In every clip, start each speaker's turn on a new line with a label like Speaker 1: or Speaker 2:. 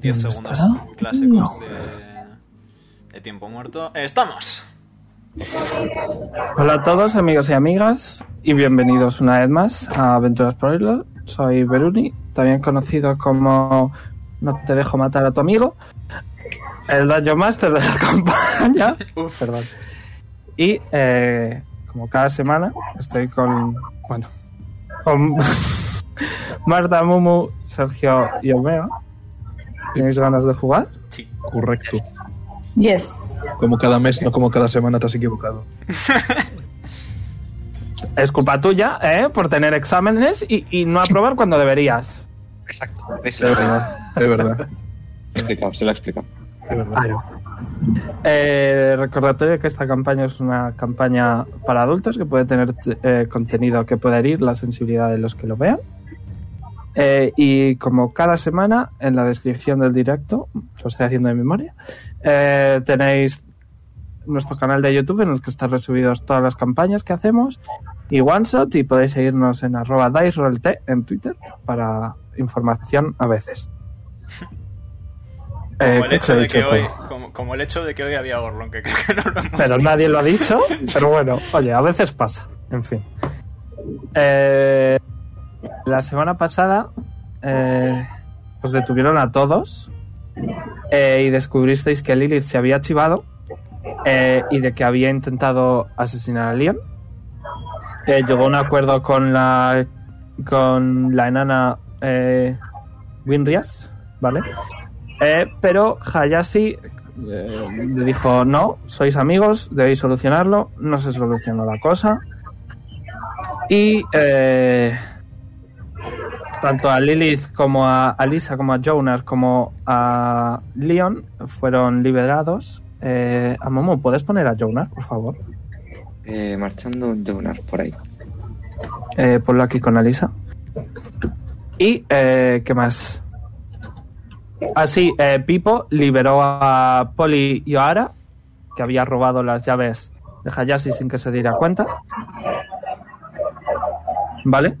Speaker 1: 10 segundos
Speaker 2: estará?
Speaker 1: clásicos
Speaker 2: No.
Speaker 1: de, de tiempo muerto. ¡Estamos!
Speaker 2: Hola a todos, amigos y amigas, y bienvenidos una vez más a Aventuras por Hilo. Soy Beruni, también conocido como No te dejo matar a tu amigo, el Daño Master de la compañía.
Speaker 1: Uf.
Speaker 2: Perdón. Y eh, como cada semana estoy con, bueno, con Marta, Mumu, Sergio y Omega. ¿Tenéis ganas de jugar?
Speaker 1: Sí.
Speaker 3: Correcto.
Speaker 4: Yes.
Speaker 3: Como cada mes, no como cada semana te has equivocado.
Speaker 2: Es culpa tuya, ¿eh? Por tener exámenes y, y no aprobar cuando deberías.
Speaker 5: Exacto.
Speaker 3: De verdad, de verdad,
Speaker 5: Explicado, se lo he explicado.
Speaker 3: de verdad.
Speaker 2: Eh, recordatorio que esta campaña es una campaña para adultos que puede tener eh, contenido que pueda herir la sensibilidad de los que lo vean. Eh, y como cada semana, en la descripción del directo, lo estoy haciendo de memoria, eh, tenéis nuestro canal de YouTube en el que están resubidos todas las campañas que hacemos y OneShot y podéis seguirnos en arroba DiceRollT en Twitter para información a veces. Eh,
Speaker 1: Como el,
Speaker 2: ¿qué
Speaker 1: hecho
Speaker 2: te he
Speaker 1: de que
Speaker 2: dicho
Speaker 1: hoy,
Speaker 2: tú?
Speaker 1: como, como el hecho de que hoy había Orlon, que creo que no lo hemos...
Speaker 2: Pero nadie lo ha dicho. Pero bueno, oye, a veces pasa. En fin. Eh, la semana pasada eh, os detuvieron a todos eh, y descubristeis que Lilith se había chivado eh, y de que había intentado asesinar a Leon. Eh, llegó a un acuerdo con la con la enana eh, Winrias, ¿vale? Eh, pero Hayashi eh, le dijo, no, sois amigos, debéis solucionarlo, no se solucionó la cosa. Y eh, tanto a Lilith como a Alisa, como a Jonas, como a Leon fueron liberados. Eh, a Momo, ¿puedes poner a Jonas, por favor?
Speaker 5: Eh, marchando Jonar por ahí.
Speaker 2: Eh, ponlo aquí con Alisa. ¿Y eh, qué más? Así, eh, Pipo liberó a Polly y a Ara, que había robado las llaves de Hayashi sin que se diera cuenta. ¿Vale?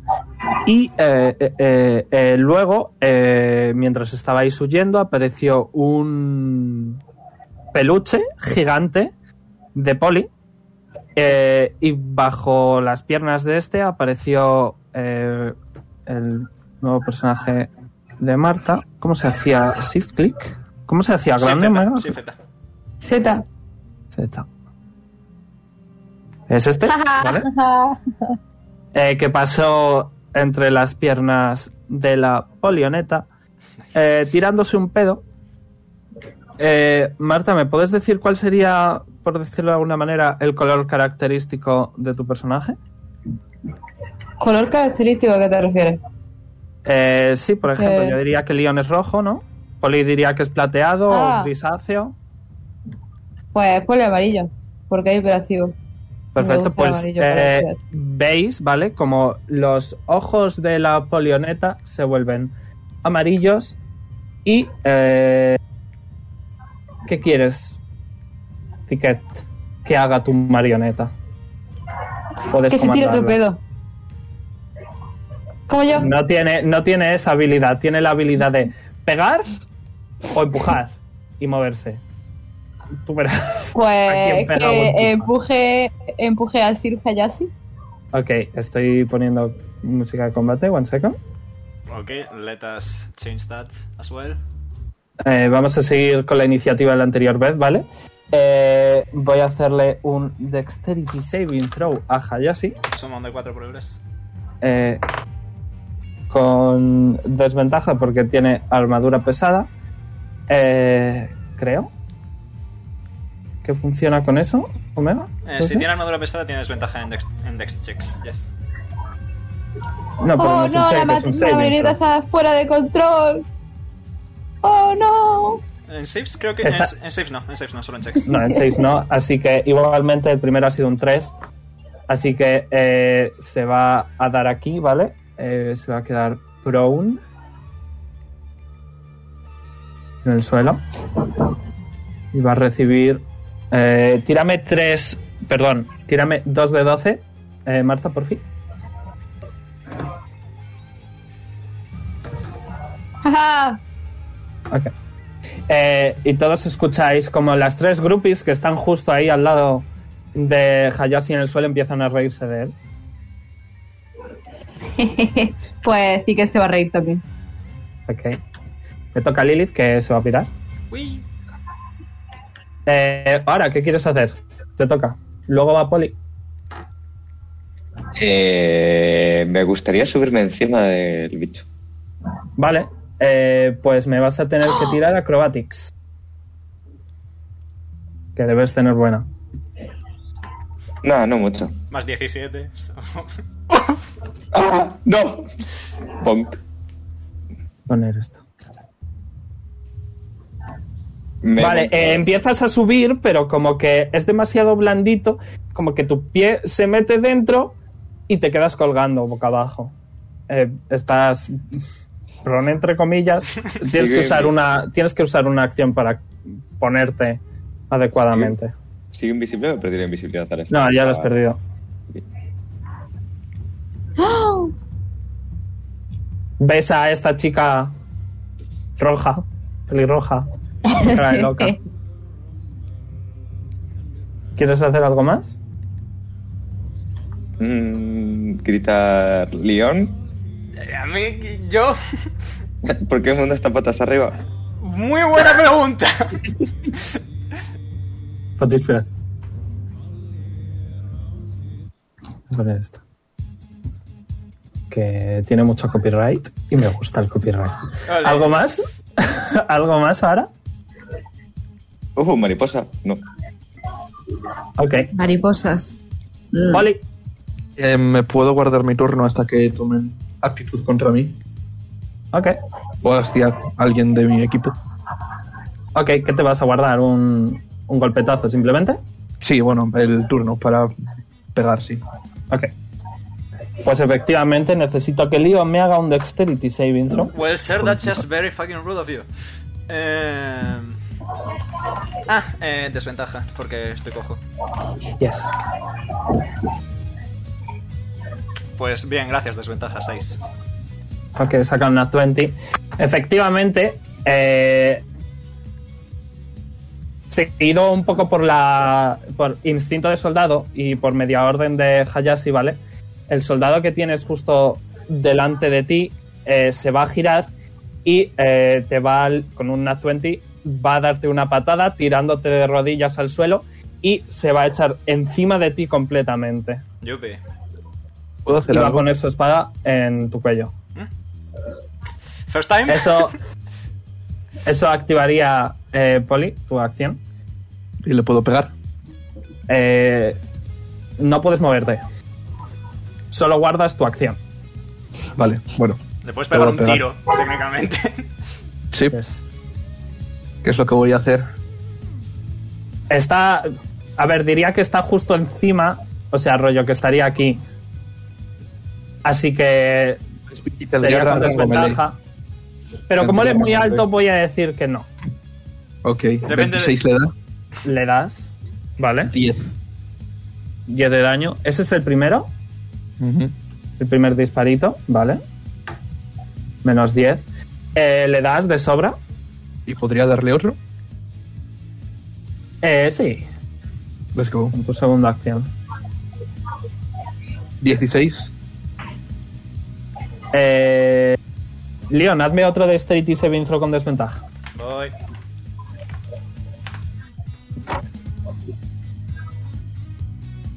Speaker 2: Y eh, eh, eh, eh, luego, eh, mientras estabais huyendo, apareció un peluche gigante de Polly. Eh, y bajo las piernas de este apareció eh, el nuevo personaje de Marta. ¿Cómo se hacía? ¿Shift click? ¿Cómo se hacía?
Speaker 1: Sí,
Speaker 2: ¿Grande?
Speaker 1: Zeta,
Speaker 2: Omega?
Speaker 1: sí,
Speaker 4: Z.
Speaker 1: Zeta.
Speaker 2: Z. ¿Es este? ¿Vale? eh, que pasó entre las piernas de la polioneta, eh, tirándose un pedo. Eh, Marta, ¿me puedes decir cuál sería, por decirlo de alguna manera, el color característico de tu personaje?
Speaker 4: ¿Color característico a qué te refieres?
Speaker 2: Eh, sí, por ejemplo,
Speaker 4: Eh.
Speaker 2: yo diría que Leon es rojo, ¿no? Poli diría que es plateado
Speaker 4: Ah.
Speaker 2: o grisáceo.
Speaker 4: Pues ponle amarillo, porque es hiperactivo.
Speaker 2: Perfecto,
Speaker 4: gusta el
Speaker 2: pues
Speaker 4: amarillo para
Speaker 2: eh,
Speaker 4: la ciudad.
Speaker 2: veis, ¿vale? Como los ojos de la polioneta se vuelven amarillos y... eh, ¿Qué quieres, Ticket, que haga tu marioneta? Puedes
Speaker 4: Que se tire otro
Speaker 2: comandarla.
Speaker 4: pedo. ¿Cómo yo?
Speaker 2: No tiene, no tiene esa habilidad, tiene la habilidad de pegar o empujar y moverse. Tú verás. ¿A
Speaker 4: Pues
Speaker 2: quién pega o
Speaker 4: que
Speaker 2: empuja?
Speaker 4: empuje, empuje al Sir Hayashi.
Speaker 2: Ok, estoy poniendo música de combate, one second.
Speaker 1: Ok, let us change that as well.
Speaker 2: Eh, vamos a seguir con la iniciativa de la anterior vez, ¿vale? Eh, voy a hacerle un Dexterity Saving Throw a Hayashi.
Speaker 1: Suma un de 4 por euros.
Speaker 2: eh, con desventaja porque tiene armadura pesada. eh, creo. ¿Qué funciona con eso, Omega?
Speaker 1: Eh, si tiene armadura pesada, tiene desventaja en dex, en dex checks. Yes.
Speaker 2: No, pero no
Speaker 4: oh
Speaker 2: es un
Speaker 4: no, la,
Speaker 2: save,
Speaker 4: ma-
Speaker 2: es un
Speaker 4: la
Speaker 2: saving
Speaker 4: marioneta
Speaker 2: throw.
Speaker 4: está fuera de control. Oh no.
Speaker 1: En saves creo que...
Speaker 2: Está-
Speaker 1: En, en saves no, en saves no, solo en checks.
Speaker 2: No, en 6 no. Así que igualmente el primero ha sido un 3. Así que eh, se va a dar aquí, ¿vale? Eh, se va a quedar prone. En el suelo. Y va a recibir... eh, tírame 3... Perdón, tírame 2 de 12. eh, Marta, por fin.
Speaker 4: Jaja.
Speaker 2: Ok. Eh, y todos escucháis como las tres groupies que están justo ahí al lado de Hayashi en el suelo empiezan a reírse de él.
Speaker 4: pues sí que se va a reír también.
Speaker 2: Ok. Le toca a Lilith que se va a pirar.
Speaker 1: Uy.
Speaker 2: Eh, ahora, ¿qué quieres hacer? Te toca. Luego va Poli.
Speaker 5: Eh, me gustaría subirme encima del bicho.
Speaker 2: Vale. Eh, pues me vas a tener que tirar acrobatics. Que debes tener buena.
Speaker 5: No, no mucho.
Speaker 1: Más 17. so-
Speaker 5: ¡Ah! ¡No! Bonk.
Speaker 2: Poner esto.
Speaker 5: Me
Speaker 2: Vale,
Speaker 5: monto.
Speaker 2: eh, empiezas a subir, pero como que es demasiado blandito, como que tu pie se mete dentro y te quedas colgando boca abajo. Eh, estás ron entre comillas. Tienes que
Speaker 5: Sigue.
Speaker 2: usar una, tienes que usar una acción para ponerte adecuadamente.
Speaker 5: ¿Sigue invisible o he perdido invisibilidad? Alex?
Speaker 2: No, ya lo has
Speaker 5: Ah,
Speaker 2: perdido.
Speaker 4: ¡Ah!
Speaker 2: Ves a esta chica roja, pelirroja, cara de loca. ¿Quieres hacer algo más?
Speaker 5: mm, gritar León.
Speaker 1: A mí, yo.
Speaker 5: ¿Por qué el mundo está patas arriba?
Speaker 1: Muy buena pregunta.
Speaker 2: Pati, espera. Voy a poner esto. Que tiene mucho copyright y me gusta el copyright.
Speaker 1: Ole.
Speaker 2: ¿Algo más? ¿Algo más ahora?
Speaker 5: ¡Uh, mariposa! No.
Speaker 2: Ok.
Speaker 4: Mariposas. Mm.
Speaker 2: Poli.
Speaker 3: Eh, ¿Me puedo guardar mi turno hasta que tomen actitud contra mí?
Speaker 2: Ok.
Speaker 3: O hacia alguien de mi equipo.
Speaker 2: Ok, ¿qué te vas a guardar? ¿Un, un golpetazo simplemente?
Speaker 3: Sí, bueno, el turno para pegar, sí.
Speaker 2: Ok. Pues efectivamente necesito que Leo me haga un Dexterity Saving Throw.
Speaker 1: Well, sir, that's just very fucking rude of you. Eh... Ah, eh, desventaja, porque estoy cojo.
Speaker 2: Yes.
Speaker 1: Pues bien, gracias, desventaja 6.
Speaker 2: Ok, saca una 20. Efectivamente, eh, se tiró un poco por la por instinto de soldado y por media orden de Hayashi, ¿vale? El soldado que tienes justo delante de ti eh, se va a girar y eh, te va al- con un nat 20 va a darte una patada tirándote de rodillas al suelo y se va a echar encima de ti completamente.
Speaker 1: Yupi.
Speaker 3: ¿Puedo hacer
Speaker 2: Y va a
Speaker 3: algo?
Speaker 2: poner su espada en tu cuello.
Speaker 1: First time.
Speaker 2: Eso. Eso activaría, eh, Poli, tu acción.
Speaker 3: ¿Y le puedo pegar?
Speaker 2: Eh, no puedes moverte. Solo guardas tu acción.
Speaker 3: Vale, bueno.
Speaker 1: Le puedes pegar
Speaker 3: Puedo
Speaker 1: un
Speaker 3: pegar.
Speaker 1: tiro, técnicamente.
Speaker 3: Sí,
Speaker 2: Pues,
Speaker 3: Eh, ¿qué es lo que voy a hacer?
Speaker 2: Está. A ver, diría que está justo encima. O sea, rollo, que estaría aquí. Así que. Sería con desventaja. Pero como él es muy
Speaker 3: Tendría
Speaker 2: alto,
Speaker 3: melee.
Speaker 2: voy a decir que no.
Speaker 3: Ok,
Speaker 1: de-
Speaker 3: 26 le da.
Speaker 2: Le das. Vale.
Speaker 3: 10.
Speaker 2: 10 de daño. Ese es el primero. El primer disparito, vale. Menos 10. Eh, ¿Le das de sobra?
Speaker 3: ¿Y podría darle otro?
Speaker 2: Eh, sí,
Speaker 3: Let's go.
Speaker 2: con tu segunda acción.
Speaker 3: 16.
Speaker 2: Eh, Leon, hazme otro de Dexterity Saving Throw con desventaja.
Speaker 1: Voy.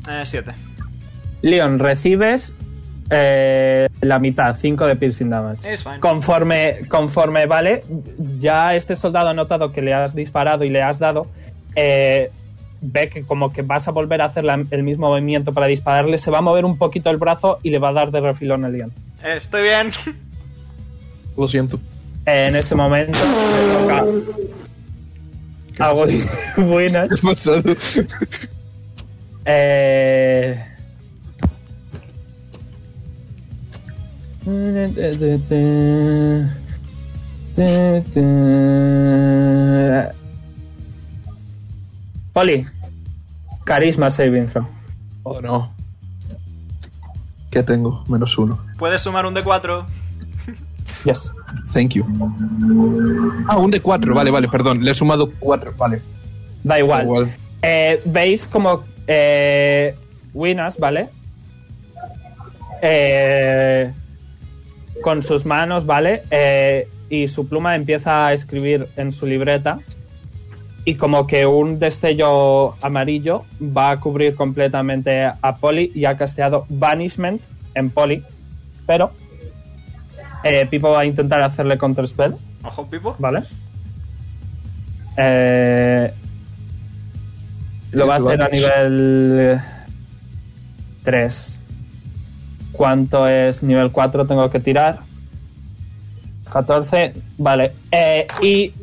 Speaker 1: Eh, 7.
Speaker 2: Leon, recibes eh, la mitad, 5 de piercing damage.
Speaker 1: It's fine.
Speaker 2: Conforme, conforme, vale, ya este soldado ha notado que le has disparado y le has dado, eh, ve que como que vas a volver a hacer la- el mismo movimiento para dispararle, se va a mover un poquito el brazo y le va a dar de refilón a Leon.
Speaker 1: Eh, estoy bien.
Speaker 3: Lo siento.
Speaker 2: En ese momento le toca a Bu- Buenas. Eh... Poli, carisma saving throw.
Speaker 3: Oh no. ¿Qué tengo? Menos uno.
Speaker 1: Puedes sumar un D4.
Speaker 2: Yes.
Speaker 3: Thank you. Ah, un de cuatro. Vale, vale, perdón. Le he sumado cuatro. Vale.
Speaker 2: Da igual.
Speaker 3: Igual.
Speaker 2: Eh, Veis como eh, Winas, ¿vale? Eh, con sus manos, ¿vale? Eh, y su pluma empieza a escribir en su libreta. Y como que un destello amarillo va a cubrir completamente a Polly y ha casteado Banishment en Polly. Pero eh, Pipo va a intentar hacerle counter spell.
Speaker 1: Ojo, Pipo.
Speaker 2: Vale. Eh, lo va a hacer a nivel 3. ¿Cuánto es nivel 4? Tengo que tirar. 14. Vale. Eh, y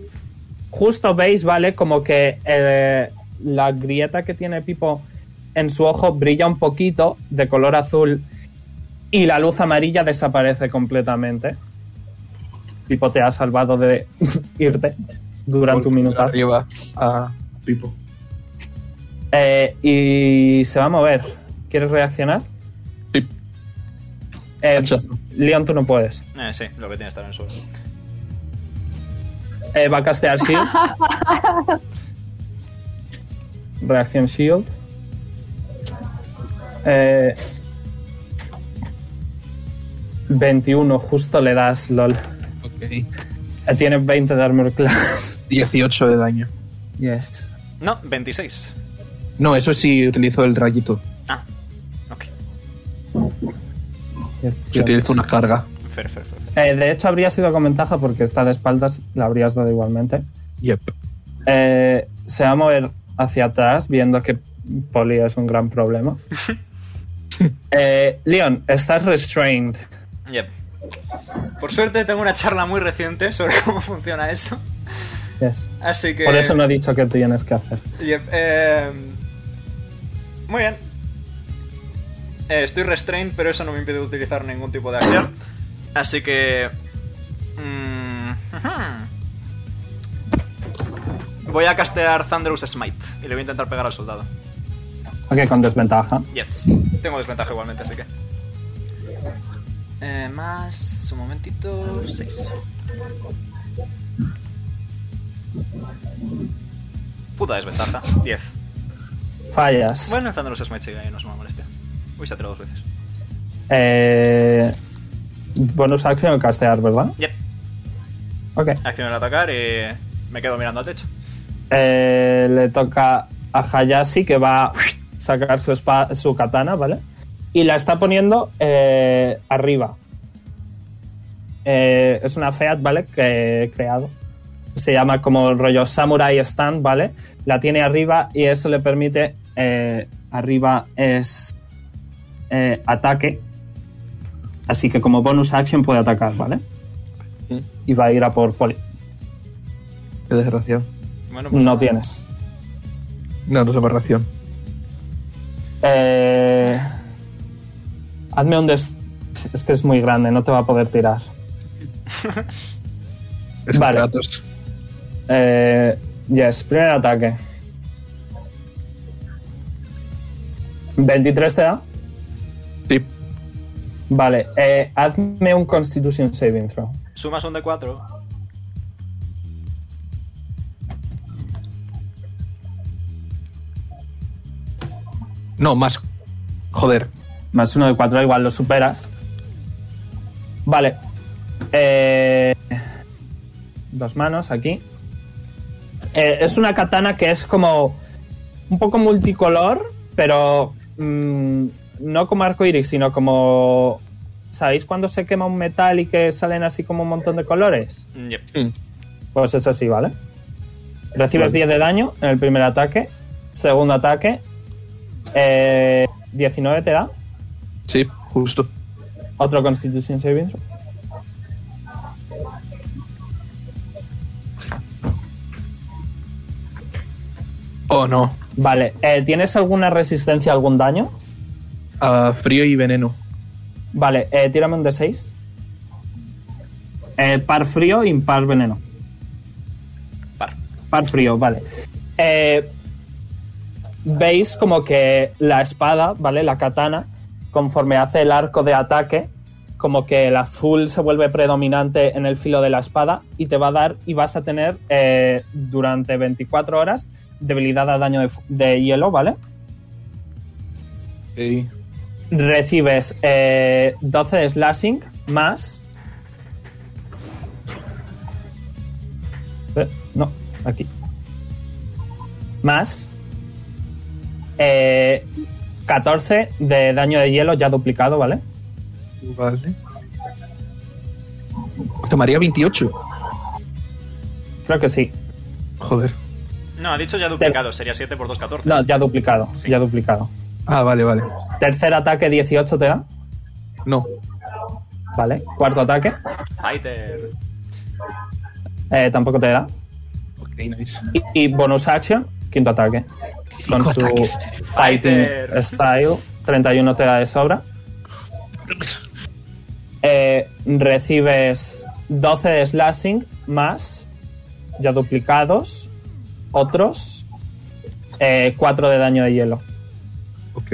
Speaker 2: justo veis, ¿vale? Como que eh, la grieta que tiene Pipo en su ojo brilla un poquito de color azul y la luz amarilla desaparece completamente. Pipo te ha salvado de irte durante un minuto.
Speaker 3: Arriba a Pipo.
Speaker 2: Eh, y se va a mover. ¿Quieres reaccionar?
Speaker 3: Sí.
Speaker 2: Eh,
Speaker 3: Hachazo.
Speaker 2: Leon, tú no puedes.
Speaker 1: Eh, sí, lo que tiene estar en el suelo.
Speaker 2: Eh, va a castear Shield. Reacción Shield. Eh, 21, justo le das, lol.
Speaker 3: Ok.
Speaker 2: Eh, Tienes 20 de armor class.
Speaker 3: 18 de daño.
Speaker 2: Yes.
Speaker 1: No, 26.
Speaker 3: No, eso sí utilizo el rayito.
Speaker 1: Ah, ok.
Speaker 3: Si utilizo una carga.
Speaker 1: Fair, fair, fair.
Speaker 2: Eh, de hecho, habría sido con ventaja porque está de espaldas, la habrías dado igualmente.
Speaker 3: Yep.
Speaker 2: Eh, se va a mover hacia atrás, viendo que Poli es un gran problema. eh, Leon, estás restrained.
Speaker 1: Yep. Por suerte tengo una charla muy reciente sobre cómo funciona eso.
Speaker 2: Yes.
Speaker 1: Así que.
Speaker 2: Por eso no he dicho que tienes que hacer.
Speaker 1: Yep, eh, muy bien. Eh, estoy restrained, pero eso no me impide utilizar ningún tipo de acción. Así que... mm, ujú. Voy a castear Thunderous Smite y le voy a intentar pegar al soldado.
Speaker 2: Ok, con desventaja.
Speaker 1: Yes. Tengo desventaja igualmente, así que... Eh, más... Un momentito... 6. Puta desventaja. 10.
Speaker 2: Fallas.
Speaker 1: Bueno, lanzando los smites y no se me molesta. Uy, se ha tirado dos veces.
Speaker 2: Eh, bonus acción castear, ¿verdad?
Speaker 1: Yep.
Speaker 2: Ok.
Speaker 1: Acción al atacar y me quedo mirando al techo.
Speaker 2: Eh, le toca a Hayashi que va a sacar su, espa- su katana, ¿vale? Y la está poniendo eh, arriba. Eh, es una feat, ¿vale? Que he creado. Se llama como el rollo Samurai Stand, ¿vale? La tiene arriba y eso le permite. eh, arriba es eh, ataque. Así que como bonus action puede atacar, ¿vale? Y va a ir a por poli.
Speaker 3: Qué desgraciado.
Speaker 1: Bueno, pues
Speaker 2: No tienes.
Speaker 3: No, no es aberración.
Speaker 2: Eh, hazme un des... Es que es muy grande, no te va a poder tirar.
Speaker 3: Es un
Speaker 2: Vale.
Speaker 3: Kratos.
Speaker 2: Eh, yes, primer ataque. 23 te da.
Speaker 3: Sí.
Speaker 2: Vale, eh, hazme un Constitution Saving Throw.
Speaker 1: sumas un de 4.
Speaker 3: No, más. Joder.
Speaker 2: Más uno de 4, igual lo superas. Vale. Eh, dos manos aquí. Eh, es una katana que es como un poco multicolor, pero mm, no como arco iris, sino como. ¿Sabéis cuando se quema un metal y que salen así como un montón de colores?
Speaker 1: Mm, Yep.
Speaker 3: Hmm.
Speaker 2: Pues es así, ¿vale? Recibes 10 de daño en el primer ataque. Segundo ataque. eh, 19 te da.
Speaker 3: Sí, justo.
Speaker 2: Otro Constitution Saving throw.
Speaker 3: Oh, no.
Speaker 2: Vale, eh, ¿tienes alguna resistencia a algún daño?
Speaker 3: Ah, frío y veneno.
Speaker 2: Vale, eh, tírame un de 6. par frío, impar veneno.
Speaker 1: Par.
Speaker 2: Par frío, vale. Eh, Veis como que la espada, ¿vale? La katana, conforme hace el arco de ataque, como que el azul se vuelve predominante en el filo de la espada y te va a dar y vas a tener eh, durante 24 horas debilidad a daño de, fu- de hielo, ¿vale?
Speaker 3: Sí.
Speaker 2: Recibes eh, 12 de slashing más... Eh, no, aquí. Más... eh, 14 de daño de hielo ya duplicado, ¿vale?
Speaker 3: Vale. Tomaría 28.
Speaker 2: Creo que sí.
Speaker 3: Joder.
Speaker 1: No, ha dicho ya duplicado, sería 7 por 2, 14.
Speaker 2: No, ya duplicado,
Speaker 1: Sí.
Speaker 2: ya duplicado.
Speaker 3: Ah, vale, vale.
Speaker 2: Tercer ataque 18 te da,
Speaker 3: No.
Speaker 2: vale. Cuarto ataque
Speaker 1: Fighter.
Speaker 2: eh, tampoco te da.
Speaker 3: Ok, nice.
Speaker 2: Y, y bonus action, quinto ataque. Con
Speaker 3: Cinco
Speaker 2: su
Speaker 3: ataques.
Speaker 2: fighting
Speaker 1: Fighter.
Speaker 2: style, 31 te da de sobra. Eh, recibes 12 de slashing más, ya duplicados, otros 4 de daño de hielo.
Speaker 3: Ok.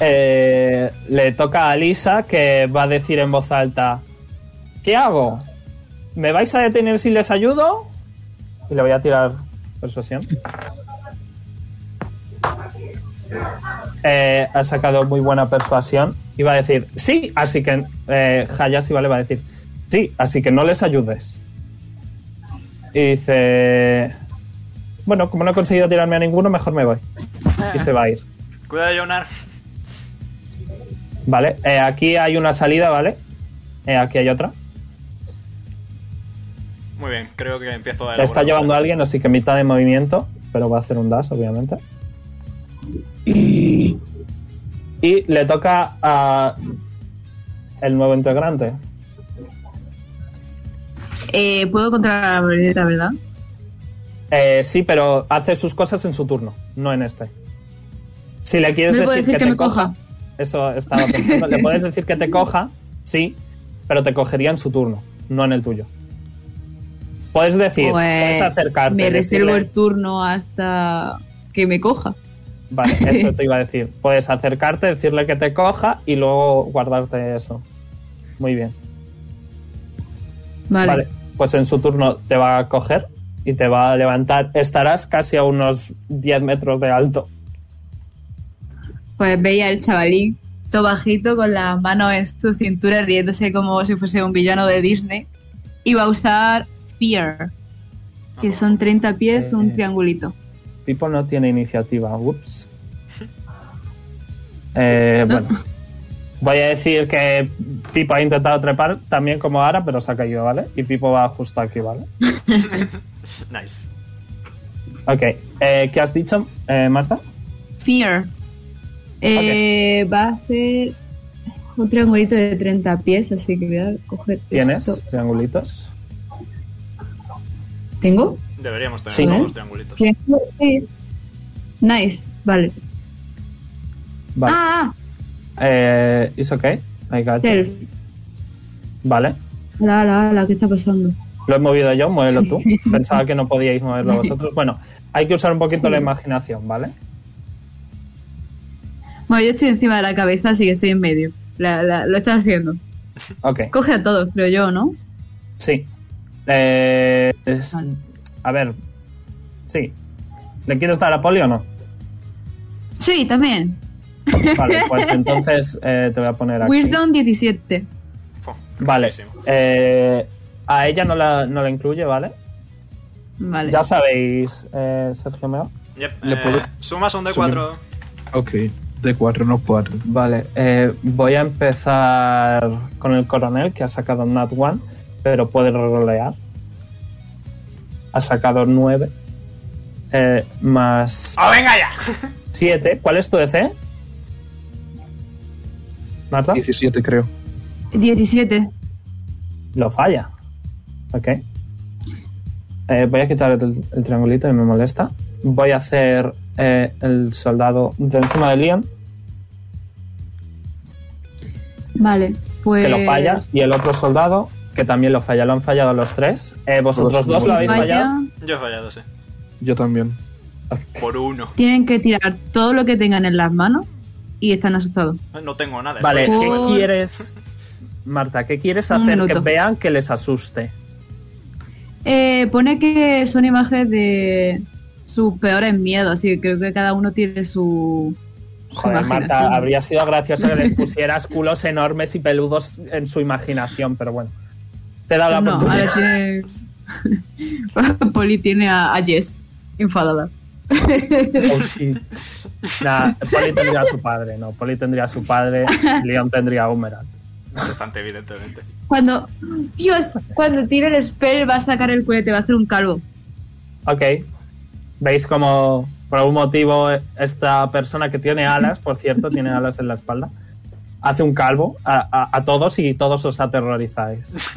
Speaker 2: Eh, le toca a Lisa que va a decir en voz alta: ¿Qué hago? ¿Me vais a detener si les ayudo? Y le voy a tirar persuasión. Eh, ha sacado muy buena persuasión y va a decir: Sí, así que eh, Hayashi vale, va a decir: Sí, así que no les ayudes. Y dice: Bueno, como no he conseguido tirarme a ninguno, mejor me voy. Y se va a ir.
Speaker 1: Cuidado, Jonar.
Speaker 2: Vale, eh, aquí hay una salida, ¿vale? Eh, aquí hay otra.
Speaker 1: Muy bien, creo que empiezo a
Speaker 2: La está
Speaker 1: elaborar.
Speaker 2: llevando alguien, así que mitad de movimiento, pero va a hacer un dash, obviamente. Y le toca a el nuevo integrante.
Speaker 6: Eh, Puedo controlar la marioneta, ¿verdad?
Speaker 2: Eh, sí, pero hace sus cosas en su turno, no en este. Si le
Speaker 6: ¿No
Speaker 2: quieres
Speaker 6: le puedo
Speaker 2: decir
Speaker 6: decir que,
Speaker 2: te
Speaker 6: me coja?
Speaker 2: Eso estaba pensando. le puedes decir que te coja, sí, pero te cogería en su turno, no en el tuyo. Puedes decir, puedes
Speaker 6: Pues,
Speaker 2: acercarte.
Speaker 6: me reservo
Speaker 2: decirle-
Speaker 6: el turno hasta que me coja.
Speaker 2: Vale, eso te iba a decir. Puedes acercarte, decirle que te coja y luego guardarte eso. Muy bien.
Speaker 6: Vale.
Speaker 2: Pues en su turno te va a coger y te va a levantar. Estarás casi a unos 10 metros de alto.
Speaker 6: Pues veía al chavalín todo bajito con las manos en su cintura riéndose como si fuese un villano de Disney. Y va a usar Fear, que son 30 pies,
Speaker 2: Eh.
Speaker 6: un triangulito.
Speaker 2: Pipo no tiene iniciativa. Ups. Eh, bueno. Voy a decir que Pipo ha intentado trepar también como ahora, pero se ha caído, ¿vale? Y Pipo va justo aquí, ¿vale?
Speaker 1: Nice.
Speaker 2: Ok. eh, ¿Qué has dicho, eh, Marta?
Speaker 6: Fear. Eh, Va a ser un triangulito de 30 pies, así que voy a coger.
Speaker 2: ¿Tienes
Speaker 6: esto.
Speaker 2: triangulitos?
Speaker 6: ¿Tengo?
Speaker 1: Deberíamos tener
Speaker 2: Sí.
Speaker 1: todos los triangulitos.
Speaker 6: ¿Tengo? Sí. Nice, vale.
Speaker 2: Vale.
Speaker 6: Ah,
Speaker 2: Eh, it's okay. I got you.
Speaker 6: self.
Speaker 2: Vale.
Speaker 6: Ala, ala, ala, ¿qué está pasando?
Speaker 2: Lo he movido yo, muévelo tú. Pensaba que no podíais moverlo vosotros. Bueno, hay que usar un poquito
Speaker 6: Sí.
Speaker 2: la imaginación, ¿vale?
Speaker 6: Bueno, yo estoy encima de la cabeza, así que estoy en medio. La- la- lo estás haciendo.
Speaker 2: Ok,
Speaker 6: Coge a todos, creo yo, ¿no?
Speaker 2: sí. Eh, es-
Speaker 6: Vale.
Speaker 2: a ver. Sí. ¿Le quieres dar a Poli o no?
Speaker 6: Sí, también.
Speaker 2: Vale, pues entonces eh, te voy a poner aquí.
Speaker 6: Wisdom 17.
Speaker 1: Fo,
Speaker 2: Vale.
Speaker 1: buenísimo.
Speaker 2: Eh, a ella no la, no la incluye, ¿vale?
Speaker 6: Vale.
Speaker 2: Ya sabéis, eh, Sergio Meo.
Speaker 1: Yep,
Speaker 3: ¿Le
Speaker 1: eh,
Speaker 3: puedo-
Speaker 1: Sumas un D4.
Speaker 3: Ok. De 4, no 4.
Speaker 2: Vale, eh, voy a empezar con el coronel que ha sacado Nat 1, pero puede rolear. Ha sacado 9 eh, más
Speaker 1: ¡Oh, venga ya!
Speaker 2: 7. ¿Cuál es tu DC? ¿Marta?
Speaker 3: 17, creo.
Speaker 6: 17.
Speaker 2: Lo falla. Ok. Eh, voy a quitar el, el triangulito que me molesta. Voy a hacer eh, el soldado de encima de Leon,
Speaker 6: Vale, pues.
Speaker 2: que lo falla, y el otro soldado, que también lo falla. Lo han fallado los tres. Eh, vosotros
Speaker 3: Los
Speaker 2: dos
Speaker 6: Si
Speaker 2: lo habéis
Speaker 6: falla,
Speaker 2: fallado.
Speaker 1: Yo he fallado, sí.
Speaker 3: Yo también.
Speaker 1: Por uno.
Speaker 6: Tienen que tirar todo lo que tengan en las manos y están asustados.
Speaker 1: No tengo nada.
Speaker 2: Vale,
Speaker 1: estoy-
Speaker 2: ¿qué
Speaker 6: Por-
Speaker 2: quieres, Marta? ¿Qué quieres
Speaker 6: Un
Speaker 2: hacer que
Speaker 6: minuto.
Speaker 2: vean que les asuste?
Speaker 6: Eh, pone que son imágenes de sus peores miedos, sí, creo que cada uno tiene su... su
Speaker 2: Joder,
Speaker 6: imaginación.
Speaker 2: Marta, habría sido gracioso que les pusieras culos enormes y peludos en su imaginación, pero bueno. Te he dado la
Speaker 6: No,
Speaker 2: oportunidad.
Speaker 6: ahora tiene... Poli tiene a, a Jess, enfadada.
Speaker 2: Oh, shit. Nah, Polly tendría a su padre, no. Polly tendría a su padre, Leon tendría a Humeral.
Speaker 1: No es bastante, evidentemente.
Speaker 6: Cuando... Dios, cuando tire el spell va a sacar el cohete, va a hacer un calvo.
Speaker 2: Ok. ¿Veis como por algún motivo esta persona que tiene alas, por cierto, tiene alas en la espalda, hace un calvo a, a- a todos y todos os aterrorizáis?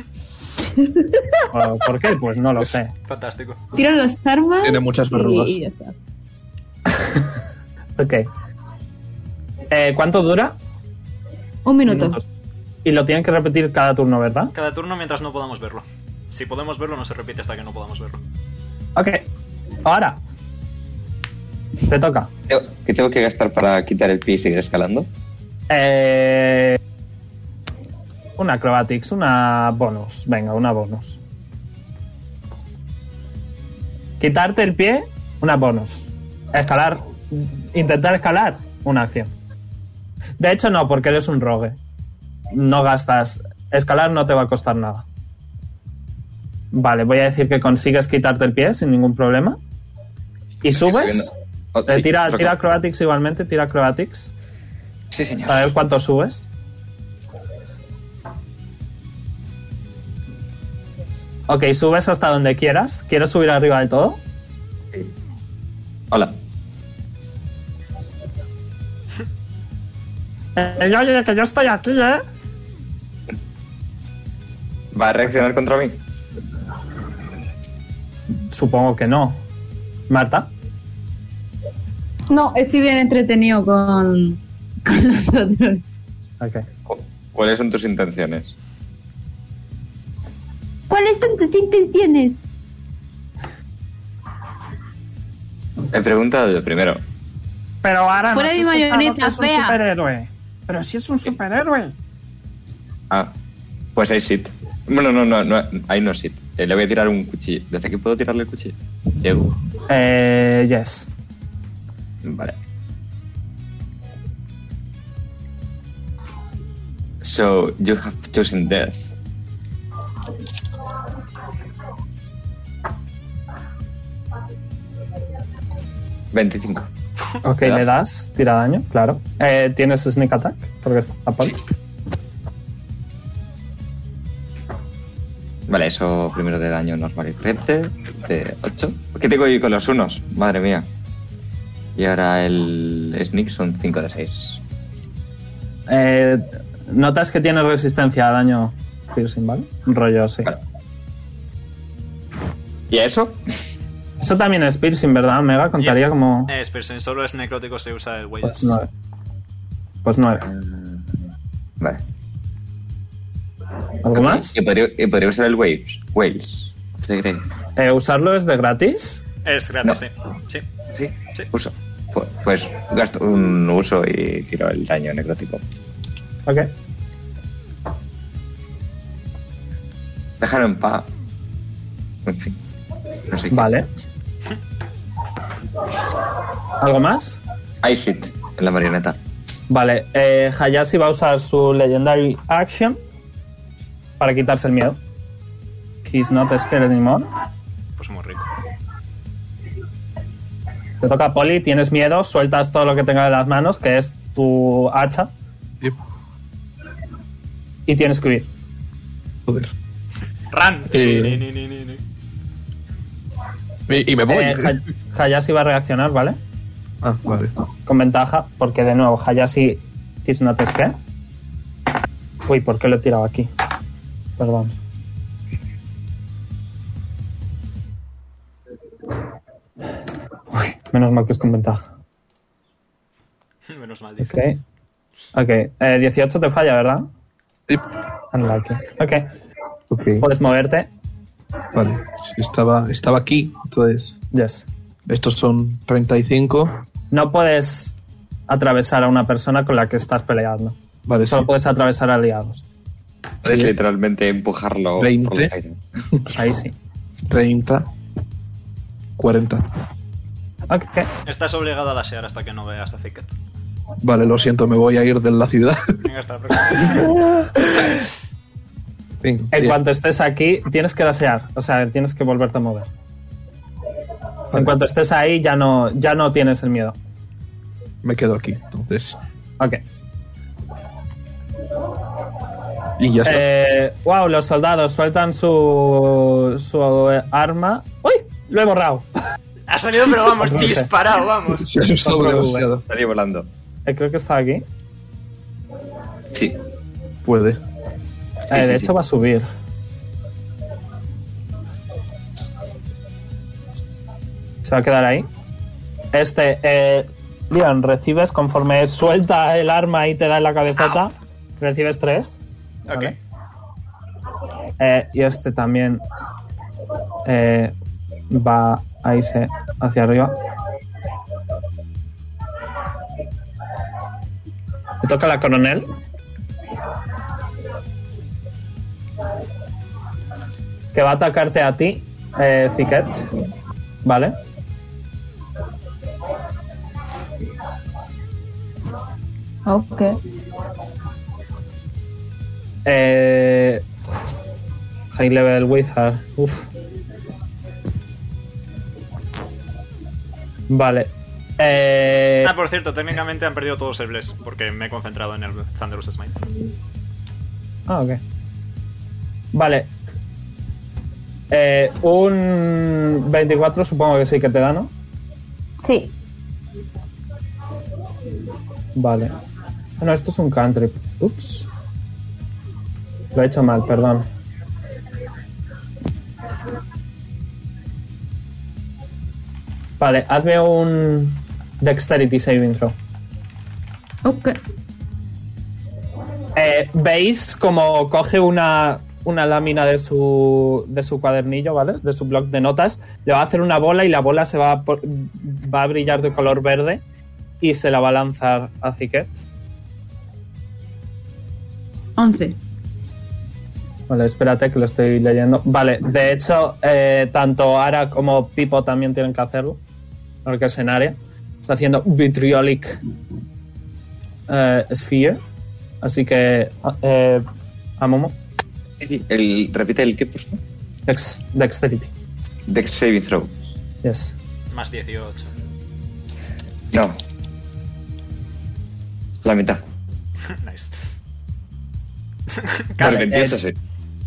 Speaker 2: ¿O ¿Por qué? Pues no lo sé.
Speaker 1: Fantástico.
Speaker 6: Tiran las armas...
Speaker 3: Tiene muchas verrugas.
Speaker 6: y- y ya está.
Speaker 2: Ok. Eh, ¿Cuánto dura?
Speaker 6: Un minuto.
Speaker 2: Minutos. Y lo tienen que repetir cada turno, ¿verdad?
Speaker 1: Cada turno mientras no podamos verlo. Si podemos verlo, no se repite hasta que no podamos verlo.
Speaker 2: Ok. Ahora. Te toca.
Speaker 5: Te- ¿Qué tengo que gastar para quitar el pie y seguir escalando?
Speaker 2: Eh, una acrobatics, una bonus. Venga, una bonus. Quitarte el pie, una bonus. Escalar, intentar escalar, una acción. De hecho, no, porque eres un rogue. No gastas. Escalar no te va a costar nada. Vale, voy a decir que consigues quitarte el pie sin ningún problema. ¿Y
Speaker 5: Estoy
Speaker 2: subes?
Speaker 5: subiendo. Oh,
Speaker 2: Eh,
Speaker 5: sí,
Speaker 2: tira,
Speaker 5: recuerdo.
Speaker 2: tira acrobatics igualmente, tira acrobatics.
Speaker 5: Sí, señor.
Speaker 2: A ver cuánto subes. Ok, subes hasta donde quieras. ¿Quieres subir arriba del todo?
Speaker 5: Hola.
Speaker 2: Eh, oye, que yo estoy aquí, ¿eh?
Speaker 5: ¿Va a reaccionar contra mí?
Speaker 2: Supongo que no. Marta,
Speaker 6: No, estoy bien entretenido con, con los otros.
Speaker 2: ok.
Speaker 5: Cu- ¿Cuáles son tus intenciones?
Speaker 4: ¿Cuáles son tus intenciones?
Speaker 5: He preguntado yo primero.
Speaker 2: Pero ahora
Speaker 6: Fuera
Speaker 2: nos
Speaker 6: de
Speaker 2: has
Speaker 6: marioneta,
Speaker 2: contado que es
Speaker 6: fea.
Speaker 2: un superhéroe. Pero si es un superhéroe.
Speaker 5: Ah, pues hay shit. Bueno, no, no, no, ahí no es shit. Eh, le voy a tirar un cuchillo. ¿Desde aquí puedo tirarle el cuchillo? Llego.
Speaker 2: Eh, yes.
Speaker 5: Vale. So, you have chosen death. ¿25?
Speaker 2: Ok,
Speaker 5: ¿Verdad?
Speaker 2: le das, tira daño, claro. Eh, ¿Tienes sneak attack? Porque está tapado.
Speaker 5: Vale, eso primero de daño normal y frente. De 8. ¿Qué tengo yo con los unos? Madre mía. Y ahora el sneak son 5 de 6.
Speaker 2: Eh, notas que tiene resistencia a daño piercing, ¿vale? Un rollo, sí.
Speaker 5: Vale. ¿Y a eso?
Speaker 2: Eso también es piercing, ¿verdad? Mega contaría
Speaker 1: Y-
Speaker 2: como.
Speaker 1: Eh, Spirsen, solo es necrótico se usa el
Speaker 2: Pues
Speaker 1: Wages.
Speaker 2: nueve. Pues nueve.
Speaker 5: Vale.
Speaker 2: ¿Algo más?
Speaker 5: Y podría, y podría usar el Waves. Waves. ¿Te crees?
Speaker 2: Eh, ¿Usarlo es de gratis?
Speaker 1: Es
Speaker 5: No.
Speaker 1: gratis, sí. sí.
Speaker 5: Sí.
Speaker 1: Sí.
Speaker 5: Uso. Fu- Pues gasto un uso y tiro el daño necrótico.
Speaker 2: Ok.
Speaker 5: Déjalo en paz. En fin. No sé qué.
Speaker 2: Vale. ¿Algo más?
Speaker 5: Hay shit en la marioneta.
Speaker 2: Vale. Eh, Hayashi va a usar su Legendary Action para quitarse el miedo. He's not scared anymore.
Speaker 1: Pues muy rico.
Speaker 2: Te toca Poli, tienes miedo, sueltas todo lo que tengas en las manos, que es tu hacha,
Speaker 3: Yep.
Speaker 2: y tienes que huir.
Speaker 3: Joder.
Speaker 1: ¡Run!
Speaker 3: Sí.
Speaker 1: Ni, ni, ni, ni, ni.
Speaker 3: Y, y me voy.
Speaker 2: Eh, Hay- Hayashi va a reaccionar, ¿vale?
Speaker 3: ah, vale.
Speaker 2: Con ventaja, porque de nuevo, Hayashi is not scared. Uy, ¿por qué lo he tirado aquí? Perdón. Uy, menos mal que es con ventaja.
Speaker 1: Menos mal,
Speaker 2: Ok.
Speaker 1: dice.
Speaker 2: Ok, eh, 18 te falla, ¿verdad?
Speaker 3: Yep.
Speaker 2: Unlucky. Ok,
Speaker 3: Ok,
Speaker 2: puedes moverte.
Speaker 3: vale. Sí, estaba, estaba aquí, entonces.
Speaker 2: Yes.
Speaker 3: Estos son 35.
Speaker 2: No puedes atravesar a una persona con la que estás peleando.
Speaker 3: Vale,
Speaker 2: Solo
Speaker 3: sí.
Speaker 2: puedes atravesar aliados.
Speaker 5: Puedes
Speaker 3: Diez.
Speaker 5: literalmente empujarlo por
Speaker 3: Veinte.
Speaker 5: el aire.
Speaker 2: Ahí sí.
Speaker 3: 30, 40.
Speaker 2: Ok.
Speaker 1: Estás obligado a lasear hasta que no veas a Thicket.
Speaker 3: Vale, lo siento, me voy a ir de la ciudad.
Speaker 1: Venga, hasta la próxima.
Speaker 3: Venga,
Speaker 2: En
Speaker 3: bien.
Speaker 2: cuanto estés aquí, tienes que lasear. O sea, tienes que volverte a mover. En
Speaker 3: Vale,
Speaker 2: cuanto estés ahí, ya no, ya no tienes el miedo.
Speaker 3: Me quedo aquí, entonces.
Speaker 2: Ok.
Speaker 3: Y ya está.
Speaker 2: Eh, wow, los soldados sueltan su, su eh, arma. ¡Uy! Lo he borrado.
Speaker 1: ha salido, pero vamos, disparado, vamos.
Speaker 3: Se ha asustado
Speaker 2: otro
Speaker 3: demasiado.
Speaker 5: Estaría volando.
Speaker 2: Eh, creo que está aquí.
Speaker 5: Sí.
Speaker 3: Puede.
Speaker 2: Eh,
Speaker 5: sí,
Speaker 2: de
Speaker 5: sí.
Speaker 2: hecho, va a subir. Se va a quedar ahí. Este, eh, Leon, recibes conforme suelta el arma y te da en la cabezota. Recibes tres.
Speaker 1: Ok.
Speaker 2: Vale. Eh, y este también eh, va a irse hacia arriba. Le toca a la coronel. Que va a atacarte a ti, eh, Ziquet. Vale.
Speaker 4: Ok.
Speaker 2: Eh, high level wizard. Uf. Vale. Eh,
Speaker 1: Ah, por cierto, técnicamente han perdido todos el bless porque me he concentrado en el Thunderous Smite.
Speaker 2: Ah, ok. Vale. Eh, un 24 supongo que sí que te da, ¿no?
Speaker 4: Sí.
Speaker 2: Vale. Bueno, esto es un country. Ups. Lo he hecho mal, perdón. Vale, hazme un Dexterity Saving Throw.
Speaker 6: Ok.
Speaker 2: Eh, Veis como coge una, una lámina de su, de su cuadernillo, ¿vale? De su blog de notas. Le va a hacer una bola y la bola se va a, por- va a brillar de color verde y se la va a lanzar así que
Speaker 6: 11.
Speaker 2: Vale, espérate que lo estoy leyendo. Vale, de hecho, eh, tanto Ara como Pipo también tienen que hacerlo. Porque es en área. Está haciendo Vitriolic eh, Sphere. Así que, eh, a Momo,
Speaker 5: Sí, sí. El, repite el que, por favor.
Speaker 2: Dex- Dexterity.
Speaker 5: Dex Saving Throw.
Speaker 2: Yes.
Speaker 1: Más 18.
Speaker 5: No. La mitad.
Speaker 1: nice.
Speaker 5: Vale,
Speaker 2: Casi.
Speaker 5: 28,
Speaker 2: Eh,
Speaker 5: sí.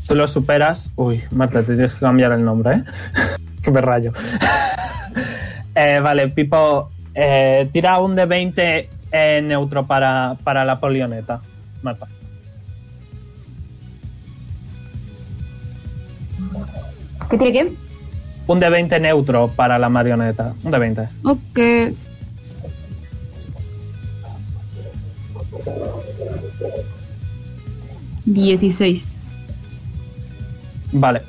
Speaker 2: Tú lo superas. Uy, Marta, te tienes que cambiar el nombre, ¿eh? que me rayo. Eh, vale, Pipo, eh, tira un de 20 eh, neutro para, para la polioneta. Marta.
Speaker 4: ¿Qué tiene que?
Speaker 2: Un de 20 neutro para la marioneta. Un de 20.
Speaker 6: Ok. Dieciséis.
Speaker 2: Vale.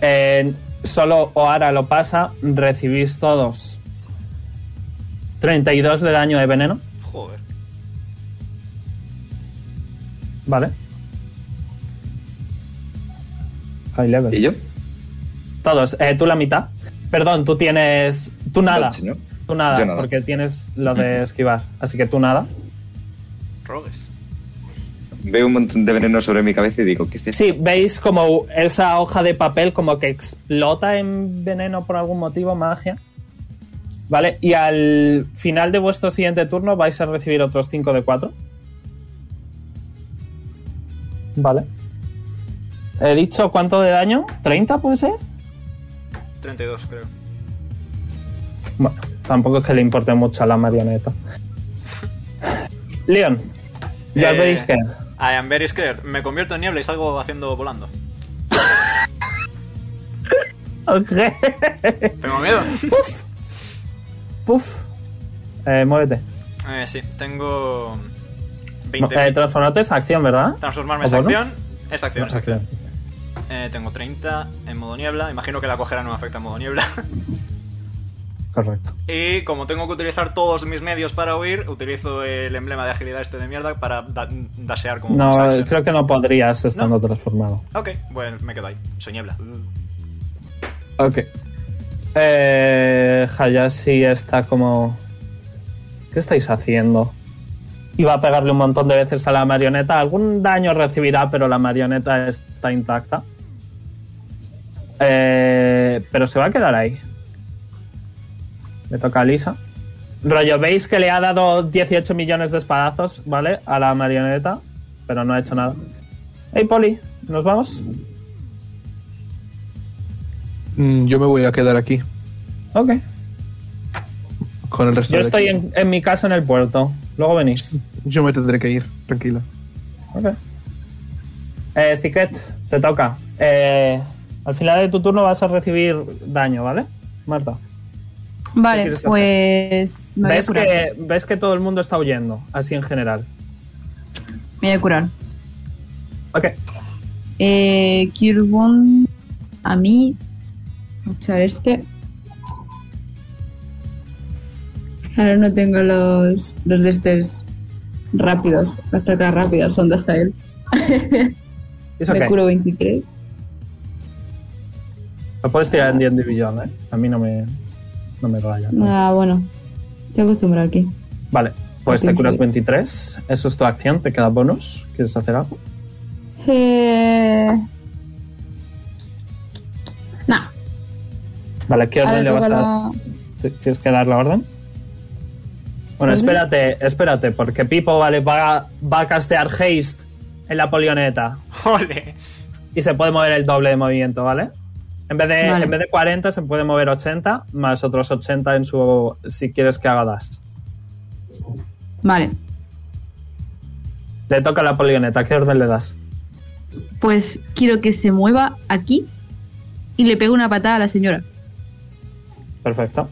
Speaker 2: Eh, solo Oara lo pasa. Recibís todos 32 de daño de veneno.
Speaker 1: Joder.
Speaker 2: Vale. High level.
Speaker 5: ¿Y yo?
Speaker 2: Todos. Eh, tú la mitad. Perdón, tú tienes. Tú nada.
Speaker 5: Dodge, ¿no?
Speaker 2: Tú nada,
Speaker 5: Yo nada.
Speaker 2: porque tienes lo de esquivar. Así que tú nada.
Speaker 1: Rogues.
Speaker 5: Veo un montón de veneno sobre mi cabeza y digo, ¿qué es esto?
Speaker 2: Sí, veis como esa hoja de papel como que explota en veneno por algún motivo, magia. Vale, y al final de vuestro siguiente turno vais a recibir otros 5 de 4. Vale. He dicho cuánto de daño? ¿30 puede ser?
Speaker 1: 32, creo.
Speaker 2: Bueno, tampoco es que le importe mucho a la marioneta. Leon, ya
Speaker 1: Eh,
Speaker 2: veis que.
Speaker 1: I am very scared. Me convierto en niebla y salgo haciendo volando.
Speaker 2: Ok.
Speaker 1: Tengo miedo.
Speaker 2: Puf. Eh, muévete.
Speaker 1: Eh, sí, tengo.
Speaker 2: No,
Speaker 1: 20.
Speaker 2: eh, transformarte es acción, ¿verdad?
Speaker 1: Transformarme
Speaker 2: ¿O
Speaker 1: es
Speaker 2: bonus?
Speaker 1: acción. Es acción, es acción. Eh, tengo 30 en modo niebla. Imagino que la cojera no me afecta en modo niebla.
Speaker 2: Correcto.
Speaker 1: Y como tengo que utilizar todos mis medios para huir, utilizo el emblema de agilidad este de mierda para da- dasear como
Speaker 2: No,
Speaker 1: Max Axel.
Speaker 2: creo que no podrías estando transformado.
Speaker 1: Ok, bueno, me quedo ahí. Soy niebla.
Speaker 2: Ok. Eh, Hayashi está como... ¿Qué estáis haciendo? Y va a pegarle un montón de veces a la marioneta. Algún daño recibirá, pero la marioneta está intacta. Eh, pero se va a quedar ahí. Le toca a Lisa. Rollo, veis que le ha dado 18 millones de espadazos, ¿vale? A la marioneta, pero no ha hecho nada. Hey, Poli, ¿nos vamos?
Speaker 3: Mm, yo me voy a quedar aquí
Speaker 2: Ok.
Speaker 3: con el resto
Speaker 2: Yo
Speaker 3: de
Speaker 2: estoy
Speaker 3: equipo.
Speaker 2: en, en mi casa en el puerto. Luego venís.
Speaker 3: Yo me tendré que ir, tranquilo.
Speaker 2: Ok. Eh, Ziquet, te toca. Eh, al final de tu turno vas a recibir daño, ¿vale? Marta.
Speaker 6: Vale,
Speaker 2: quieres hacer?
Speaker 6: pues me voy a
Speaker 2: ¿Ves
Speaker 6: curar.
Speaker 2: que, ves que todo el mundo está huyendo, así en general.
Speaker 6: Me voy a curar.
Speaker 2: Ok.
Speaker 6: Eh, Cure Wound a mí. Voy a echar este. Ahora no tengo los, los de estos rápidos. Las tratas rápidas son de Azael.
Speaker 2: Es
Speaker 6: Me
Speaker 2: ok.
Speaker 6: curo 23.
Speaker 2: Lo puedes tirar en D&D Beyond, ¿eh? A mí no me, no me raya. ¿no?
Speaker 6: Ah, bueno. Estoy acostumbrado aquí.
Speaker 2: Vale, pues te
Speaker 6: Sí,
Speaker 2: curas
Speaker 6: sí.
Speaker 2: 23. Eso es tu acción, te queda bonus. ¿Quieres hacer algo?
Speaker 6: Eh... Nah,
Speaker 2: Vale, ¿qué
Speaker 6: ahora
Speaker 2: orden le vas
Speaker 6: toca
Speaker 2: a dar?
Speaker 6: la-
Speaker 2: ¿Te- ¿Tienes que dar la orden? Bueno,
Speaker 6: Ujú.
Speaker 2: espérate, espérate, porque Pipo vale, va, va a castear haste en la polioneta
Speaker 1: ¡Ole!
Speaker 2: y se puede mover el doble de movimiento, ¿vale? En vez de,
Speaker 6: Vale.
Speaker 2: en vez de 40 se puede mover 80, más otros 80 en su si quieres que haga dash.
Speaker 6: Vale,
Speaker 2: Le toca a la polioneta, ¿qué orden le das?
Speaker 6: pues quiero que se mueva aquí y le pegue una patada a la señora.
Speaker 2: Perfecto.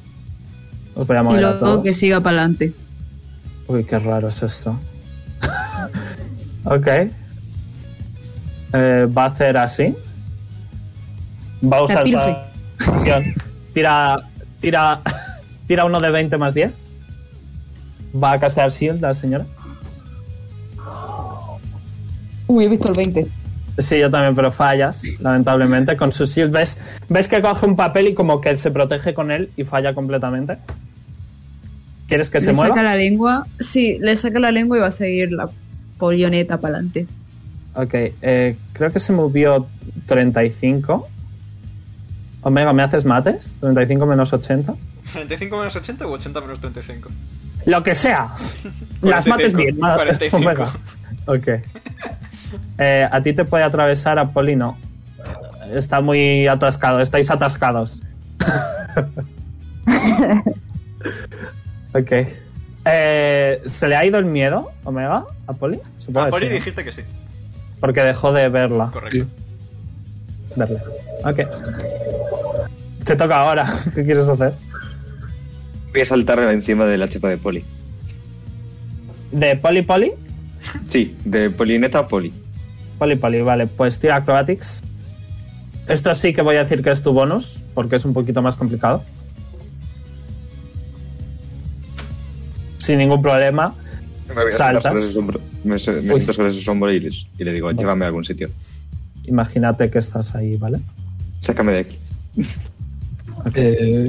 Speaker 2: Os voy a
Speaker 6: Y
Speaker 2: mover a
Speaker 6: luego
Speaker 2: todos.
Speaker 6: que siga para adelante.
Speaker 2: Uy, qué raro es esto. ok. Eh, va a hacer así. Va a usar su
Speaker 6: pirfe.
Speaker 2: acción. Tira, tira, tira uno de 20 más 10. Va a castear shield la señora.
Speaker 4: Uy, he visto el 20.
Speaker 2: Sí, yo también, pero fallas, lamentablemente. Con su shield ves, ves que coge un papel y como que se protege con él y falla completamente. ¿Quieres que se
Speaker 6: le
Speaker 2: mueva?
Speaker 6: saca la lengua. Sí, le saca la lengua y va a seguir la polioneta para adelante.
Speaker 2: Ok, eh, creo que se movió 35. Omega, ¿me haces mates? 35 menos 80.
Speaker 1: ¿35 menos 80 o 80 menos 35?
Speaker 2: Lo que sea. Las
Speaker 1: 45,
Speaker 2: mates bien. nada,
Speaker 1: 45.
Speaker 2: Omega. Ok. Eh, a ti te puede atravesar a Polino. Está muy atascado. Estáis atascados. ok. Eh, ¿Se le ha ido el miedo, Omega, a Poli? Supongo
Speaker 1: A
Speaker 2: que
Speaker 1: Ah, Poli
Speaker 2: sí, ¿no?
Speaker 1: dijiste que sí.
Speaker 2: Porque dejó de verla.
Speaker 1: Correcto.
Speaker 2: Verle. Ok. Te toca ahora. ¿Qué quieres hacer?
Speaker 5: Voy a saltar encima de la chepa de poli.
Speaker 2: De Poli Poli.
Speaker 5: Sí, de polineta a poli.
Speaker 2: Poli Poli, vale. Pues tira Acrobatics. Esto sí que voy a decir que es tu bonus, porque es un poquito más complicado. Sin ningún problema.
Speaker 5: Me voy a
Speaker 2: ¿Saltas?
Speaker 5: sentar sobre su hombro. Me, se- me
Speaker 2: Uy.
Speaker 5: siento sobre sus hombros y, les- y le digo,
Speaker 2: Vale.
Speaker 5: llévame a algún sitio.
Speaker 2: Imagínate que estás ahí, ¿vale?
Speaker 5: Sácame de aquí.
Speaker 3: Eh,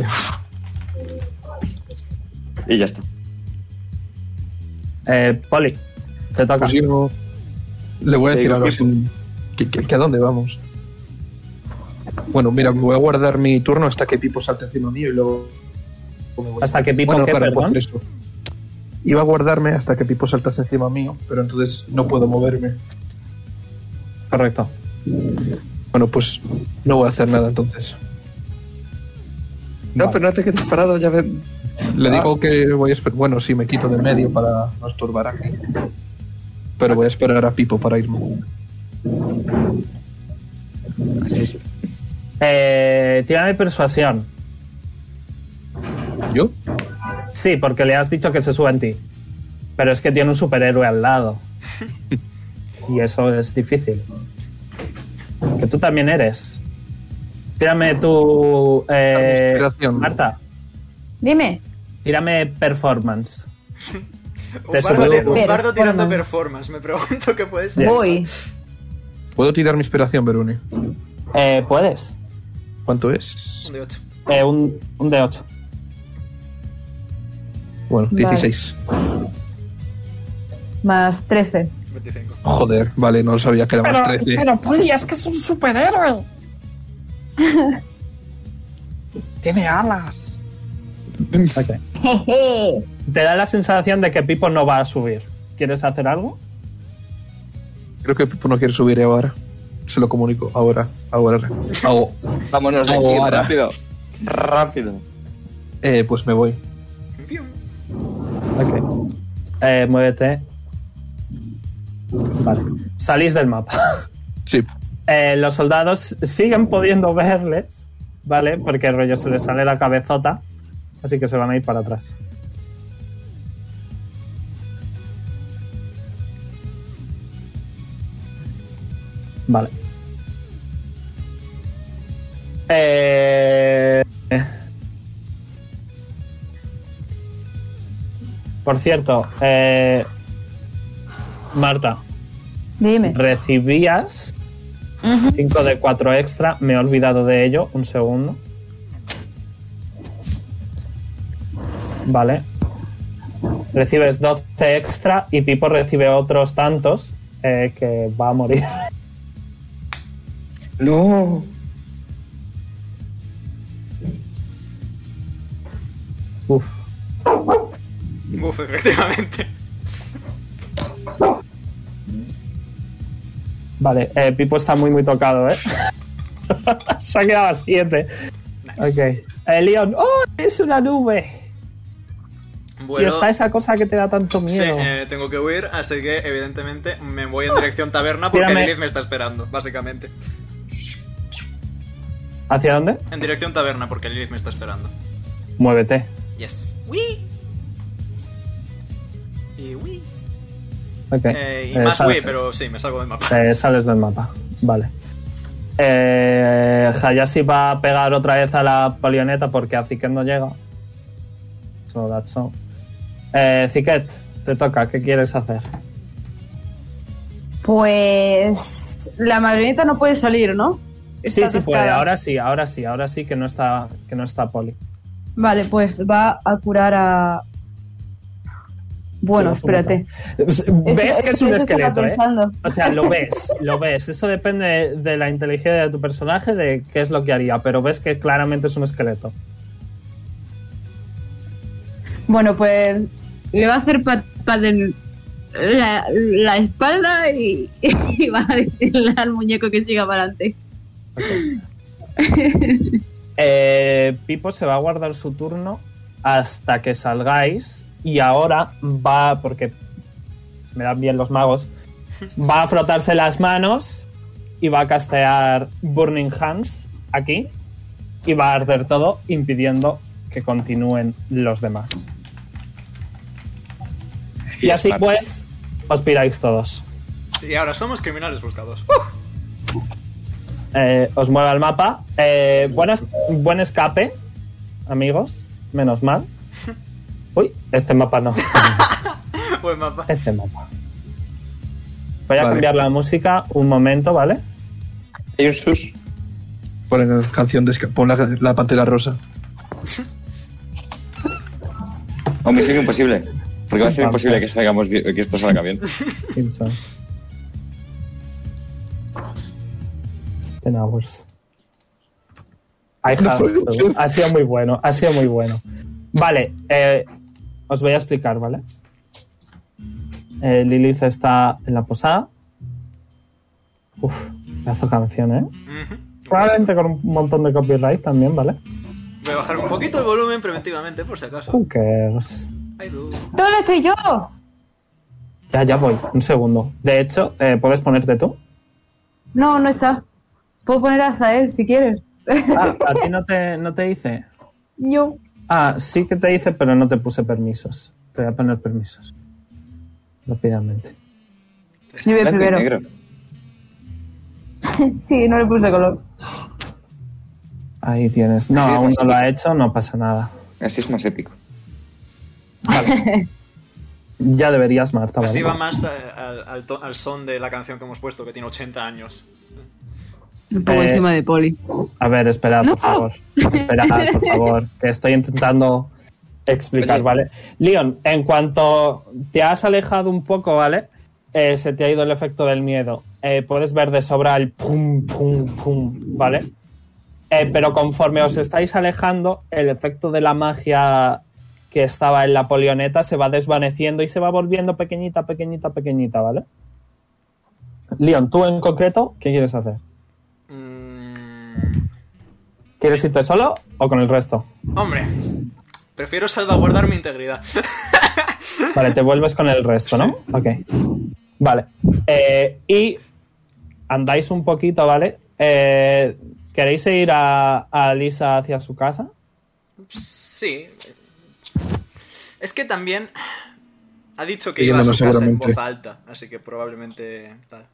Speaker 5: Y ya está.
Speaker 2: Eh, Poli, te toca.
Speaker 3: pues yo le voy a
Speaker 5: Te
Speaker 3: decir
Speaker 5: digo
Speaker 3: algo
Speaker 5: que-
Speaker 3: así. ¿Que, que- que a dónde vamos? Bueno, mira, me voy a guardar mi turno hasta que Pipo salte encima mío y luego.
Speaker 2: Hasta que Pipo,
Speaker 3: Bueno,
Speaker 2: ¿qué,
Speaker 3: claro, puedo
Speaker 2: perdón?
Speaker 3: hacer eso. Iba a guardarme hasta que Pipo saltase encima mío, pero entonces no puedo moverme.
Speaker 2: Correcto.
Speaker 3: Bueno, pues no voy a hacer nada entonces.
Speaker 5: No,
Speaker 2: Vale.
Speaker 5: pero no te quedes parado, ya ven.
Speaker 3: Le
Speaker 5: Ah.
Speaker 3: digo que voy a esperar. Bueno, sí, me quito de medio para no estorbar aquí. Pero voy a esperar a Pipo para irme.
Speaker 5: Así sí.
Speaker 2: Eh, tírame persuasión.
Speaker 3: ¿Yo?
Speaker 2: Sí, porque le has dicho que se suba en ti. Pero es que tiene un superhéroe al lado. y eso es difícil. Que tú también eres. Tírame tu. Eh,
Speaker 3: Inspiración.
Speaker 2: Marta.
Speaker 6: Dime.
Speaker 2: Tírame performance.
Speaker 1: Un
Speaker 2: Te
Speaker 1: bardo,
Speaker 3: supongo.
Speaker 1: un bardo tirando performance.
Speaker 6: Performance.
Speaker 1: Me pregunto qué puede ser.
Speaker 2: Yes.
Speaker 6: Voy.
Speaker 3: ¿Puedo tirar mi inspiración, Veruni?
Speaker 2: Eh, ¿Puedes?
Speaker 3: ¿Cuánto es?
Speaker 1: Un de 8.
Speaker 2: Eh, un, un de 8.
Speaker 3: Bueno,
Speaker 6: Vale.
Speaker 3: 16.
Speaker 6: Más 13.
Speaker 1: 25.
Speaker 3: Joder, vale, no sabía que era más 13.
Speaker 2: pero, Poli, es que es un superhéroe. Tiene alas.
Speaker 6: Jeje.
Speaker 2: Te da la sensación de que Pipo no va a subir. ¿Quieres hacer algo?
Speaker 3: Creo que Pipo no quiere subir ahora. Se lo comunico ahora, ahora. Ah, oh. Hago,
Speaker 5: Vámonos de aquí,
Speaker 3: Ahora.
Speaker 5: rápido. Rápido.
Speaker 3: eh, pues me voy.
Speaker 1: Pium.
Speaker 2: Ok. Eh, muévete. Vale. Salís del mapa.
Speaker 3: Sí,
Speaker 2: Eh, los soldados siguen pudiendo verles, ¿vale? Porque rollo se les sale la cabezota. Así que se van a ir para atrás. Vale. Eh... Por cierto, eh... Marta,
Speaker 6: Dime.
Speaker 2: recibías
Speaker 6: Ujú.
Speaker 2: 5 de 4 extra, me he olvidado de ello, un segundo. Vale. Recibes 12 extra y Pipo recibe otros tantos eh, que va a morir.
Speaker 5: No.
Speaker 2: Uf.
Speaker 1: Buf, efectivamente.
Speaker 2: Vale, eh, Pipo está muy muy tocado, ¿eh? Se ha quedado a 7. Ok. Eh, Leon, ¡oh! Es una nube.
Speaker 1: Bueno,
Speaker 2: Y está esa cosa que te da tanto
Speaker 1: sí,
Speaker 2: miedo. Ah,
Speaker 1: eh, tengo que huir, así que evidentemente me voy en dirección taberna porque
Speaker 2: Tírame.
Speaker 1: Lilith me está esperando, básicamente.
Speaker 2: ¿Hacia dónde?
Speaker 1: En dirección taberna porque Lilith me está esperando.
Speaker 2: Muévete.
Speaker 1: Yes. ¡Wii! Y Wii.
Speaker 2: Ok.
Speaker 1: Eh, y
Speaker 2: Eh,
Speaker 1: más
Speaker 2: sal-
Speaker 1: Wii, pero sí, me salgo del mapa.
Speaker 2: Eh, sales del mapa. Vale. Eh, Hayashi va a pegar otra vez a la polioneta porque a Ziket no llega. So that's all. Eh, Ziket, te toca. ¿Qué quieres hacer?
Speaker 6: Pues. La marioneta no puede salir, ¿no?
Speaker 2: Sí,
Speaker 6: Está
Speaker 2: sí puede.
Speaker 6: atascada.
Speaker 2: Ahora sí, ahora sí, ahora sí que no está, que no está poli.
Speaker 6: Vale, pues va a curar a. Bueno,
Speaker 2: Tienes un
Speaker 6: espérate.
Speaker 2: botón. Ves
Speaker 6: Eso-
Speaker 2: que es
Speaker 6: eso-
Speaker 2: un
Speaker 6: eso estaba
Speaker 2: esqueleto, ¿eh?
Speaker 6: pensando.
Speaker 2: O sea, lo ves, lo ves. Eso depende de la inteligencia de tu personaje, de qué es lo que haría, pero ves que claramente es un esqueleto.
Speaker 6: Bueno, pues le va a hacer pat pat en la, la espalda y, y va a decirle al muñeco que siga para adelante.
Speaker 2: Eh, Pipo se va a guardar su turno hasta que salgáis y ahora va, porque me dan bien los magos, va a frotarse las manos y va a castear Burning Hands aquí y va a arder todo impidiendo que continúen los demás. Y así pues, os piráis todos.
Speaker 1: Y ahora somos criminales buscados. ¡Uh!
Speaker 2: Eh, os mueve el mapa. Eh, buenas- buen escape, amigos. Menos mal. Uy, este mapa no.
Speaker 1: Buen mapa.
Speaker 2: Este mapa. Voy a
Speaker 3: Vale.
Speaker 2: cambiar la música un momento, ¿vale?
Speaker 5: Hay un sus.
Speaker 3: ponen la canción de esca- pon la, la pantera rosa.
Speaker 5: O misión imposible. Porque va a ser
Speaker 2: Vale.
Speaker 5: imposible que salgamos bien- que esto salga bien.
Speaker 2: Simpson. Ten hours. I
Speaker 3: No
Speaker 2: have
Speaker 3: puede
Speaker 2: to.
Speaker 3: ser.
Speaker 2: Ha sido muy bueno, ha sido muy bueno. Vale, eh, os voy a explicar, ¿vale? Eh, Lilith está en la posada. Uf, pedazo de canción, ¿eh?
Speaker 1: Ujú.
Speaker 2: Probablemente con un montón de copyright también, ¿vale?
Speaker 1: Voy a bajar un poquito el volumen preventivamente, por si acaso.
Speaker 3: Uh.
Speaker 2: Who cares?
Speaker 1: I do.
Speaker 4: ¿Dónde estoy yo?
Speaker 2: Ya, ya voy, un segundo. De hecho, eh, ¿puedes ponerte tú?
Speaker 6: No, no está. Puedo poner a Zael si quieres.
Speaker 2: Ah, a ti no te, no te dice.
Speaker 6: Yo.
Speaker 2: Ah, sí que te hice, pero no te puse permisos. Te voy a poner permisos. Rápidamente.
Speaker 6: Yo voy
Speaker 5: Blanco y
Speaker 6: primero.
Speaker 5: negro.
Speaker 6: Sí, no le puse color.
Speaker 2: Ahí tienes. No,
Speaker 5: Sí,
Speaker 2: aún
Speaker 5: pues
Speaker 2: no
Speaker 5: sí.
Speaker 2: lo ha hecho, no pasa nada.
Speaker 5: Así es más épico.
Speaker 2: Vale. ya deberías, Marta.
Speaker 5: Pues
Speaker 1: Así
Speaker 2: Marta.
Speaker 1: va más eh, al, al to- al son de la canción que hemos puesto, que tiene 80 años.
Speaker 6: Un poco
Speaker 2: Eh,
Speaker 6: encima de Poli.
Speaker 2: A ver, esperad,
Speaker 6: No.
Speaker 2: por favor. Esperad, por favor. Que estoy intentando explicar,
Speaker 5: Oye.
Speaker 2: ¿vale? Leon, en cuanto te has alejado un poco, ¿vale? Eh, se te ha ido el efecto del miedo. Eh, puedes ver de sobra el pum, pum, pum, ¿vale? Eh, pero conforme os estáis alejando, el efecto de la magia que estaba en la polioneta se va desvaneciendo y se va volviendo pequeñita, pequeñita, pequeñita, ¿vale? Leon, tú en concreto, ¿qué quieres hacer?
Speaker 1: Mm,
Speaker 2: ¿Quieres irte solo o con el resto?
Speaker 1: hombre, prefiero salvaguardar mi integridad.
Speaker 2: Vale, te vuelves con el resto, ¿no? Ok. Vale. Eh, y andáis un poquito, ¿vale? Eh, ¿Queréis ir a, a Lisa hacia su casa?
Speaker 1: sí. Es que también ha dicho que iba a
Speaker 3: Siguiéndome
Speaker 1: su casa en
Speaker 3: seguramente.
Speaker 1: voz alta, así que probablemente tal.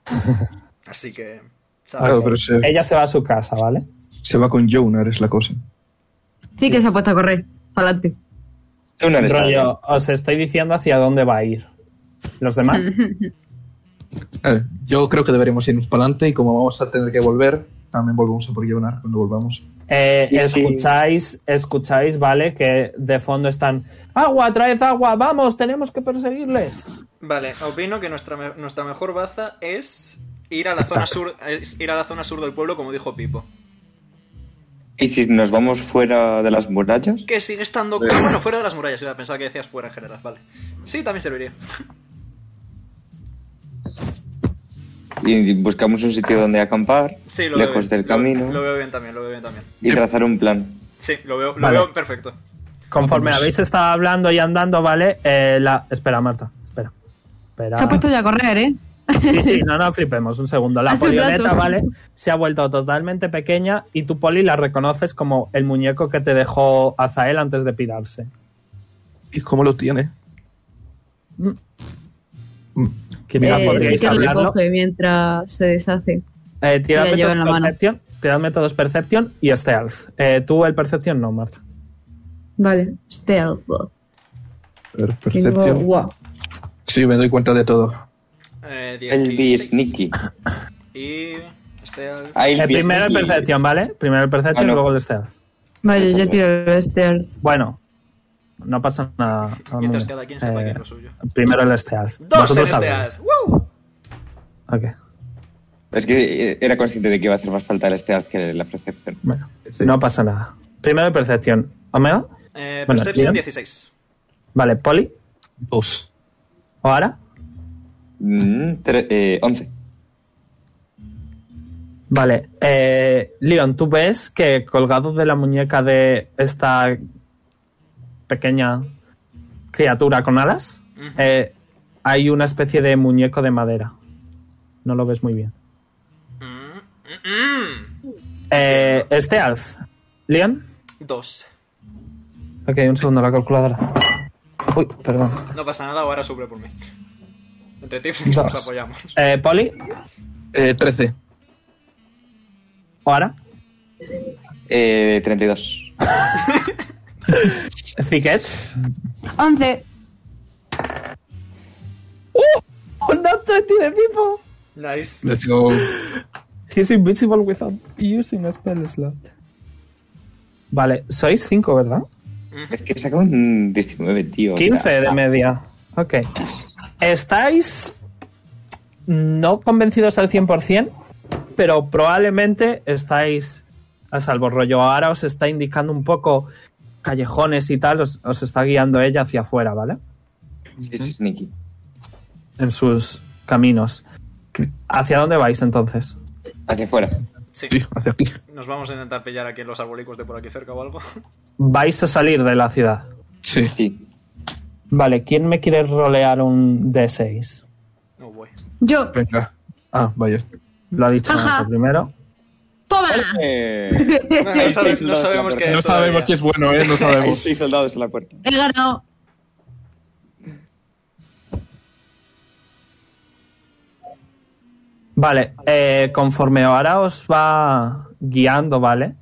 Speaker 1: Así que, ¿sabes?
Speaker 3: Claro, pero se,
Speaker 2: Ella se va a su casa, ¿vale?
Speaker 3: se va con Jonar, es la cosa.
Speaker 6: Sí que se ha puesto a correr. Pa'lante.
Speaker 5: Tú no eres
Speaker 2: Rollo, os estoy diciendo hacia dónde va a ir. ¿Los demás?
Speaker 3: Vale, yo creo que deberíamos irnos para adelante y como vamos a tener que volver, también volvemos a por Jonar cuando volvamos.
Speaker 2: Eh,
Speaker 5: Y si-
Speaker 2: escucháis, escucháis, ¿vale? Que de fondo están... ¡Agua, traed agua! ¡Vamos, tenemos que perseguirles!
Speaker 1: Vale, opino que nuestra, me- nuestra mejor baza es ir a la zona sur es ir a la zona sur del pueblo, como dijo Pipo.
Speaker 5: ¿Y si nos vamos fuera de las murallas?
Speaker 1: Que sigue estando. Bueno, fuera de las murallas, iba a pensar que decías fuera en general, vale. Sí, también serviría.
Speaker 5: Y buscamos un sitio donde acampar,
Speaker 1: Sí, lo
Speaker 5: lejos
Speaker 1: veo bien.
Speaker 5: del
Speaker 1: Lo-
Speaker 5: camino,
Speaker 1: Lo, veo bien también, lo veo bien también.
Speaker 5: y trazar un plan.
Speaker 1: Sí, lo veo, lo
Speaker 2: Vale.
Speaker 1: veo perfecto.
Speaker 2: Conforme habéis estado hablando y andando, ¿vale? Eh, la... Espera, Marta, espera. espera.
Speaker 6: Se ha puesto ya a correr, ¿eh?
Speaker 2: Sí, sí, no nos flipemos, un segundo. La
Speaker 6: Hace un
Speaker 2: polioneta,
Speaker 6: rato.
Speaker 2: ¿vale? Se ha vuelto totalmente pequeña y tu poli la reconoces como el muñeco que te dejó Azael antes de pirarse.
Speaker 3: ¿Y cómo lo tiene?
Speaker 2: Mm.
Speaker 3: Mm.
Speaker 2: Que mira,
Speaker 6: Eh,
Speaker 2: podríais
Speaker 6: Riker le
Speaker 2: hablarlo.
Speaker 6: coge mientras se deshace.
Speaker 2: Eh, tiradme
Speaker 6: la lleva en
Speaker 2: todos
Speaker 6: la mano.
Speaker 2: Perception, tiradme todos Perception y Stealth. Eh, tú el Perception no, Marta.
Speaker 6: Vale. Stealth.
Speaker 3: A ver,
Speaker 6: Tengo...
Speaker 3: percepción.
Speaker 6: Wow.
Speaker 3: Sí, me doy cuenta de todo.
Speaker 1: Eh,
Speaker 5: El
Speaker 1: 16.
Speaker 5: Sneaky.
Speaker 1: Y. Este.
Speaker 5: Ah,
Speaker 2: Eh,
Speaker 5: be
Speaker 2: primero el
Speaker 5: sneaky.
Speaker 2: Perception, ¿vale? Primero el Perception
Speaker 5: Ah,
Speaker 2: y
Speaker 5: no.
Speaker 2: luego el Stealth.
Speaker 6: Vale, yo tiro el Stealth.
Speaker 2: Bueno, no pasa nada.
Speaker 1: Mientras
Speaker 2: amigo.
Speaker 1: cada quien sepa
Speaker 2: Eh,
Speaker 1: que es lo suyo.
Speaker 2: Primero el
Speaker 1: Dos
Speaker 2: Stealth.
Speaker 1: en
Speaker 2: Vosotros
Speaker 1: este
Speaker 2: sabréis.
Speaker 1: ad. ¡Woo!
Speaker 2: Ok,
Speaker 5: Es que eh, era consciente de que iba a hacer más falta el stealth que la percepción.
Speaker 2: bueno, no pasa nada. Primero el Perception. ¿Omega?
Speaker 1: Eh,
Speaker 2: Bueno,
Speaker 1: Perception
Speaker 2: bien.
Speaker 1: 16.
Speaker 2: Vale, Poli.
Speaker 3: Dos.
Speaker 2: ¿O ahora?
Speaker 5: Mm, tre- eh, 11.
Speaker 2: Vale, eh, Leon, tú ves que colgado de la muñeca de esta pequeña criatura con alas,
Speaker 1: Ujú.
Speaker 2: eh, hay una especie de muñeco de madera. No lo ves muy bien.
Speaker 1: Mm, mm, mm.
Speaker 2: Eh, este alz, Leon.
Speaker 1: Dos.
Speaker 2: Ok, un segundo, la calculadora. Uy, perdón.
Speaker 1: No pasa nada, ahora sube por mí. Entre ti Félix,
Speaker 2: Dos.
Speaker 1: nos apoyamos.
Speaker 2: Eh, Poli,
Speaker 3: Eh, 13.
Speaker 2: ¿o ahora?
Speaker 5: Eh, 32.
Speaker 2: Ziquet.
Speaker 6: 11.
Speaker 2: ¡Un dato de ti de Pipo!
Speaker 1: Nice.
Speaker 3: Let's go.
Speaker 2: He's invisible without using a spell slot. Vale, sois cinco, ¿verdad?
Speaker 5: Es que he sacado un 19, tío. o sea, ah,
Speaker 2: 15 de media. Ok. Estáis no convencidos al 100%, pero probablemente estáis a salvo rollo. Ahora os está indicando un poco callejones y tal, os, os está guiando ella hacia afuera, ¿vale?
Speaker 5: sí, sí, sneaky.
Speaker 2: En sus caminos. ¿Hacia dónde vais entonces?
Speaker 5: Hacia afuera.
Speaker 1: Sí.
Speaker 3: Sí, hacia aquí.
Speaker 1: Nos vamos a intentar pillar aquí en los arbolicos de por aquí cerca o algo.
Speaker 2: Vais a salir de la ciudad.
Speaker 3: Sí.
Speaker 5: Sí.
Speaker 2: Vale, ¿quién me quiere rolear un D6?
Speaker 1: No voy.
Speaker 6: Yo.
Speaker 3: Venga. Ah, vaya.
Speaker 2: Lo ha dicho
Speaker 6: Ajá.
Speaker 2: Nacho primero.
Speaker 6: ¡Toma!
Speaker 1: Ah.
Speaker 5: Eh,
Speaker 1: No, no sabe- no sabemos qué
Speaker 5: No
Speaker 1: es. todavía.
Speaker 3: bueno, ¿eh? No
Speaker 5: hay 6 soldados en la puerta.
Speaker 6: He ganado.
Speaker 2: Vale, eh, conforme ahora os va guiando, ¿vale?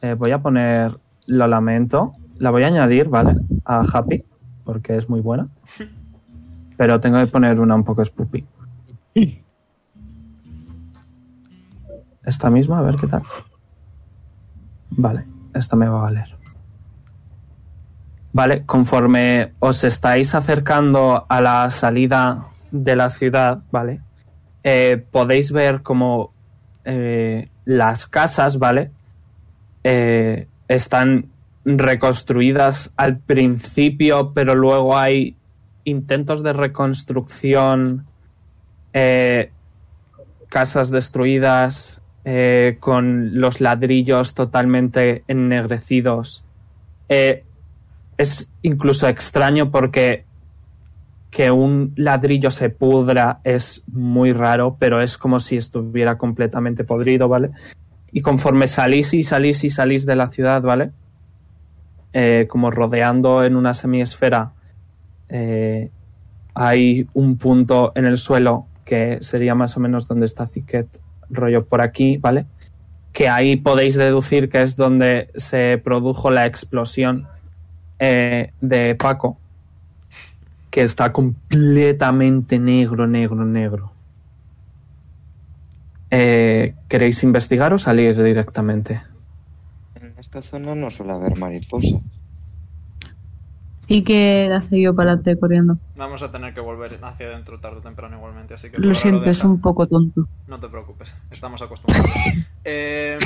Speaker 2: Eh, voy a poner, lo lamento, La voy a añadir, ¿vale? A Happy, porque es muy buena. Pero tengo que poner una un poco spoopy. Esta misma, a ver qué tal. Vale, esta me va a valer. Vale, conforme os estáis acercando a la salida de la ciudad, ¿vale? Eh, podéis ver como eh, las casas, ¿vale? Eh, están reconstruidas al principio, pero luego hay intentos de reconstrucción, eh, casas destruidas, eh, con los ladrillos totalmente ennegrecidos. Eh, es incluso extraño porque que un ladrillo se pudra es muy raro, pero es como si estuviera completamente podrido, ¿vale? Y conforme salís y salís y salís de la ciudad, ¿vale? Eh, como rodeando en una semiesfera, eh, hay un punto en el suelo que sería más o menos donde está Ziquet, rollo por aquí, ¿vale? Que ahí podéis deducir que es donde se produjo la explosión eh, de Paco, que está completamente negro, negro, negro. Eh, ¿Queréis investigar o salir directamente?
Speaker 5: En esta zona no suele haber mariposas.
Speaker 6: Sí que la seguido para adelante corriendo.
Speaker 1: Vamos a tener que volver hacia adentro tarde o temprano igualmente, así que... por
Speaker 6: Lo
Speaker 1: ahora
Speaker 6: siento, es
Speaker 1: deja.
Speaker 6: un poco tonto.
Speaker 1: No te preocupes, estamos acostumbrados. Eh,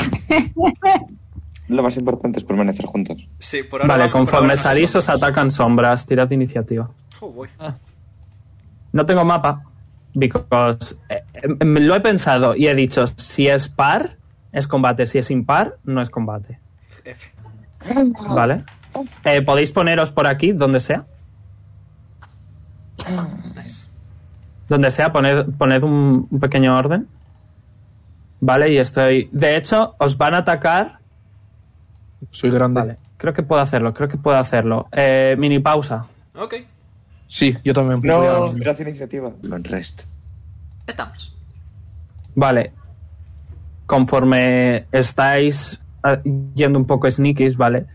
Speaker 5: Lo más importante es permanecer juntos.
Speaker 1: sí, por ahora... vamos-
Speaker 2: Vale,
Speaker 1: por ahora
Speaker 2: conforme
Speaker 1: nos
Speaker 2: salís os
Speaker 1: escondemos.
Speaker 2: atacan sombras, tirad iniciativa.
Speaker 1: Oh, boy.
Speaker 2: No tengo mapa, because eh, eh, lo he pensado y he dicho, si es par, es combate, si es impar, no es combate.
Speaker 1: F.
Speaker 2: ¿Vale? Eh, podéis poneros por aquí, donde sea.
Speaker 1: Nice.
Speaker 2: Donde sea, poned, poned un, un pequeño orden. Vale, y estoy... De hecho, os van a atacar...
Speaker 3: Soy grande.
Speaker 2: Vale, creo que puedo hacerlo, creo que puedo hacerlo. Eh, mini pausa.
Speaker 1: Ok,
Speaker 3: Sí, yo también. voy a
Speaker 5: No,
Speaker 3: darle.
Speaker 5: gracias iniciativa. Lo rest.
Speaker 1: estamos.
Speaker 2: Vale. Conforme estáis ah, yendo un poco sneakies, ¿vale?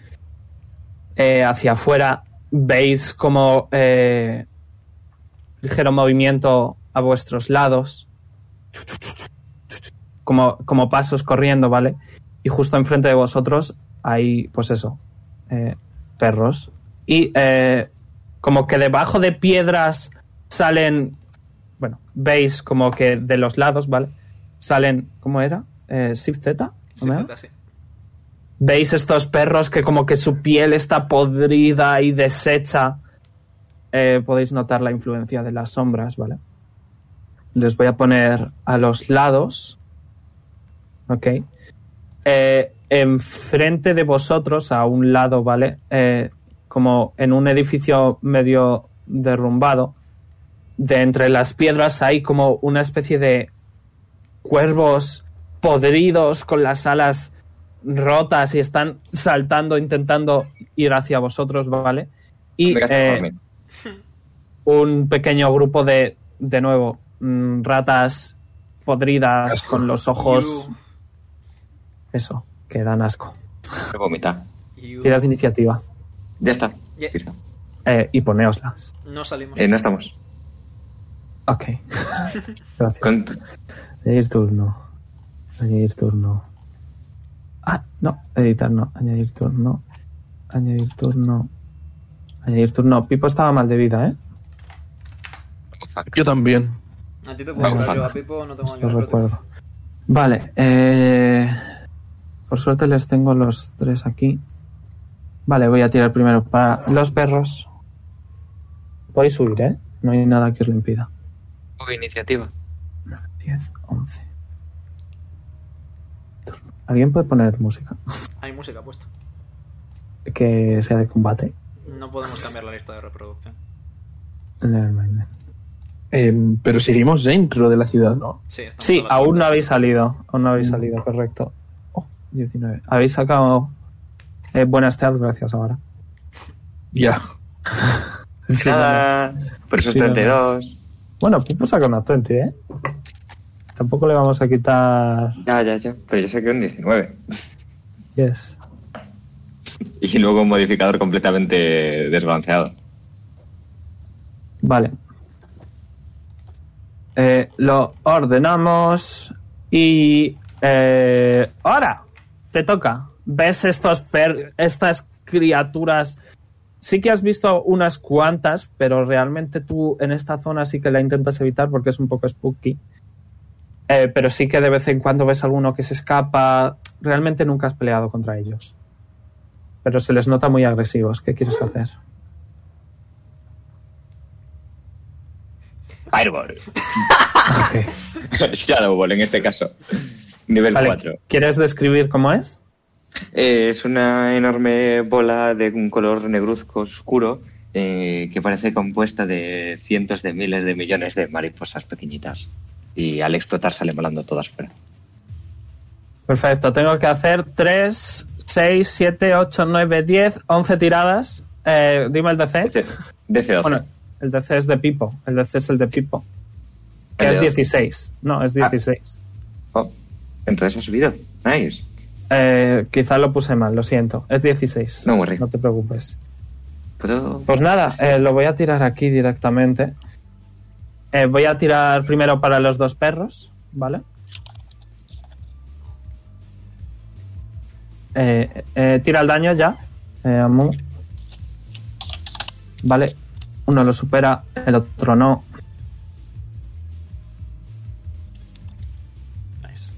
Speaker 2: Eh, hacia afuera veis como eh, ligero movimiento a vuestros lados. Como, como pasos corriendo, ¿vale? Y justo enfrente de vosotros hay, pues eso, eh, perros. Y eh, como que debajo de piedras salen bueno, veis como que de los lados, ¿vale? Salen, ¿cómo era? Eh, Shift Z.
Speaker 1: Sí,
Speaker 2: ¿no?
Speaker 1: Zeta, sí.
Speaker 2: Veis estos perros que como que su piel está podrida y deshecha. Eh, podéis notar la influencia de las sombras, ¿vale? Les voy a poner a los lados. Ok. Eh, enfrente de vosotros, a un lado, ¿vale? Eh, como en un edificio medio derrumbado. De entre las piedras hay como una especie de cuervos podridos con las alas rotas y están saltando, intentando ir hacia vosotros, ¿vale? Y
Speaker 5: Me casas
Speaker 2: eh,
Speaker 5: por mí.
Speaker 2: un pequeño grupo de, de nuevo, mm, ratas podridas con los ojos,
Speaker 1: You-
Speaker 2: eso, que dan asco.
Speaker 5: Me vomita.
Speaker 1: you-
Speaker 2: Tirad iniciativa
Speaker 5: Ya está.
Speaker 1: Yeah.
Speaker 5: Tira.
Speaker 2: eh, y poneoslas.
Speaker 1: No salimos.
Speaker 5: Eh, no estamos.
Speaker 2: Ok. Gracias.
Speaker 5: Con-
Speaker 2: Añadir turno. Añadir turno. Ah, no, editar no. Añadir turno. Añadir turno. Añadir turno. Pipo estaba mal de vida, ¿eh?
Speaker 3: Yo también.
Speaker 1: A ti te puedo
Speaker 5: Vamos,
Speaker 1: ayudar yo,
Speaker 5: vamos.
Speaker 1: a Pipo no tengo
Speaker 2: Lo
Speaker 1: ayuda. pero te-
Speaker 2: recuerdo. Vale, eh, por suerte les tengo los tres aquí. Vale, voy a tirar primero para los perros. Podéis subir, ¿eh? No hay nada que os lo impida.
Speaker 7: Poca iniciativa.
Speaker 2: 10, 11. ¿Alguien puede poner música?
Speaker 1: Hay música puesta.
Speaker 2: Que sea de combate.
Speaker 1: No podemos cambiar la lista de reproducción.
Speaker 2: Nevermind.
Speaker 3: Em, pero seguimos dentro de la ciudad, ¿no?
Speaker 1: Sí, estamos
Speaker 2: Sí,
Speaker 1: a las
Speaker 2: aún no
Speaker 1: puertas.
Speaker 2: habéis salido. Aún no habéis
Speaker 3: Mm.
Speaker 2: salido, correcto. Oh, 19. Habéis sacado eh, buenas tardes, gracias ahora.
Speaker 3: Ya.
Speaker 2: Sí,
Speaker 5: Nada. Por eso es
Speaker 2: Sí,
Speaker 5: 32.
Speaker 2: Bueno, pues Pipo saca una 20, ¿eh? Tampoco le vamos a quitar
Speaker 5: Ya, ya, ya. Pero yo saqué un 19.
Speaker 2: 10.
Speaker 5: y luego un modificador completamente desbalanceado.
Speaker 2: Vale. Eh, lo ordenamos y... eh, ahora, te toca. ¿Ves estos per- estas criaturas? Sí que has visto unas cuantas, pero realmente tú en esta zona sí que la intentas evitar porque es un poco spooky. Eh, pero sí que de vez en cuando ves alguno que se escapa. Realmente nunca has peleado contra ellos. Pero se les nota muy agresivos. ¿Qué quieres hacer?
Speaker 5: Fireball. Shadow Ball en este caso. Nivel
Speaker 2: Vale,
Speaker 5: 4.
Speaker 2: ¿Quieres describir cómo es?
Speaker 5: Eh, es una enorme bola de un color negruzco oscuro eh, que parece compuesta de cientos de miles de millones de mariposas pequeñitas. Y al explotar salen volando todas fuera.
Speaker 2: Perfecto, tengo que hacer 3, 6, 7, 8, 9, 10, 11 tiradas. Eh, dime el DC.
Speaker 5: DC, DC12.
Speaker 2: Bueno, el DC es de Pipo. El DC es el de Pipo. Que
Speaker 5: El
Speaker 2: es
Speaker 5: de Ah.
Speaker 2: 16. No, es 16.
Speaker 5: Oh, entonces ha subido. Nice.
Speaker 2: Eh, quizá lo puse mal, lo siento. Es 16.
Speaker 5: No worry.
Speaker 2: No te preocupes.
Speaker 5: ¿Puedo?
Speaker 2: Pues nada, eh, lo voy a tirar aquí directamente. Eh, voy a tirar primero para los dos perros, ¿vale? Eh, eh, tira el daño ya, eh, Amu. Vale, uno lo supera, el otro no.
Speaker 1: Nice.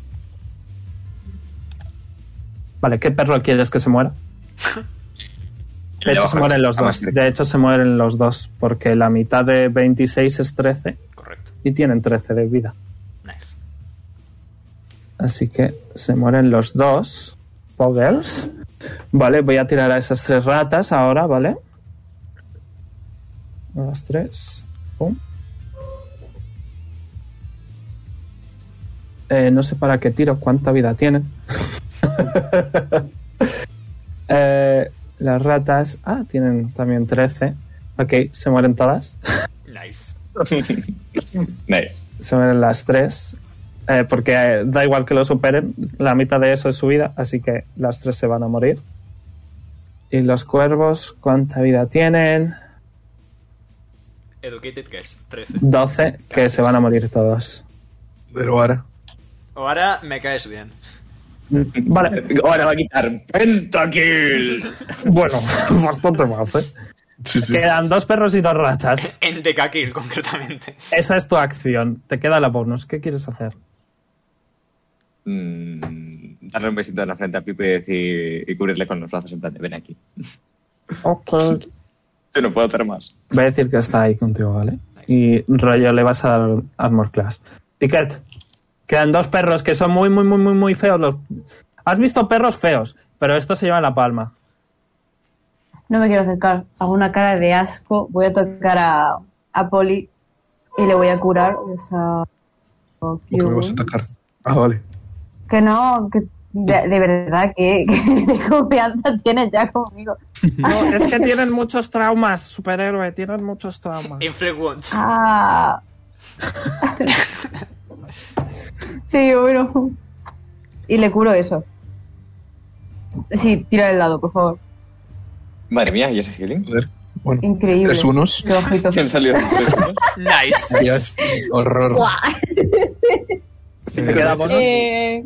Speaker 2: Vale, ¿qué perro quieres que se muera? De
Speaker 5: El
Speaker 2: hecho,
Speaker 5: abajo,
Speaker 2: se mueren los
Speaker 5: a más
Speaker 2: dos.
Speaker 5: cerca.
Speaker 2: De hecho, se mueren los dos, porque la mitad de 26 es 13
Speaker 1: Correcto.
Speaker 2: y tienen 13 de vida.
Speaker 1: Nice.
Speaker 2: Así que se mueren los dos Poggles. Vale, voy a tirar a esas tres ratas ahora, ¿vale? A las tres. Pum. Eh, no sé para qué tiro, cuánta vida tienen. Eh, las ratas. Ah, tienen también 13. Ok, se mueren todas.
Speaker 1: Nice.
Speaker 5: Nice.
Speaker 2: Se mueren las tres. eh, porque eh, da igual que lo superen, la mitad de eso es su vida, así que las tres se van a morir. Y los cuervos, ¿cuánta vida tienen?
Speaker 1: Educated Guess, 13.
Speaker 2: 12, que se van a morir todos.
Speaker 3: Pero ahora.
Speaker 1: Ahora me caes bien.
Speaker 2: Mm, Vale,
Speaker 5: Ahora va a quitar Pentakill.
Speaker 2: bueno, bastante más, ¿eh?
Speaker 3: Sí, sí.
Speaker 2: Quedan dos perros y dos ratas.
Speaker 1: En Decakill, concretamente.
Speaker 2: Esa es tu acción. Te queda la bonus. ¿Qué quieres hacer?
Speaker 5: Mm, darle un besito en la frente a Pipo y decir y cubrirle con los brazos en plan de ven aquí.
Speaker 2: Ok.
Speaker 5: Yo no puedo hacer más.
Speaker 2: Voy a decir que está ahí contigo, ¿vale? Y rollo le vas a dar armor class. Ticket, quedan dos perros que son muy, muy, muy, muy, muy feos. Los... Has visto perros feos, pero estos se llevan la palma.
Speaker 6: No me quiero acercar. Hago una cara de asco. Voy a tocar a, a Poli y le voy a curar. O sea, fuck
Speaker 3: Porque me
Speaker 6: you.
Speaker 3: vas a atacar. Ah, vale.
Speaker 6: Que no, que de, de verdad, que, que de confianza tienes ya conmigo.
Speaker 2: No, es que tienen muchos traumas, superhéroe, tienen muchos traumas.
Speaker 1: Infrequent.
Speaker 6: Ah. sí, bueno. Y le curo eso. Sí, tira el dado, por favor.
Speaker 5: Madre mía, ¿y ese healing?
Speaker 3: Joder. Bueno.
Speaker 6: Increíble.
Speaker 3: Tres unos.
Speaker 6: Qué ojito.
Speaker 5: ¿Quién salió de tres unos?
Speaker 1: Nice.
Speaker 3: Gracias. Horror.
Speaker 2: Te queda bonus.
Speaker 4: Eh,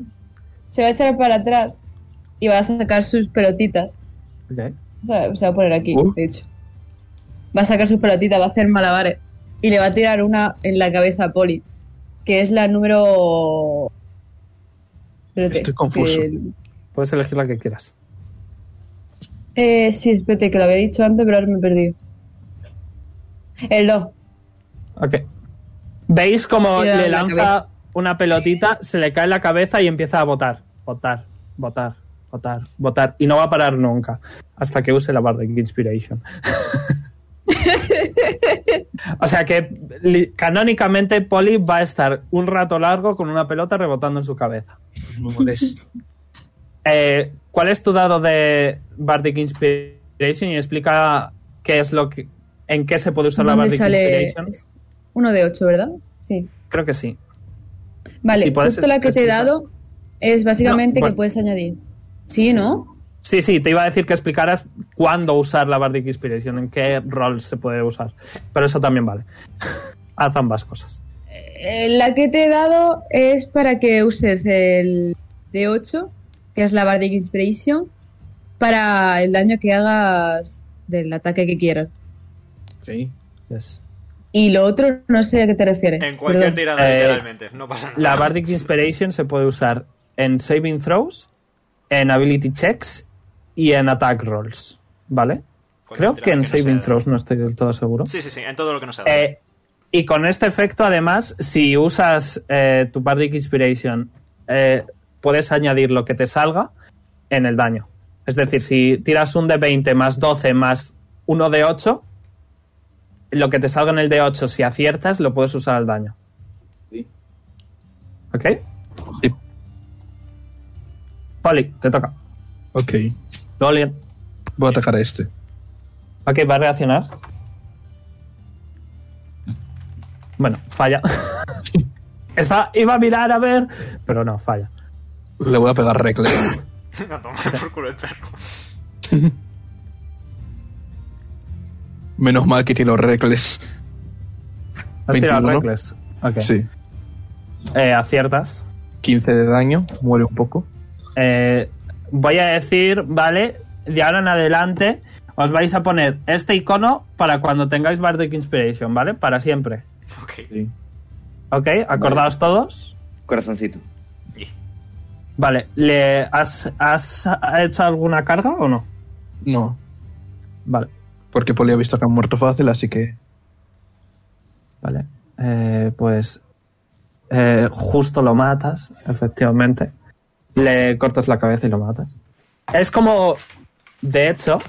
Speaker 4: se va a echar para atrás y va a sacar sus pelotitas.
Speaker 2: Ok.
Speaker 4: O sea, se va a poner aquí,
Speaker 3: Uh.
Speaker 4: de hecho. Va a sacar sus pelotitas, va a hacer malabares. Y le va a tirar una en la cabeza a Poli, que es la número. Espérate,
Speaker 3: Estoy confuso.
Speaker 2: Puedes elegir la que quieras.
Speaker 4: que- eh, sí, espérate, que lo había dicho antes, pero ahora me he perdido. El 2.
Speaker 2: Ok. ¿Veis cómo
Speaker 4: Y le da
Speaker 2: le
Speaker 4: la
Speaker 2: lanza
Speaker 4: cabeza.
Speaker 2: una pelotita, se le cae en la cabeza y empieza a botar? Botar, botar, botar, botar. Y no va a parar nunca hasta que use la Bardic Inspiration. o sea que li- canónicamente Polly va a estar un rato largo con una pelota rebotando en su cabeza.
Speaker 3: No molestes.
Speaker 2: Eh, ¿Cuál es tu dado de Bardic Inspiration? Y explica qué es lo que. ¿En qué se puede usar la
Speaker 4: ¿Dónde
Speaker 2: Bardic
Speaker 4: sale?
Speaker 2: Inspiration?
Speaker 4: Uno de 8, ¿verdad? Sí.
Speaker 2: Creo que sí.
Speaker 4: Vale,
Speaker 2: Si puedes
Speaker 4: justo la que te he
Speaker 2: especificar.
Speaker 4: dado es básicamente
Speaker 2: No, bueno.
Speaker 4: que puedes añadir. Sí, ¿no?
Speaker 2: Sí, sí, te iba a decir que explicaras cuándo usar la Bardic Inspiration, en qué rol se puede usar. Pero eso también vale. Haz ambas cosas.
Speaker 4: Eh, La que te he dado es para que uses el D8, que es la Bardic Inspiration, para el daño que hagas del ataque que quieras.
Speaker 3: Sí.
Speaker 2: Yes.
Speaker 4: Y lo otro no sé a qué te refieres.
Speaker 1: En cualquier
Speaker 4: perdón.
Speaker 1: tirada,
Speaker 2: Eh,
Speaker 1: literalmente. No pasa nada.
Speaker 2: La Bardic Inspiration se puede usar en saving throws, en ability checks y en attack rolls. ¿Vale?
Speaker 1: Cualquier
Speaker 2: Creo
Speaker 1: tirada
Speaker 2: que en
Speaker 1: sea
Speaker 2: saving
Speaker 1: de-
Speaker 2: throws, no estoy del todo seguro.
Speaker 1: Sí, sí, sí, en todo lo que nos ha dado.
Speaker 2: Eh, y con este efecto, además, si usas eh, tu Bardic Inspiration, eh, puedes añadir lo que te salga en el daño. Es decir, si tiras un de 20 más 12 más uno de 8, lo que te salga en el de 8, si aciertas, lo puedes usar al daño.
Speaker 3: Sí.
Speaker 2: ¿Ok? Poli, te toca.
Speaker 3: Ok.
Speaker 2: Lolien.
Speaker 3: Voy a atacar a este.
Speaker 2: Ok, va a reaccionar. Bueno, falla. Está, iba a mirar a ver, pero no, falla.
Speaker 3: Le voy a pegar recle.
Speaker 1: A tomar por culo el perro.
Speaker 3: Menos mal que tiene los recles.
Speaker 2: Has tirado
Speaker 3: 21.
Speaker 2: reckless. Ok.
Speaker 3: Sí.
Speaker 2: Eh, aciertas.
Speaker 3: 15 de daño. Muere un poco.
Speaker 2: Eh, voy a decir, vale, de ahora en adelante os vais a poner este icono para cuando tengáis Bardic Inspiration, ¿vale? Para siempre.
Speaker 1: Ok.
Speaker 3: Sí.
Speaker 2: Ok, acordaos todos.
Speaker 5: Corazoncito.
Speaker 2: Vale, ¿le has, has hecho alguna carga o no?
Speaker 3: No.
Speaker 2: Vale.
Speaker 3: Porque Poli ha visto que han muerto fácil, así que.
Speaker 2: Vale. Eh, pues eh, justo lo matas, efectivamente. Le cortas la cabeza y lo matas. Es como, de hecho,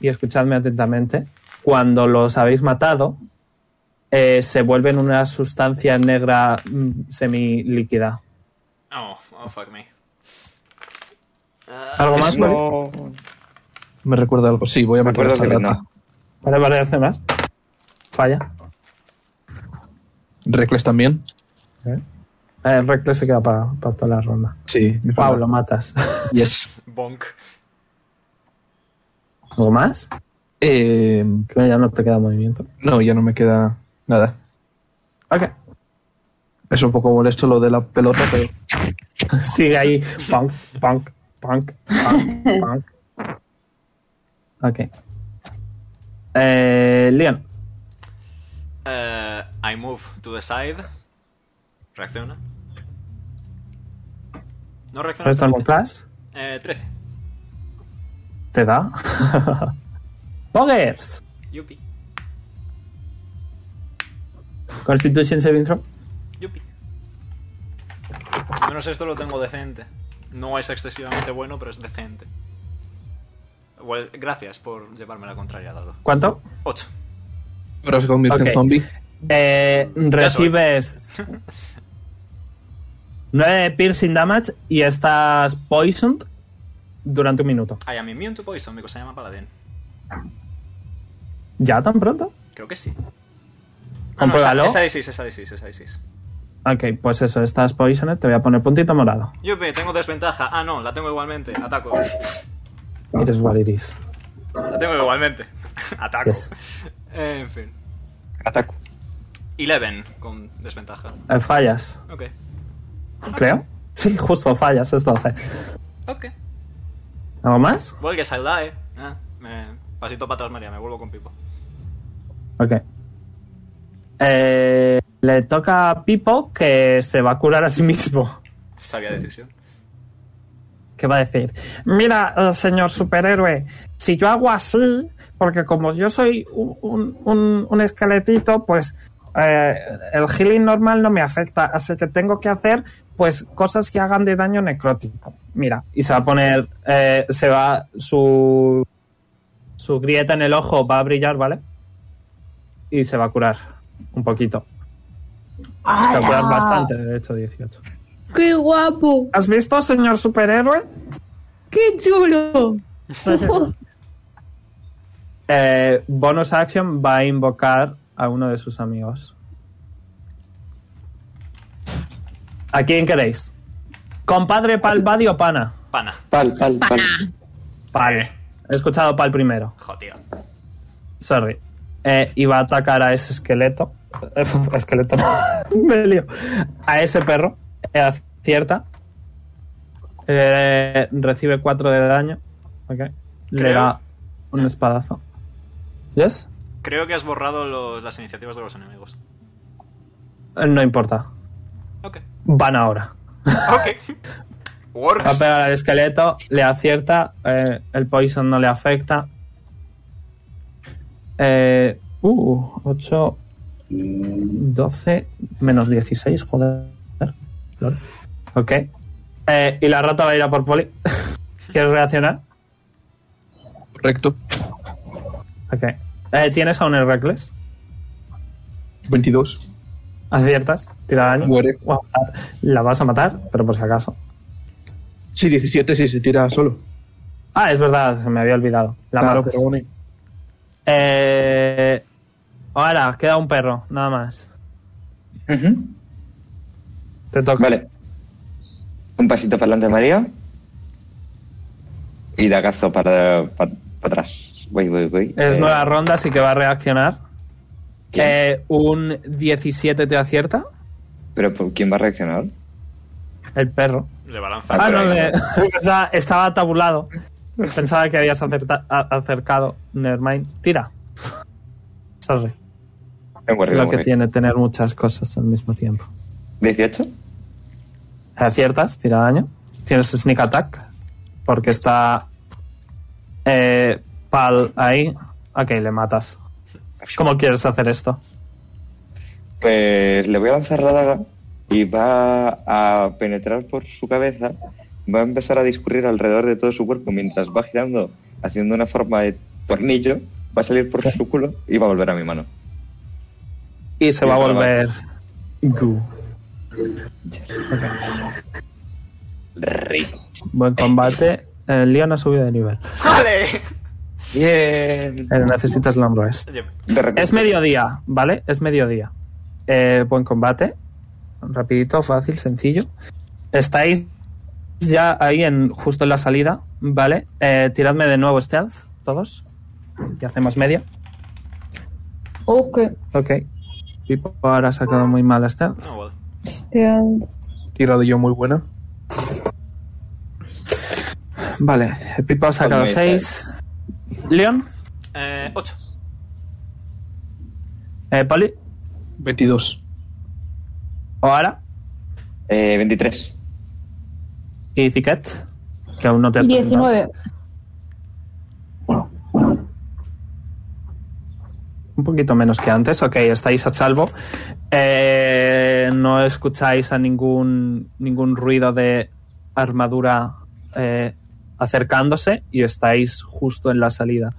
Speaker 2: y escuchadme atentamente, cuando los habéis matado, eh, se vuelven una sustancia negra mm, semilíquida.
Speaker 1: Oh, oh, fuck me.
Speaker 2: ¿Algo más? Vale,
Speaker 5: No.
Speaker 3: Me recuerda algo. Sí, voy a
Speaker 5: Me
Speaker 3: matar a
Speaker 5: acuerdo
Speaker 3: esta
Speaker 5: que no.
Speaker 3: rata.
Speaker 2: vale, vale, hace más. Falla.
Speaker 3: ¿Recles también?
Speaker 2: Eh, Reckless se queda para toda la ronda.
Speaker 3: Sí.
Speaker 2: Pablo, matas.
Speaker 3: Yes.
Speaker 1: Bonk.
Speaker 2: ¿Algo más?
Speaker 3: Eh,
Speaker 2: Creo que ya no te queda movimiento.
Speaker 3: no, ya no me queda nada.
Speaker 2: Ok.
Speaker 3: Es un poco molesto lo de la pelota, pero.
Speaker 2: Sigue ahí. Punk, punk, punk, punk, punk. Ok. Eh, Leon,
Speaker 1: Eh, I move to the side. Reacciona. No reacciona.
Speaker 2: ¿puedes darme un plus?
Speaker 1: Eh, 13.
Speaker 2: Te da. Poggers.
Speaker 1: Yupi.
Speaker 2: Constitution saving throw.
Speaker 1: Yupi. Al menos esto lo tengo decente. No es excesivamente bueno, pero es decente. Well, gracias por llevarme la contraria, dado.
Speaker 2: ¿Cuánto?
Speaker 1: 8.
Speaker 3: Ahora se convierte
Speaker 2: Ok.
Speaker 3: en zombie.
Speaker 2: Eh, recibes 9 de piercing damage y estás poisoned durante un minuto.
Speaker 1: I am immune to poison, mi cosa llama paladín.
Speaker 2: ¿Ya tan pronto?
Speaker 1: Creo que sí. Ah,
Speaker 2: Compruébalo.
Speaker 1: esa, esa 6, esa 6, esa 6.
Speaker 2: Ok, pues eso, estás poisoned. Te voy a poner puntito morado.
Speaker 1: Yupi, tengo desventaja. Ah, no, la tengo igualmente. Ataco.
Speaker 2: It is what it is.
Speaker 1: La tengo igualmente. Ataco.
Speaker 2: Yes.
Speaker 1: Eh, En fin.
Speaker 5: Ataco.
Speaker 1: 11 con desventaja.
Speaker 2: Eh, fallas.
Speaker 1: Ok.
Speaker 2: Creo. Sí, justo, fallas, es 12.
Speaker 1: Ok.
Speaker 2: ¿Algo más?
Speaker 1: Well, guess I'll die. Ah, me- Pasito para atrás, María. Me vuelvo con Pipo.
Speaker 2: Ok. Eh, le toca a Pipo que se va a curar a sí mismo.
Speaker 1: Sabia decisión.
Speaker 2: ¿Qué va a decir? Mira, eh, señor superhéroe, si yo hago así, porque como yo soy un, un- un- un esqueletito, pues eh, el healing normal no me afecta, así que tengo que hacer pues cosas que hagan de daño necrótico. Mira, y se va a poner, eh, se va su su grieta en el ojo va a brillar, ¿vale? Y se va a curar un poquito. Se va a curar bastante, de hecho 18.
Speaker 4: ¡Qué guapo!
Speaker 2: ah. ¿Has visto, señor superhéroe?
Speaker 4: ¡Qué chulo!
Speaker 2: Eh, bonus action va a invocar a uno de sus amigos. ¿A quién queréis? ¿Compadre Palvadi o Pana?
Speaker 1: Pana.
Speaker 5: Pal, pal, pal.
Speaker 2: Vale. He escuchado pal primero.
Speaker 1: Jodido.
Speaker 2: Sorry. Eh, y va a atacar a ese esqueleto. esqueleto. no. Me lío. A ese perro. Eh, acierta. Eh, recibe 4 de daño. Ok. Le
Speaker 1: Creo.
Speaker 2: da un espadazo. ¿Yes?
Speaker 1: Creo que has borrado los- las iniciativas de los enemigos.
Speaker 2: Eh, No importa.
Speaker 1: Ok.
Speaker 2: Van ahora.
Speaker 1: Ok.
Speaker 2: Va a
Speaker 1: Works.
Speaker 2: pegar al esqueleto, le acierta, eh, el poison no le afecta. Eh, uh, 8, 12, menos 16, joder. Lol. Ok. Eh, y la rata va a ir a por Poli. ¿Quieres reaccionar?
Speaker 3: Correcto.
Speaker 2: Ok. Eh, ¿Tienes aún el Reckless?
Speaker 3: 22.
Speaker 2: Aciertas, tira daño.
Speaker 3: Muere.
Speaker 2: Guau, La vas a matar, pero por si acaso.
Speaker 3: Sí, 17 si se tira solo.
Speaker 2: Ah, es verdad, se me había olvidado. La
Speaker 3: claro,
Speaker 2: matas.
Speaker 3: pero bueno.
Speaker 2: Eh, ahora, queda un perro, nada más.
Speaker 5: Ujú.
Speaker 2: Te toca.
Speaker 5: Vale. Un pasito para adelante, María. Y dagazo para, pa- pa atrás. Voy, voy, voy.
Speaker 2: Es
Speaker 5: Eh,
Speaker 2: nueva ronda, así que va a reaccionar.
Speaker 5: ¿quién?
Speaker 2: Eh, un 17 te acierta.
Speaker 5: ¿Pero por- quién va a reaccionar?
Speaker 2: El perro.
Speaker 1: Le va a lanzar.
Speaker 5: Ah,
Speaker 2: Ah,
Speaker 5: pero
Speaker 2: no,
Speaker 5: ahí
Speaker 2: le- pensaba- estaba tabulado. Pensaba que habías acerta- a- acercado. Nevermind. Tira. Sorry.
Speaker 5: Vengo
Speaker 2: Es
Speaker 5: arriba,
Speaker 2: lo que
Speaker 5: voy.
Speaker 2: tiene tener muchas cosas al mismo tiempo.
Speaker 5: ¿18?
Speaker 2: Aciertas, tira daño. Tienes sneak attack. Porque está. eh, pal ahí. Ok, le matas. ¿Cómo quieres hacer esto?
Speaker 5: Pues le voy a lanzar la daga y va a penetrar por su cabeza. Va a empezar a discurrir alrededor de todo su cuerpo mientras va girando, haciendo una forma de tornillo. Va a salir por su culo y va a volver a mi mano.
Speaker 2: Y se
Speaker 5: Y
Speaker 2: va a
Speaker 5: otra
Speaker 2: volver. Goo.
Speaker 5: Rico.
Speaker 2: Buen combate. El Leon ha subido de nivel.
Speaker 1: ¡Vale!
Speaker 5: Bien.
Speaker 2: Eh, necesitas long rest.
Speaker 1: Oye,
Speaker 5: De repente-
Speaker 2: Es mediodía, ¿vale? Es mediodía. Eh, buen combate. Rapidito, fácil, sencillo. Estáis ya ahí en justo en la salida, ¿vale? Eh, tiradme de nuevo stealth, todos. Y hacemos media.
Speaker 4: Ok.
Speaker 2: Ok. Pipo ahora ha sacado muy mal stealth.
Speaker 1: No, well.
Speaker 4: Hostia.
Speaker 3: Tirado yo muy buena.
Speaker 2: Vale, Pipo ha sacado
Speaker 5: Hazme
Speaker 2: 6. Leon,
Speaker 1: Eh, 8.
Speaker 2: eh, Poli,
Speaker 3: 22.
Speaker 2: Oara
Speaker 5: Eh, 23.
Speaker 2: y Ziquet, que aún no te has presentado.
Speaker 4: 19.
Speaker 2: un poquito menos que antes, ok, estáis a salvo. Eh, no escucháis a ningún, ningún ruido de armadura eh, acercándose y estáis justo en la salida.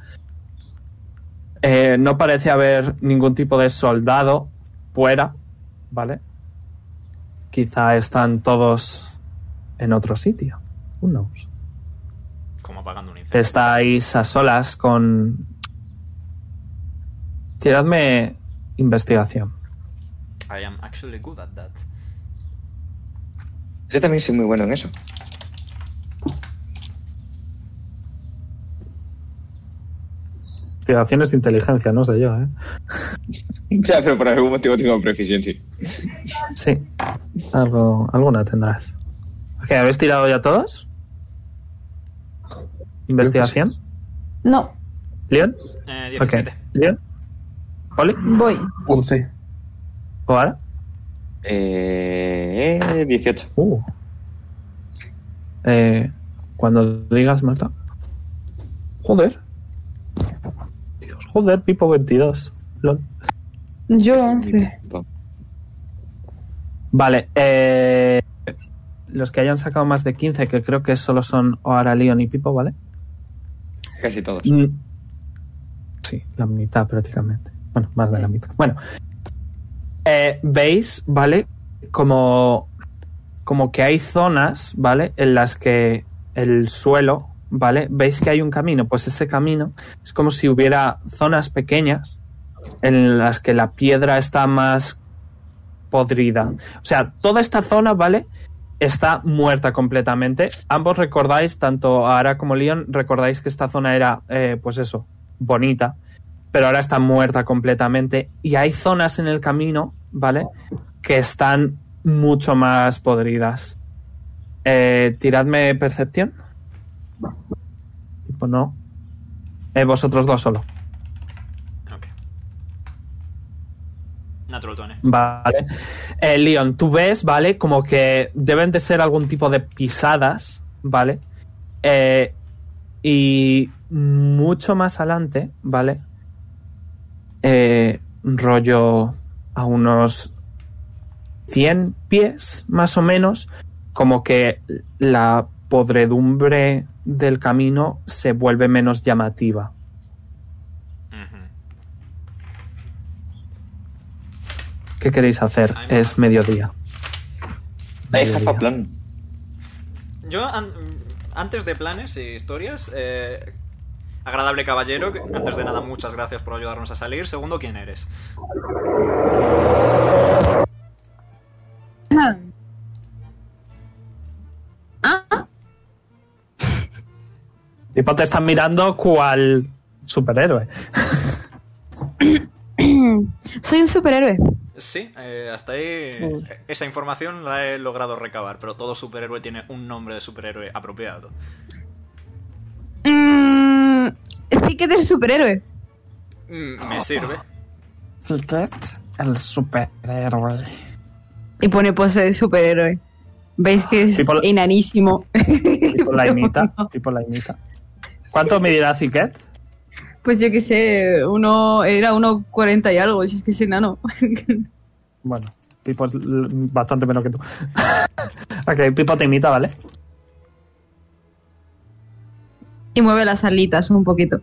Speaker 2: Eh, no parece haber ningún tipo de soldado fuera, ¿vale? Quizá están todos en otro sitio. Who knows?
Speaker 1: Como apagando un incendio.
Speaker 2: Estáis a solas con. Tiradme investigación.
Speaker 1: I am actually good at that.
Speaker 5: Yo también soy muy bueno en eso.
Speaker 2: Investigación es inteligencia, no sé yo, ¿eh?
Speaker 5: Ya, pero por algún motivo tengo proficiencia.
Speaker 2: Sí. Algo, alguna tendrás. Ok, ¿habéis tirado ya todos? ¿Investigación?
Speaker 4: No,
Speaker 2: ¿Leon?
Speaker 1: Eh,
Speaker 2: Ok.
Speaker 1: 17.
Speaker 2: ¿Leon? ¿Poli?
Speaker 4: voy.
Speaker 3: 11.
Speaker 2: ¿O ahora?
Speaker 5: Eh, eh, 18.
Speaker 2: Uh. Eh, cuando digas, Marta. Joder. Dios, joder, Pipo 22. Lol.
Speaker 4: Yo 11.
Speaker 2: Vale, eh, los que hayan sacado más de 15, que creo que solo son Oara, Leon y Pipo, ¿vale?
Speaker 5: Casi todos.
Speaker 2: Mm. Sí, la mitad prácticamente. Bueno, más de la mitad. Bueno, eh, veis, ¿vale? Como, como que hay zonas, ¿vale? En las que el suelo, ¿vale? Veis que hay un camino. Pues ese camino es como si hubiera zonas pequeñas en las que la piedra está más podrida. O sea, toda esta zona, ¿vale? está muerta completamente. Ambos recordáis, tanto Ara como Leon, recordáis que esta zona era, eh, pues eso, bonita, pero ahora está muerta completamente. Y hay zonas en el camino, ¿vale? Que están mucho más podridas. Eh, tiradme percepción. Pues no. Eh, vosotros dos solo.
Speaker 1: Ok. Natural 20.
Speaker 2: Vale. Eh, Leon, tú ves, ¿vale? Como que deben de ser algún tipo de pisadas, ¿vale? Eh, y mucho más adelante, ¿vale? Eh, rollo a unos 100 pies, más o menos, como que la podredumbre del camino se vuelve menos llamativa.
Speaker 1: Ujú.
Speaker 2: ¿Qué queréis hacer?
Speaker 1: Ay, me
Speaker 2: Es mediodía.
Speaker 5: I have a
Speaker 2: Mediodía.
Speaker 5: plan.
Speaker 1: Yo, an- antes de planes y historias, eh, agradable caballero, que- antes de nada, muchas gracias por ayudarnos a salir. Segundo, ¿quién eres?
Speaker 8: Ah,
Speaker 2: Tipo, te están mirando cual superhéroe.
Speaker 6: Soy un superhéroe.
Speaker 1: Sí, eh, hasta ahí eh, esa información la he logrado recabar, pero todo superhéroe tiene un nombre de superhéroe apropiado.
Speaker 6: Mm, sí que eres superhéroe.
Speaker 1: Mm, Me sirve.
Speaker 2: El superhéroe.
Speaker 6: Y pone pose de superhéroe. ¿Veis que es
Speaker 2: Tipo la-
Speaker 6: enanísimo?
Speaker 2: Tipo la imita. Tipo la imita. ¿Cuánto medirá Ziquet?
Speaker 6: Pues yo qué sé, uno era 1,40 y algo, si es que es enano.
Speaker 2: Bueno, Pipo es l- bastante menos que tú. ok, Pipo te imita, ¿vale?
Speaker 6: Y mueve las alitas un poquito.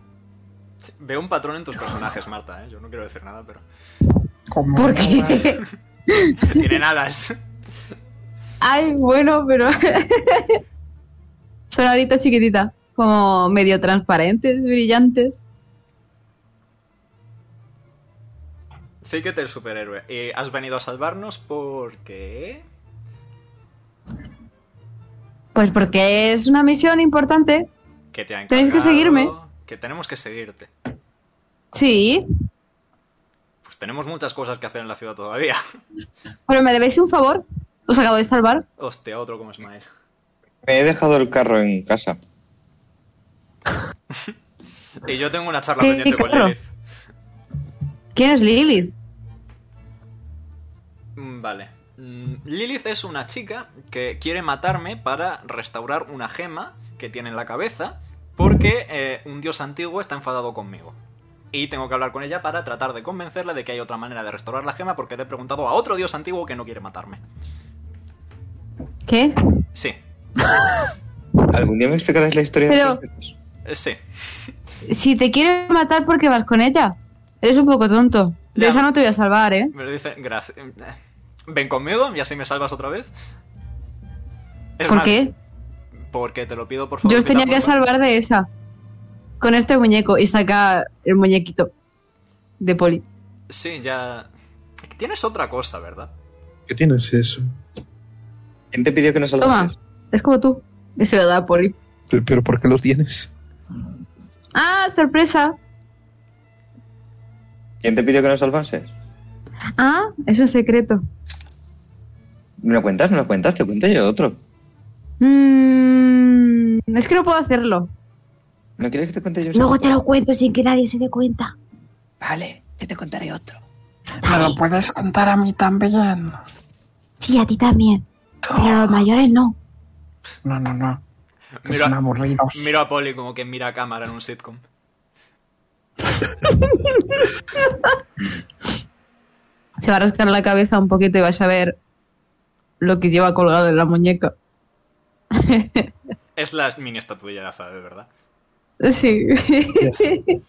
Speaker 1: Veo un patrón en tus personajes, Marta, ¿eh? Yo no quiero decir nada, pero...
Speaker 6: ¿Por qué?
Speaker 1: Tienen alas.
Speaker 6: Ay, bueno, pero. Son alitas chiquititas, como medio transparentes, brillantes.
Speaker 1: Zicket el superhéroe. Y has venido a salvarnos porque...
Speaker 6: Pues porque es una misión importante.
Speaker 1: Que te han
Speaker 6: Tenéis que seguirme.
Speaker 1: Que tenemos que seguirte.
Speaker 6: Sí,
Speaker 1: Pues tenemos muchas cosas que hacer en la ciudad todavía.
Speaker 6: pero me debéis un favor. Os acabo de salvar.
Speaker 1: Hostia, otro como Smile.
Speaker 5: Me he dejado el carro en casa.
Speaker 1: Y yo tengo una charla
Speaker 6: Sí,
Speaker 1: pendiente con
Speaker 6: claro.
Speaker 1: Lilith.
Speaker 6: ¿Quién es Lilith?
Speaker 1: Mm, Vale. Mm, Lilith es una chica que quiere matarme para restaurar una gema que tiene en la cabeza porque eh, un dios antiguo está enfadado conmigo. Y tengo que hablar con ella para tratar de convencerla de que hay otra manera de restaurar la gema porque le he preguntado a otro dios antiguo que no quiere matarme.
Speaker 6: ¿Qué?
Speaker 1: Sí,
Speaker 5: ¿Algún día me explicarás la historia
Speaker 6: Pero-
Speaker 5: de estos?
Speaker 1: eh, sí.
Speaker 6: Si te quiere matar porque vas con ella. Eres un poco tonto. De
Speaker 1: Ya.
Speaker 6: esa no te voy a salvar, ¿eh?
Speaker 1: Me lo dice, gracias. Mm, Ven conmigo y así me salvas otra vez. Es
Speaker 6: ¿Por
Speaker 1: más,
Speaker 6: qué?
Speaker 1: Porque te lo pido por favor.
Speaker 6: Yo os tenía que
Speaker 1: quitadlo.
Speaker 6: salvar de esa. Con este muñeco. Y saca el muñequito de Poli.
Speaker 1: Sí, ya. Tienes otra cosa, ¿verdad?
Speaker 3: ¿Qué tienes eso?
Speaker 5: ¿Quién te pidió que nos
Speaker 6: Toma.
Speaker 5: salvases?
Speaker 6: Es como tú. Y se lo da a Poli.
Speaker 3: Pero- ¿Pero por qué lo tienes?
Speaker 6: ¡Ah, sorpresa!
Speaker 5: ¿Quién te pidió que nos salvases?
Speaker 6: Ah, es un secreto.
Speaker 5: ¿Me lo cuentas? ¿Me lo cuentas? Te cuento yo otro.
Speaker 6: Mm, es que no puedo hacerlo.
Speaker 5: ¿No quieres que te cuente yo? ese
Speaker 6: Luego
Speaker 5: otro?
Speaker 6: te lo cuento sin que nadie se dé cuenta.
Speaker 5: Vale, yo te contaré otro.
Speaker 9: ¿Me lo puedes contar a mí también?
Speaker 6: Sí, a ti también. Pero a los mayores no.
Speaker 9: No, no, no. Que
Speaker 1: Mira-
Speaker 9: son aburridos.
Speaker 1: Miro a Polly como que mira a cámara en un sitcom.
Speaker 6: Se va a rascar la cabeza un poquito y vas a ver lo que lleva colgado en la muñeca.
Speaker 1: Es la mini estatuilla de verdad.
Speaker 6: Sí.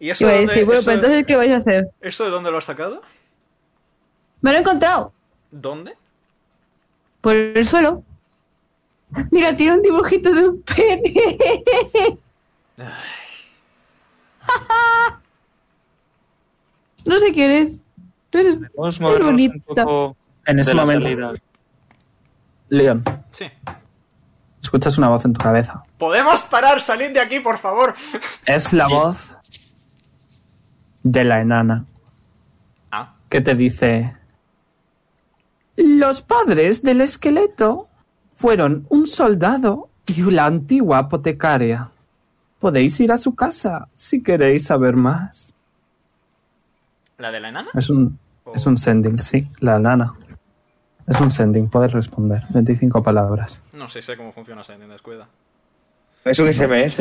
Speaker 1: ¿Y
Speaker 6: Y
Speaker 1: eso,
Speaker 6: voy a
Speaker 1: dónde,
Speaker 6: decir, bueno,
Speaker 1: eso-
Speaker 6: pues entonces, ¿qué vais a hacer?
Speaker 1: eso de dónde lo has sacado?
Speaker 6: Me lo he encontrado.
Speaker 1: ¿Dónde?
Speaker 6: Por el suelo. Mira, tiene un dibujito de un pene. no sé quién es. Pero es-
Speaker 5: Vamos a movernos un
Speaker 6: bonito.
Speaker 5: poco
Speaker 2: En ese
Speaker 5: de la
Speaker 2: momento.
Speaker 5: salida.
Speaker 2: Leon,
Speaker 1: Sí.
Speaker 2: escuchas una voz en tu cabeza.
Speaker 1: ¿Podemos parar? ¡Salid de aquí, por favor!
Speaker 2: Es la voz de la enana
Speaker 1: Ah,
Speaker 2: que te dice... Los padres del esqueleto fueron un soldado y una antigua apotecaria. Podéis ir a su casa si queréis saber más.
Speaker 1: ¿la de la enana?
Speaker 2: Es un, es un sending, sí, la nana. Es un sending, puedes responder. 25 palabras.
Speaker 1: No sé, sé cómo funciona esa tienda, cuida.
Speaker 5: Es un SMS.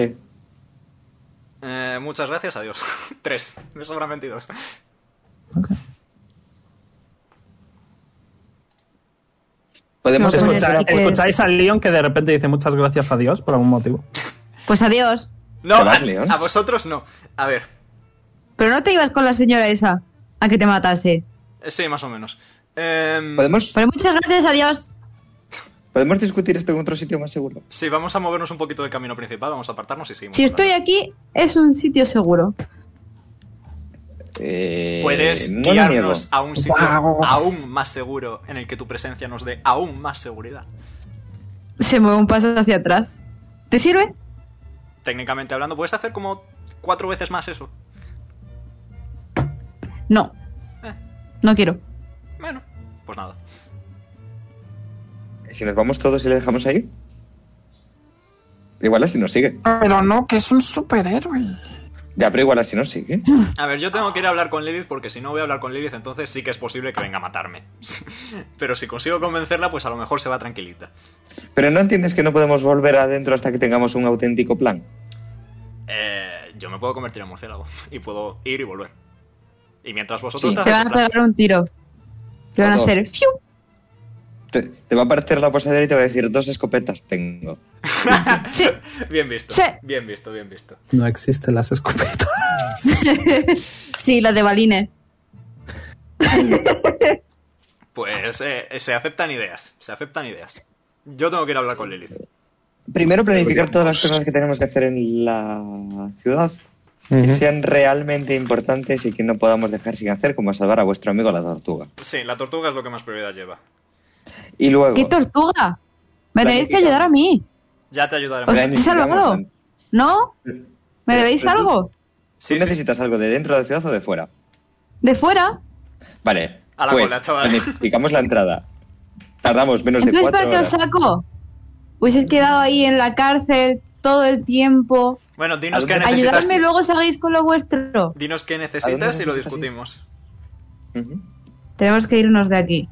Speaker 1: Eh, muchas gracias, adiós. Tres, me sobran 22.
Speaker 5: Podemos
Speaker 6: No,
Speaker 5: escuchar.
Speaker 6: escucha- Así que-
Speaker 2: Escucháis al Leon que de repente dice muchas gracias a Dios por algún motivo.
Speaker 6: Pues adiós.
Speaker 1: No,
Speaker 5: ¿Te vas, León?
Speaker 1: a, a vosotros no. A ver,
Speaker 6: Pero no te ibas con la señora esa a que te matase.
Speaker 1: eh, sí, más o menos. Em,
Speaker 5: ¿Podemos,
Speaker 6: Pero muchas gracias, adiós.
Speaker 5: ¿Podemos discutir esto en otro sitio más seguro?
Speaker 1: sí, vamos a movernos un poquito del camino principal, vamos a apartarnos y seguimos.
Speaker 6: Si estoy
Speaker 1: hablando.
Speaker 6: aquí, es un sitio seguro.
Speaker 5: Eh,
Speaker 1: Puedes
Speaker 5: no lo niego.
Speaker 1: guiarnos a un sitio
Speaker 9: Guau.
Speaker 1: aún más seguro en el que tu presencia nos dé aún más seguridad.
Speaker 6: Se mueve un paso hacia atrás. ¿Te sirve?
Speaker 1: Técnicamente hablando, puedes hacer como cuatro veces más eso.
Speaker 6: No.
Speaker 1: Eh.
Speaker 6: No quiero.
Speaker 1: Bueno, pues nada.
Speaker 5: Eh, Si nos vamos todos y le dejamos ahí. Igual así nos sigue.
Speaker 9: Pero no, que es un superhéroe.
Speaker 5: Ya, pero igual así nos sigue.
Speaker 1: A ver, yo tengo que ir a hablar con Lilith porque si no voy a hablar con Lilith, entonces sí que es posible que venga a matarme. Pero si consigo convencerla, pues a lo mejor se va tranquilita.
Speaker 5: Pero no entiendes que no podemos volver adentro hasta que tengamos un auténtico plan.
Speaker 1: Eh, yo me puedo convertir en murciélago y puedo ir y volver. Y mientras vosotros
Speaker 5: Sí.
Speaker 6: Te
Speaker 1: trazáis
Speaker 6: van
Speaker 1: un
Speaker 6: a
Speaker 1: plan-
Speaker 6: pegar un tiro. Te van a
Speaker 5: Todo.
Speaker 6: hacer fiu.
Speaker 5: Te, te va a aparecer la posadera y te va a decir dos escopetas tengo.
Speaker 6: Sí.
Speaker 1: Bien visto.
Speaker 6: Sí.
Speaker 1: Bien visto, bien visto.
Speaker 2: No existen las escopetas.
Speaker 6: Sí, la de balines.
Speaker 1: Pues eh, se aceptan ideas, se aceptan ideas. Yo tengo que ir a hablar con Lilith.
Speaker 5: Primero planificar todas las cosas que tenemos que hacer en la ciudad. Que sean realmente importantes y que no podamos dejar sin hacer, como salvar a vuestro amigo la tortuga.
Speaker 1: Sí, la tortuga es lo que más prioridad lleva.
Speaker 5: Y luego.
Speaker 6: ¡Qué tortuga! Me tenéis que ayudar a mí.
Speaker 1: Ya te ayudaremos.
Speaker 6: Os
Speaker 5: sea,
Speaker 6: he salvado. ¿No?
Speaker 5: Eh,
Speaker 6: ¿Me debéis
Speaker 5: Pero tú-
Speaker 6: algo?
Speaker 5: ¿Tú
Speaker 1: Sí, sí.
Speaker 5: necesitas algo de dentro de la ciudad o de fuera?
Speaker 6: ¿De fuera?
Speaker 5: Vale.
Speaker 1: A la
Speaker 5: pues,
Speaker 1: cola, chaval.
Speaker 5: Planificamos la entrada. Tardamos menos Pues de
Speaker 6: Entonces,
Speaker 5: cuatro
Speaker 6: ¿para qué os
Speaker 5: horas.
Speaker 6: saco? Hubieses quedado ahí en la cárcel todo el tiempo.
Speaker 1: Bueno, dinos
Speaker 5: ¿A
Speaker 1: qué
Speaker 5: dónde-
Speaker 1: necesitas.
Speaker 6: Ayudadme, luego seguís con lo vuestro.
Speaker 1: Dinos qué
Speaker 5: ¿A dónde
Speaker 1: necesitas y lo
Speaker 5: necesitas ir?
Speaker 1: discutimos.
Speaker 5: Ujú.
Speaker 6: Tenemos que irnos de aquí.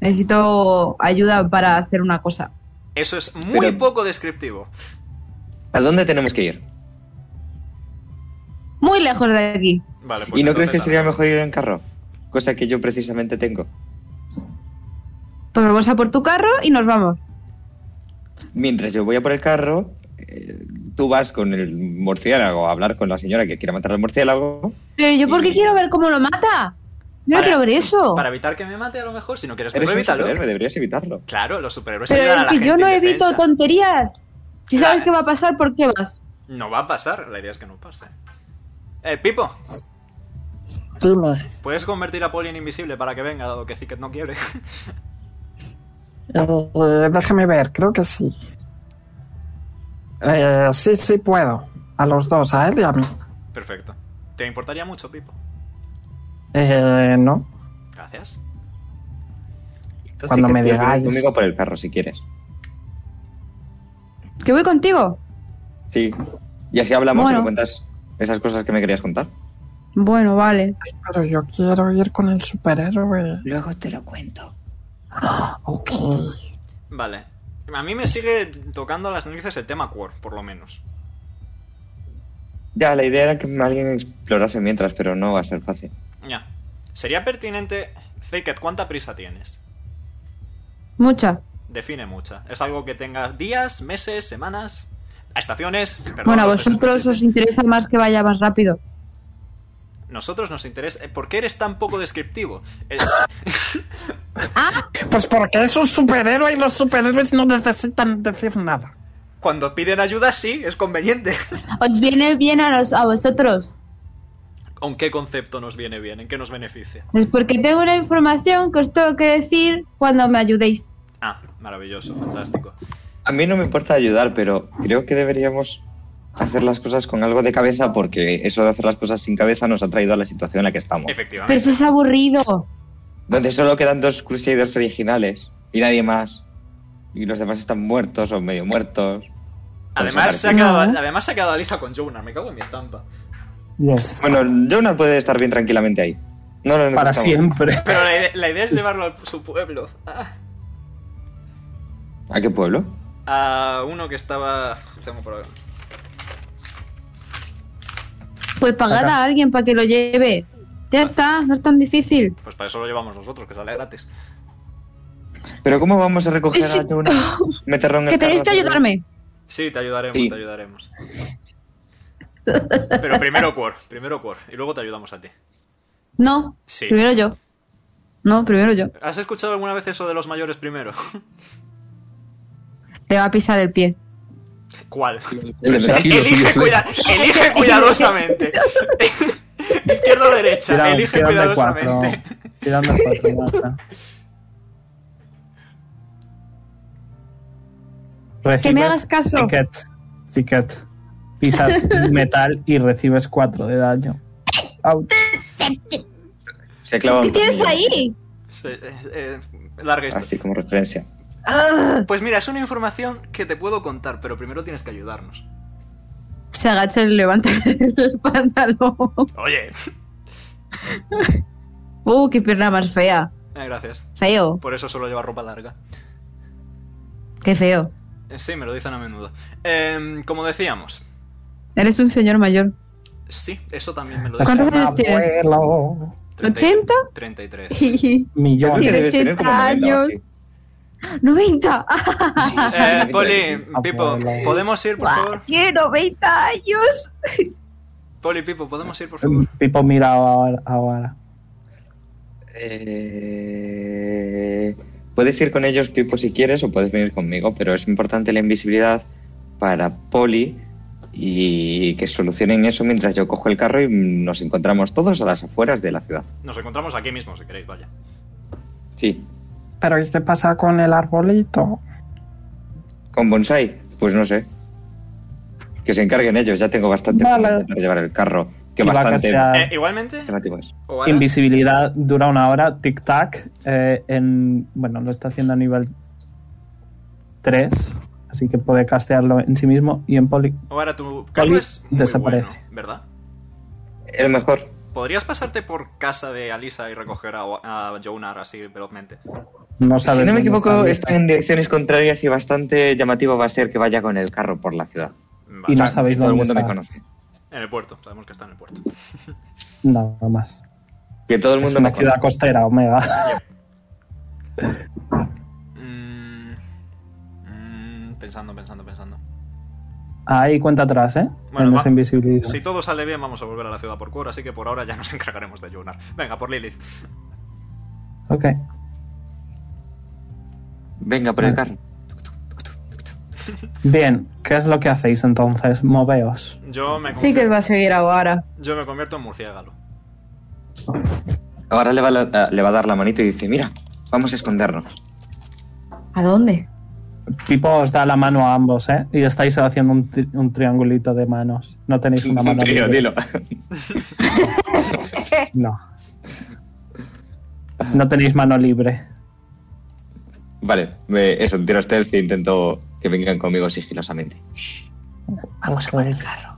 Speaker 6: Necesito ayuda para hacer una cosa.
Speaker 1: Eso es muy
Speaker 5: Pero-
Speaker 1: poco descriptivo.
Speaker 5: ¿A dónde tenemos que ir?
Speaker 6: Muy lejos de aquí.
Speaker 1: Vale, pues
Speaker 5: ¿Y no
Speaker 1: entonces
Speaker 5: crees que
Speaker 1: nada.
Speaker 5: sería mejor ir en carro? Cosa que yo precisamente tengo.
Speaker 6: Pues vamos a por tu carro y nos vamos.
Speaker 5: Mientras yo voy a por el carro, eh, tú vas con el murciélago a hablar con la señora que quiere matar al murciélago.
Speaker 6: Pero yo, ¿por qué
Speaker 5: Y-
Speaker 6: quiero ver cómo lo mata? Yo
Speaker 1: Para-
Speaker 6: no quiero ver eso.
Speaker 1: Para evitar que me mate, a lo mejor, si no quieres
Speaker 5: Eres
Speaker 1: verlo,
Speaker 5: un
Speaker 1: evítalo.
Speaker 5: superhéroe, deberías evitarlo.
Speaker 1: Claro, los superhéroes
Speaker 6: Pero
Speaker 1: ayudan
Speaker 6: es
Speaker 1: a la
Speaker 6: que yo
Speaker 1: gente
Speaker 6: no evito
Speaker 1: indefensa.
Speaker 6: tonterías. Si
Speaker 1: Claro.
Speaker 6: sabes qué va a pasar, ¿por qué vas?
Speaker 1: No va a pasar, la idea es que no pase. Eh, Pipo,
Speaker 9: Dime,
Speaker 1: ¿puedes convertir a Polly en invisible para que venga, dado que Zicket no quiere?
Speaker 9: eh, déjame ver, creo que sí. Eh, sí, sí puedo. A los dos, a él y a mí.
Speaker 1: Perfecto. ¿Te importaría mucho, Pipo?
Speaker 9: Eh, no.
Speaker 1: Gracias.
Speaker 5: Entonces,
Speaker 9: Cuando
Speaker 5: que
Speaker 9: me
Speaker 5: te puedes
Speaker 9: digáis.
Speaker 5: venir conmigo por el carro si quieres.
Speaker 6: ¿Que voy contigo?
Speaker 5: Sí. Y así hablamos y
Speaker 6: Bueno.
Speaker 5: me cuentas esas cosas que me querías contar.
Speaker 6: Bueno, vale.
Speaker 9: Pero yo quiero ir con el superhéroe.
Speaker 5: Luego te lo cuento.
Speaker 9: Ok.
Speaker 1: Vale. A mí me sigue tocando las narices el tema core, por lo menos.
Speaker 5: Ya, la idea era que alguien explorase mientras, pero no va a ser fácil.
Speaker 1: Ya. Sería pertinente... Zicket, ¿cuánta prisa tienes?
Speaker 6: Mucha.
Speaker 1: Define mucha. ¿Es algo que tengas días, meses, semanas? ¿A estaciones? Perdón,
Speaker 6: bueno, a
Speaker 1: no te
Speaker 6: vosotros
Speaker 1: escuché.
Speaker 6: os interesa más que vaya más rápido.
Speaker 1: Nosotros nos interesa... eh, ¿Por qué eres tan poco descriptivo? Eh,
Speaker 9: Pues porque es un superhéroe y los superhéroes no necesitan decir nada.
Speaker 1: Cuando piden ayuda, sí, es conveniente.
Speaker 6: Os viene bien a, los, a vosotros.
Speaker 1: ¿Con qué concepto nos viene bien? ¿En qué nos beneficia?
Speaker 6: Es porque tengo una información que os tengo que decir cuando me ayudéis.
Speaker 1: Ah, Maravilloso, fantástico.
Speaker 5: A mí no me importa ayudar, pero creo que deberíamos hacer las cosas con algo de cabeza porque eso de hacer las cosas sin cabeza nos ha traído a la situación en la que estamos.
Speaker 7: Pero
Speaker 1: Efectivamente.
Speaker 7: eso es aburrido.
Speaker 5: Donde solo quedan dos Crusaders originales y nadie más. Y los demás están muertos o medio muertos.
Speaker 1: Además se, ha
Speaker 7: No.
Speaker 1: quedado,
Speaker 6: ¿eh?
Speaker 1: además se ha quedado Alisa con Jonar, me cago en mi estampa.
Speaker 2: Yes.
Speaker 5: Bueno, Jonah puede estar bien tranquilamente ahí. No lo
Speaker 2: Para
Speaker 5: necesitamos.
Speaker 2: siempre.
Speaker 1: Pero la, ide- la idea es llevarlo a su pueblo. Ah,
Speaker 5: ¿A qué pueblo?
Speaker 1: A uno que estaba... Tengo por ahí.
Speaker 7: Pues pagad
Speaker 2: Acá.
Speaker 7: a alguien para que lo lleve. Ya está, no es tan difícil.
Speaker 1: Pues para eso lo llevamos nosotros, que sale gratis.
Speaker 5: ¿Pero cómo vamos a recoger
Speaker 7: Sí.
Speaker 5: a Jonah? Meterlo en el
Speaker 7: Que tenéis que
Speaker 5: carro, seguro.
Speaker 7: ayudarme.
Speaker 1: Sí, te ayudaremos,
Speaker 5: Sí.
Speaker 1: te ayudaremos. Pero primero Quor, primero Quor, y luego te ayudamos a ti.
Speaker 7: No,
Speaker 1: Sí.
Speaker 7: primero yo. No, primero yo.
Speaker 1: ¿Has escuchado alguna vez eso de los mayores primero?
Speaker 7: Te va a pisar el pie.
Speaker 1: ¿Cuál?
Speaker 5: El de verdad.
Speaker 3: Tranquilo,
Speaker 1: Elige,
Speaker 3: tío,
Speaker 1: cuida- elige cuidadosamente. Izquierda o derecha,
Speaker 2: Quedan,
Speaker 1: elige
Speaker 2: quedan de cuatro.
Speaker 1: cuidadosamente.
Speaker 2: Quedan de cuatro, ya está.
Speaker 7: Que me
Speaker 2: Recibes
Speaker 7: hagas caso.
Speaker 2: Ticket. Ticket. Pisas metal y recibes 4 de daño. Au.
Speaker 5: Se ha clavado
Speaker 7: ¿Qué
Speaker 5: un
Speaker 7: tienes
Speaker 5: tornillo,
Speaker 7: ahí?
Speaker 1: Sí, eh, eh, larga historia.
Speaker 5: Así como referencia.
Speaker 7: Ah.
Speaker 1: Pues mira, es una información que te puedo contar, pero primero tienes que ayudarnos.
Speaker 7: Se agacha y levanta el pantalón.
Speaker 1: Oye,
Speaker 7: Uh, qué pierna más fea.
Speaker 1: eh, gracias.
Speaker 7: Feo,
Speaker 1: Por eso solo lleva ropa larga.
Speaker 7: qué feo.
Speaker 1: Eh, Sí, me lo dicen a menudo. Em, como decíamos,
Speaker 7: Eres un señor mayor.
Speaker 1: sí, eso también me lo dicen.
Speaker 7: ¿Cuántos años tienes?
Speaker 2: Abuelo.
Speaker 1: Treinta y-
Speaker 7: 80?
Speaker 1: 33.
Speaker 5: Yo creo
Speaker 2: Millón.
Speaker 5: que
Speaker 7: Tiene
Speaker 5: debes tener como
Speaker 7: 80
Speaker 5: 90 o así.
Speaker 7: años. ¡90!
Speaker 1: Eh, Poli,
Speaker 5: Sí.
Speaker 1: Pipo,
Speaker 2: Abuelo.
Speaker 1: ¿podemos ir, por favor?
Speaker 7: ¡Tiene 90 años!
Speaker 1: Poli, Pipo, ¿podemos ir, por favor?
Speaker 2: Pipo mira ahora. ahora.
Speaker 5: Eh, puedes ir con ellos, Pipo, si quieres, o puedes venir conmigo, pero es importante la invisibilidad para Poli y que solucionen eso mientras yo cojo el carro y nos encontramos todos a las afueras de la ciudad.
Speaker 1: Nos encontramos aquí mismo, si queréis, vaya.
Speaker 5: Sí,
Speaker 2: Pero ¿y qué pasa con el arbolito?
Speaker 5: con Bonsai, pues no sé. Que se encarguen ellos, ya tengo bastante
Speaker 2: Vale.
Speaker 5: para intentar llevar el carro, que
Speaker 2: Y va a
Speaker 5: bastante
Speaker 2: castear
Speaker 1: Eh, igualmente,
Speaker 5: alternativo es.
Speaker 1: o ahora-
Speaker 2: Invisibilidad dura una hora, tic-tac. eh, en, bueno, lo está haciendo a nivel 3, así que puede castearlo en sí mismo y en poli.
Speaker 1: o ahora tu carro
Speaker 2: Poli
Speaker 1: es muy
Speaker 2: desaparece.
Speaker 1: bueno, ¿verdad?
Speaker 5: El mejor.
Speaker 1: ¿Podrías pasarte por casa de Alisa y recoger a, a Jonar así velozmente?
Speaker 2: No sabes
Speaker 5: Si
Speaker 2: dónde
Speaker 5: no me equivoco,
Speaker 2: está.
Speaker 5: está en direcciones contrarias y bastante llamativo va a ser que vaya con el carro por la ciudad.
Speaker 1: Vale.
Speaker 2: Y no
Speaker 5: O sea,
Speaker 2: sabéis
Speaker 5: todo el
Speaker 2: dónde
Speaker 5: mundo me
Speaker 2: está.
Speaker 5: conoce.
Speaker 1: En el puerto, sabemos que está en el puerto.
Speaker 2: Nada más.
Speaker 5: Que todo el
Speaker 2: Es
Speaker 5: mundo
Speaker 2: una
Speaker 5: me
Speaker 2: ciudad
Speaker 5: conoce.
Speaker 2: costera, Omega.
Speaker 1: Mm, mm, pensando, pensando, pensando.
Speaker 2: Ahí cuenta atrás, ¿eh?
Speaker 1: Bueno,
Speaker 2: en
Speaker 1: va.
Speaker 2: esa invisibilidad.
Speaker 1: Si todo sale bien, vamos a volver a la ciudad por Quor, así que por ahora ya nos encargaremos de Jonar. Venga, por Lilith.
Speaker 2: Ok.
Speaker 5: Venga por el carro.
Speaker 2: Bien, ¿qué es lo que hacéis entonces? Moveos.
Speaker 1: Yo me,
Speaker 7: Sí que
Speaker 1: convier-
Speaker 7: va a seguir ahora.
Speaker 1: yo me convierto en murciélago.
Speaker 5: Ahora le va, la- ah, le va a dar la manito y dice, mira, vamos a escondernos.
Speaker 7: ¿A dónde?
Speaker 2: Pipo os da la mano a ambos, ¿eh? Y estáis haciendo un, tri- un triangulito de manos. No tenéis una mano.
Speaker 5: Tío,
Speaker 2: libre.
Speaker 5: dilo.
Speaker 2: No. No tenéis mano libre.
Speaker 5: Vale, me- eso, tiro stealth e intento que vengan conmigo sigilosamente.
Speaker 2: Vamos con el carro.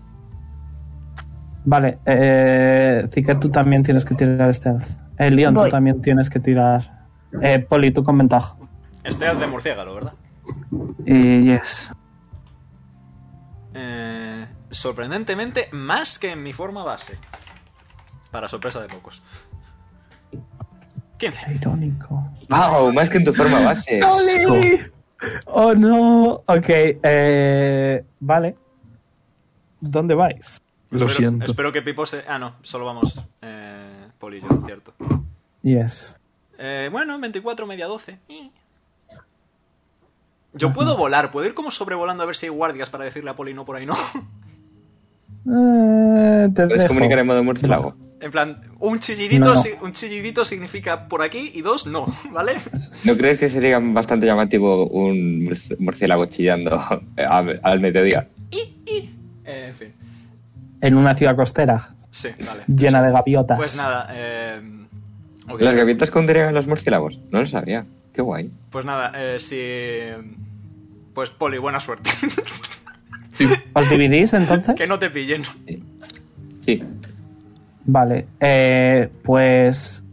Speaker 2: Vale, eh, Zika, tú también tienes que tirar stealth. Eh, Leon, tú
Speaker 7: Voy.
Speaker 2: también tienes que tirar. Eh, Poli, tú con ventaja.
Speaker 1: Este es de murciélago, ¿verdad?
Speaker 2: Y yes.
Speaker 1: Eh, sorprendentemente, más que en mi forma base. Para sorpresa de pocos. 15.
Speaker 2: Irónico.
Speaker 5: Wow, más que en tu forma base.
Speaker 2: Oh no. Ok, eh, vale. ¿Dónde vais?
Speaker 3: Lo
Speaker 1: espero,
Speaker 3: siento.
Speaker 1: Espero que Pipo se... Ah, no, solo vamos eh, Poli y yo, cierto.
Speaker 2: Yes.
Speaker 1: Eh, bueno, 24, media 12. Eh. Yo puedo volar, puedo ir como sobrevolando a ver si hay guardias para decirle a Poli no por ahí no.
Speaker 2: Eh, te
Speaker 5: ¿Puedes
Speaker 2: Eh, dejo.
Speaker 5: comunicar en modo murciélago?
Speaker 1: En plan, un chillidito,
Speaker 2: No, no.
Speaker 1: si- un chillidito significa por aquí y dos no, ¿vale?
Speaker 5: ¿No crees que sería bastante llamativo un murci- murciélago chillando a- al mediodía?
Speaker 1: Eh, en fin,
Speaker 2: En una ciudad costera
Speaker 1: sí, vale.
Speaker 2: llena de gaviotas.
Speaker 1: Pues nada, eh, ok.
Speaker 5: ¿Las gaviotas contenían a los murciélagos? No lo sabía. Qué guay.
Speaker 1: Pues nada, eh, si... Pues Poli, buena suerte.
Speaker 2: ¿Os dividís entonces?
Speaker 1: que no te pillen.
Speaker 5: Sí.
Speaker 2: Vale, eh, pues.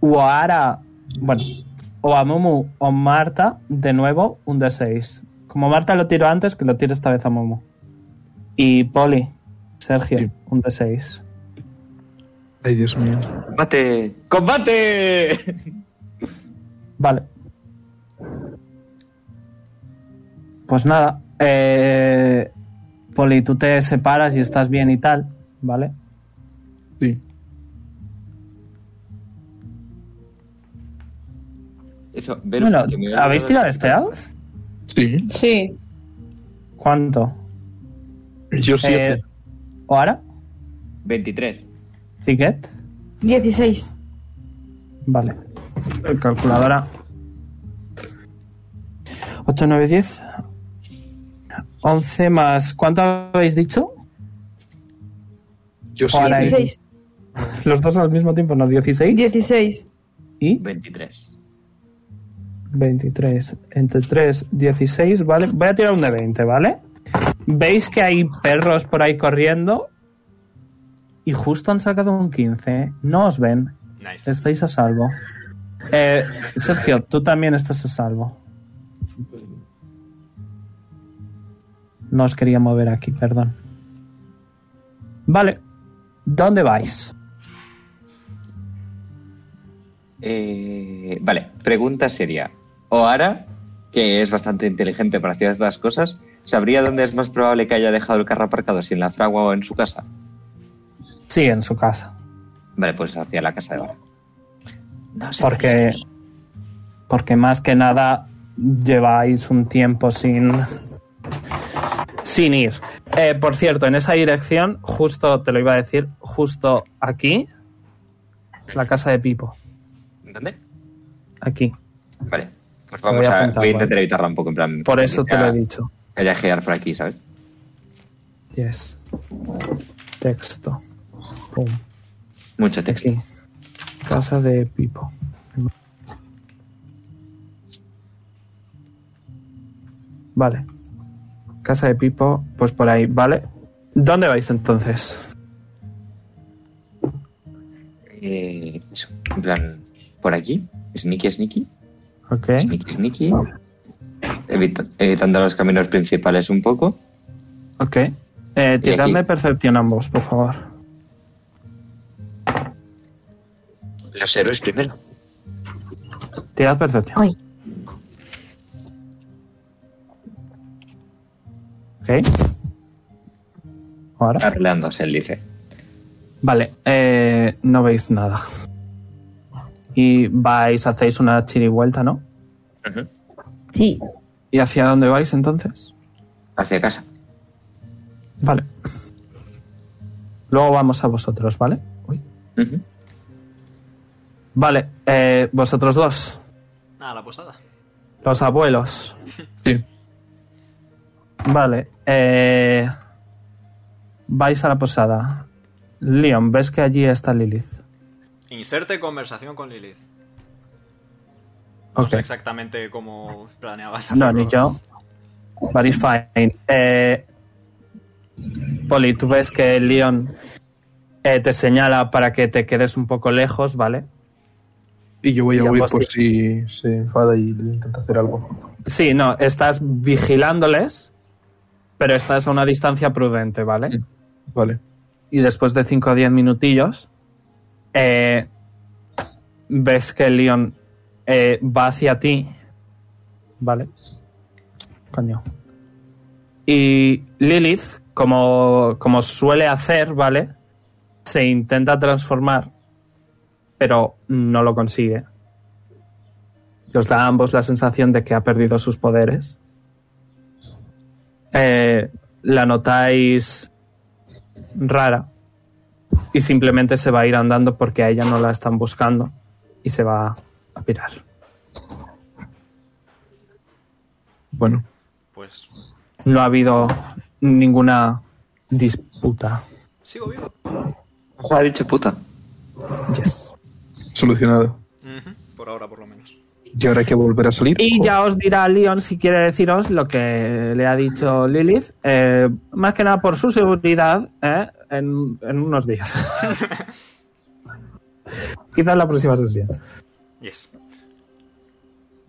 Speaker 2: Uara. Bueno, o a Momu o Marta, de nuevo, un D6. Como Marta lo tiró antes, que lo tire esta vez a Momu. Y Poli, Sergio,
Speaker 3: Sí.
Speaker 2: un D6.
Speaker 3: Ay, Dios mío.
Speaker 5: ¡Combate! ¡Combate!
Speaker 2: Vale. Pues nada, eh, Poli, tú te separas y estás bien y tal, ¿vale?
Speaker 3: Sí.
Speaker 5: Eso, Vero,
Speaker 2: Bueno,
Speaker 5: que me he
Speaker 2: ¿habéis tirado
Speaker 5: olvidado-
Speaker 2: este out?
Speaker 3: Sí.
Speaker 7: Sí.
Speaker 2: ¿Cuánto?
Speaker 3: Yo siete.
Speaker 2: Eh, ¿O ahora?
Speaker 5: 23.
Speaker 2: ¿Ticket?
Speaker 6: 16.
Speaker 2: Vale. Calculadora. 8, 9, 10. 11 más. ¿Cuánto habéis dicho?
Speaker 3: Yo
Speaker 2: Ahora
Speaker 3: siete.
Speaker 2: es-
Speaker 6: 16.
Speaker 2: Los dos al mismo tiempo, no, 16
Speaker 6: 16.
Speaker 2: y
Speaker 5: 23.
Speaker 2: 23. Entre 3, 16, ¿vale? Voy a tirar un de 20, ¿vale? Veis que hay perros por ahí corriendo y justo han sacado un 15. No os ven,
Speaker 1: Nice.
Speaker 2: estáis a salvo. Eh, Sergio, tú también estás a salvo. No os quería mover aquí, perdón. Vale. ¿Dónde vais?
Speaker 5: Eh, vale, pregunta sería. Oara, que es bastante inteligente para hacer estas cosas, ¿sabría dónde es más probable que haya dejado el carro aparcado? ¿Si en la fragua o en su casa?
Speaker 2: Sí, en su casa.
Speaker 5: Vale, pues hacia la casa de Oara. No sé.
Speaker 2: Porque. Porque más que nada lleváis un tiempo sin. Sin ir. Eh, por cierto, en esa dirección, justo te lo iba a decir, justo aquí, es la casa de Pipo.
Speaker 5: ¿Dónde?
Speaker 2: Aquí.
Speaker 5: Vale. Pues
Speaker 2: Lo
Speaker 5: vamos
Speaker 2: voy a
Speaker 5: a,
Speaker 2: apuntar,
Speaker 5: voy a intentar
Speaker 2: vale.
Speaker 5: evitarla un poco, en plan...
Speaker 2: Por eso te lo he
Speaker 5: dicho.
Speaker 2: dicho.
Speaker 5: Callejear por aquí, ¿sabes?
Speaker 2: Yes. Texto. Pum.
Speaker 5: Mucho texto.
Speaker 2: Aquí. Casa de Pipo. Vale. Casa de Pipo, pues por ahí, ¿vale? ¿Dónde vais entonces?
Speaker 5: Eh, eso, en plan, por aquí, sneaky, sneaky,
Speaker 2: Ok.
Speaker 5: sneaky, sneaky, evita- evitando los caminos principales un poco.
Speaker 2: Ok. Eh, tiradme percepción ambos, por favor.
Speaker 5: Los héroes primero.
Speaker 2: Tirad percepción.
Speaker 7: Uy.
Speaker 2: Ok. Ahora.
Speaker 5: Arreglándose, él dice.
Speaker 2: Vale, eh, no veis nada. Y vais, hacéis una chirivuelta, ¿no?
Speaker 4: Sí.
Speaker 2: ¿Y hacia dónde vais entonces?
Speaker 5: Hacia casa.
Speaker 2: Vale. Luego vamos a vosotros, ¿vale? Uy.
Speaker 5: Ujú.
Speaker 2: Vale, eh, vosotros dos,
Speaker 1: A la posada.
Speaker 2: los abuelos.
Speaker 3: Sí.
Speaker 2: Vale, eh, vais a la posada. Leon, ves que allí está Lilith.
Speaker 1: Inserte conversación con Lilith. No
Speaker 2: Ok.
Speaker 1: sé exactamente cómo planeabas hacerlo.
Speaker 2: No, ni yo. But it's fine. Eh, Poli, tú ves que Leon eh, te señala para que te quedes un poco lejos, ¿vale?
Speaker 3: Y yo voy
Speaker 2: Y
Speaker 3: a
Speaker 2: ya
Speaker 3: huir
Speaker 2: pues,
Speaker 3: por si se enfada y le intenta hacer algo.
Speaker 2: Sí, no, estás vigilándoles, pero estás a una distancia prudente, ¿vale?
Speaker 3: Sí. Vale.
Speaker 2: Y después de 5 o 10 minutillos, eh, ves que Leon eh, va hacia ti, ¿vale? Coño. Y Lilith, como, como suele hacer, ¿vale? Se intenta transformar, pero no lo consigue. Y os da a ambos la sensación de que ha perdido sus poderes. Eh, la notáis rara. y simplemente se va a ir andando porque a ella no la están buscando y se va a pirar.
Speaker 3: Bueno,
Speaker 1: Pues
Speaker 2: No ha habido ninguna disputa.
Speaker 1: sigo vivo.
Speaker 5: Ha dicho puta.
Speaker 2: Yes.
Speaker 3: solucionado.
Speaker 1: Ujú, Por ahora, por lo menos.
Speaker 3: ¿Y ahora hay que volver a salir?
Speaker 2: Y ya os dirá Leon si quiere deciros lo que le ha dicho Lilith, eh, más que nada por su seguridad ¿eh? en, en unos días. Quizás la próxima sesión.
Speaker 1: Yes.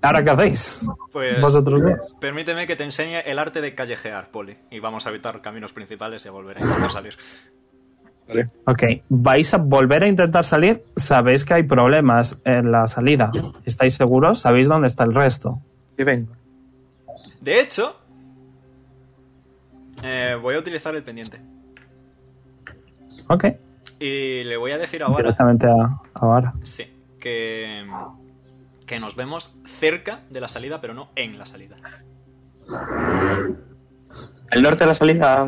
Speaker 2: ¿Ahora qué hacéis?
Speaker 1: Pues
Speaker 2: Vosotros dos.
Speaker 1: permíteme que te enseñe el arte de callejear, Poli. Y vamos a evitar caminos principales y a volver a intentar salir.
Speaker 3: Vale.
Speaker 2: Ok, vais a volver a intentar salir. Sabéis que hay problemas en la salida. ¿Estáis seguros? ¿Sabéis dónde está el resto?
Speaker 3: Y vengo.
Speaker 1: De hecho, eh, voy a utilizar el pendiente.
Speaker 2: Ok,
Speaker 1: Y le voy a decir ahora
Speaker 2: directamente a, ahora.
Speaker 1: sí, que, que nos vemos cerca de la salida, pero no en la salida.
Speaker 5: El norte de la salida.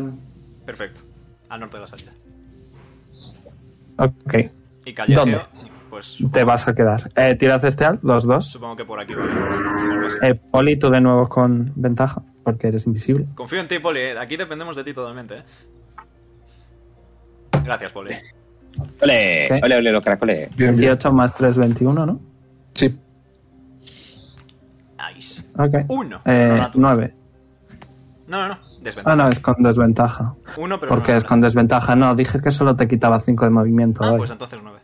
Speaker 1: Perfecto. Al norte de la salida.
Speaker 2: Ok,
Speaker 1: Y callejeo,
Speaker 2: ¿Dónde?
Speaker 1: pues
Speaker 2: te vas a quedar. Eh, tirad este alt, los dos.
Speaker 1: supongo que por aquí. vale. Pues
Speaker 2: Eh, Poli, tú de nuevo con ventaja, porque eres invisible.
Speaker 1: Confío en ti, Poli. eh. Aquí dependemos de ti totalmente. eh. Gracias, Poli.
Speaker 5: Ole,
Speaker 2: ¿Qué?
Speaker 5: ole, ole, los caracoles.
Speaker 3: Bien, bien.
Speaker 2: 18 más 3, 21, ¿no?
Speaker 3: Sí.
Speaker 1: Nice.
Speaker 2: Ok.
Speaker 1: Uno. pero
Speaker 2: Eh,
Speaker 1: no natural.
Speaker 2: 9.
Speaker 1: No, no, no.
Speaker 2: Ah,
Speaker 1: Desventaja.
Speaker 2: no, es con desventaja.
Speaker 1: Uno, pero
Speaker 2: Porque
Speaker 1: no
Speaker 2: es con desventaja. No, dije que solo te quitaba 5 de movimiento.
Speaker 1: Ah,
Speaker 2: hoy.
Speaker 1: pues entonces nueve.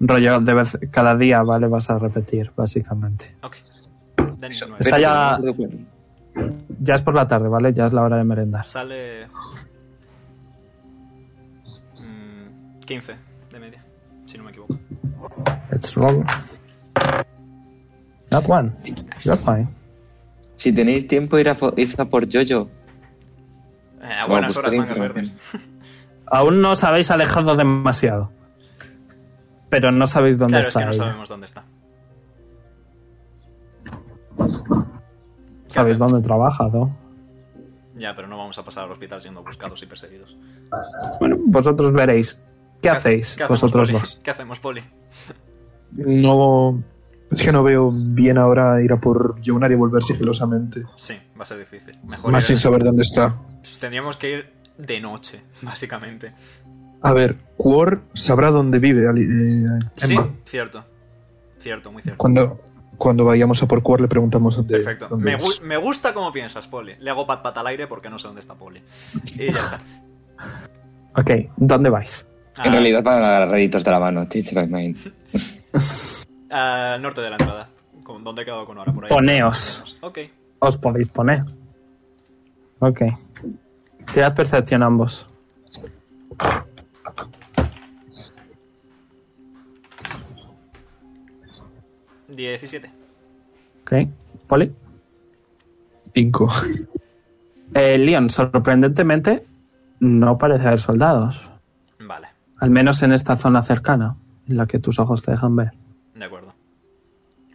Speaker 2: Rollo, de vez, cada día, ¿vale? Vas a repetir, básicamente.
Speaker 1: Ok. Dani, nueve.
Speaker 2: Está ya-
Speaker 5: Vete,
Speaker 2: Ya es por la tarde, ¿vale? Ya es la hora de merendar.
Speaker 1: Sale. mm, 15 de media, si no me equivoco.
Speaker 2: Let's roll. Not one. You're fine.
Speaker 5: Si tenéis tiempo, ir a, po- ir a por Jojo.
Speaker 1: Eh, a buenas
Speaker 5: buscar
Speaker 1: horas, mangas
Speaker 5: información.
Speaker 1: verdes.
Speaker 2: Aún no os habéis alejado demasiado. Pero no sabéis dónde
Speaker 1: Claro, es
Speaker 2: está.
Speaker 1: que no
Speaker 2: ella.
Speaker 1: sabemos dónde está. ¿Qué
Speaker 2: Sabéis
Speaker 1: hacemos?
Speaker 2: dónde trabaja, ¿no?
Speaker 1: Ya, pero no vamos a pasar al hospital siendo buscados y perseguidos.
Speaker 2: Bueno, vosotros veréis. ¿Qué, hacéis
Speaker 1: ¿Qué hacemos,
Speaker 2: vosotros
Speaker 1: Poli?
Speaker 2: dos?
Speaker 1: ¿Qué hacemos, Poli?
Speaker 3: No. Es que no veo bien ahora ir a por Jonar y volver sigilosamente.
Speaker 1: Sí, va a ser difícil. Mejor
Speaker 3: Más
Speaker 1: ir-
Speaker 3: sin saber dónde está.
Speaker 1: Tendríamos que ir de noche, básicamente.
Speaker 3: A ver, Quor sabrá dónde vive. Ali- eh,
Speaker 1: Sí,
Speaker 3: Emma.
Speaker 1: cierto. Cierto, muy cierto.
Speaker 3: Cuando, cuando vayamos a por Quor le preguntamos dónde
Speaker 1: Perfecto.
Speaker 3: dónde
Speaker 1: Me,
Speaker 3: es.
Speaker 1: gu- me gusta cómo piensas, Poli. Le hago pat pat al aire porque no sé dónde está Poli. Y ya está.
Speaker 2: Ok, ¿dónde vais?
Speaker 5: En
Speaker 1: Ah,
Speaker 5: realidad, van a agarraditos de la mano. Teach by mind.
Speaker 1: Ah, Al norte de la entrada. Con- ¿Dónde he quedado con ahora? Por ahí.
Speaker 2: Poneos.
Speaker 1: Ok.
Speaker 2: Os podéis poner. Ok. Tirad percepción ambos.
Speaker 1: Diecisiete.
Speaker 2: Ok. Poli.
Speaker 3: Cinco.
Speaker 2: Eh, Leon, sorprendentemente, no parece haber soldados.
Speaker 1: Vale.
Speaker 2: Al menos en esta zona cercana, en la que tus ojos te dejan ver.
Speaker 1: De acuerdo.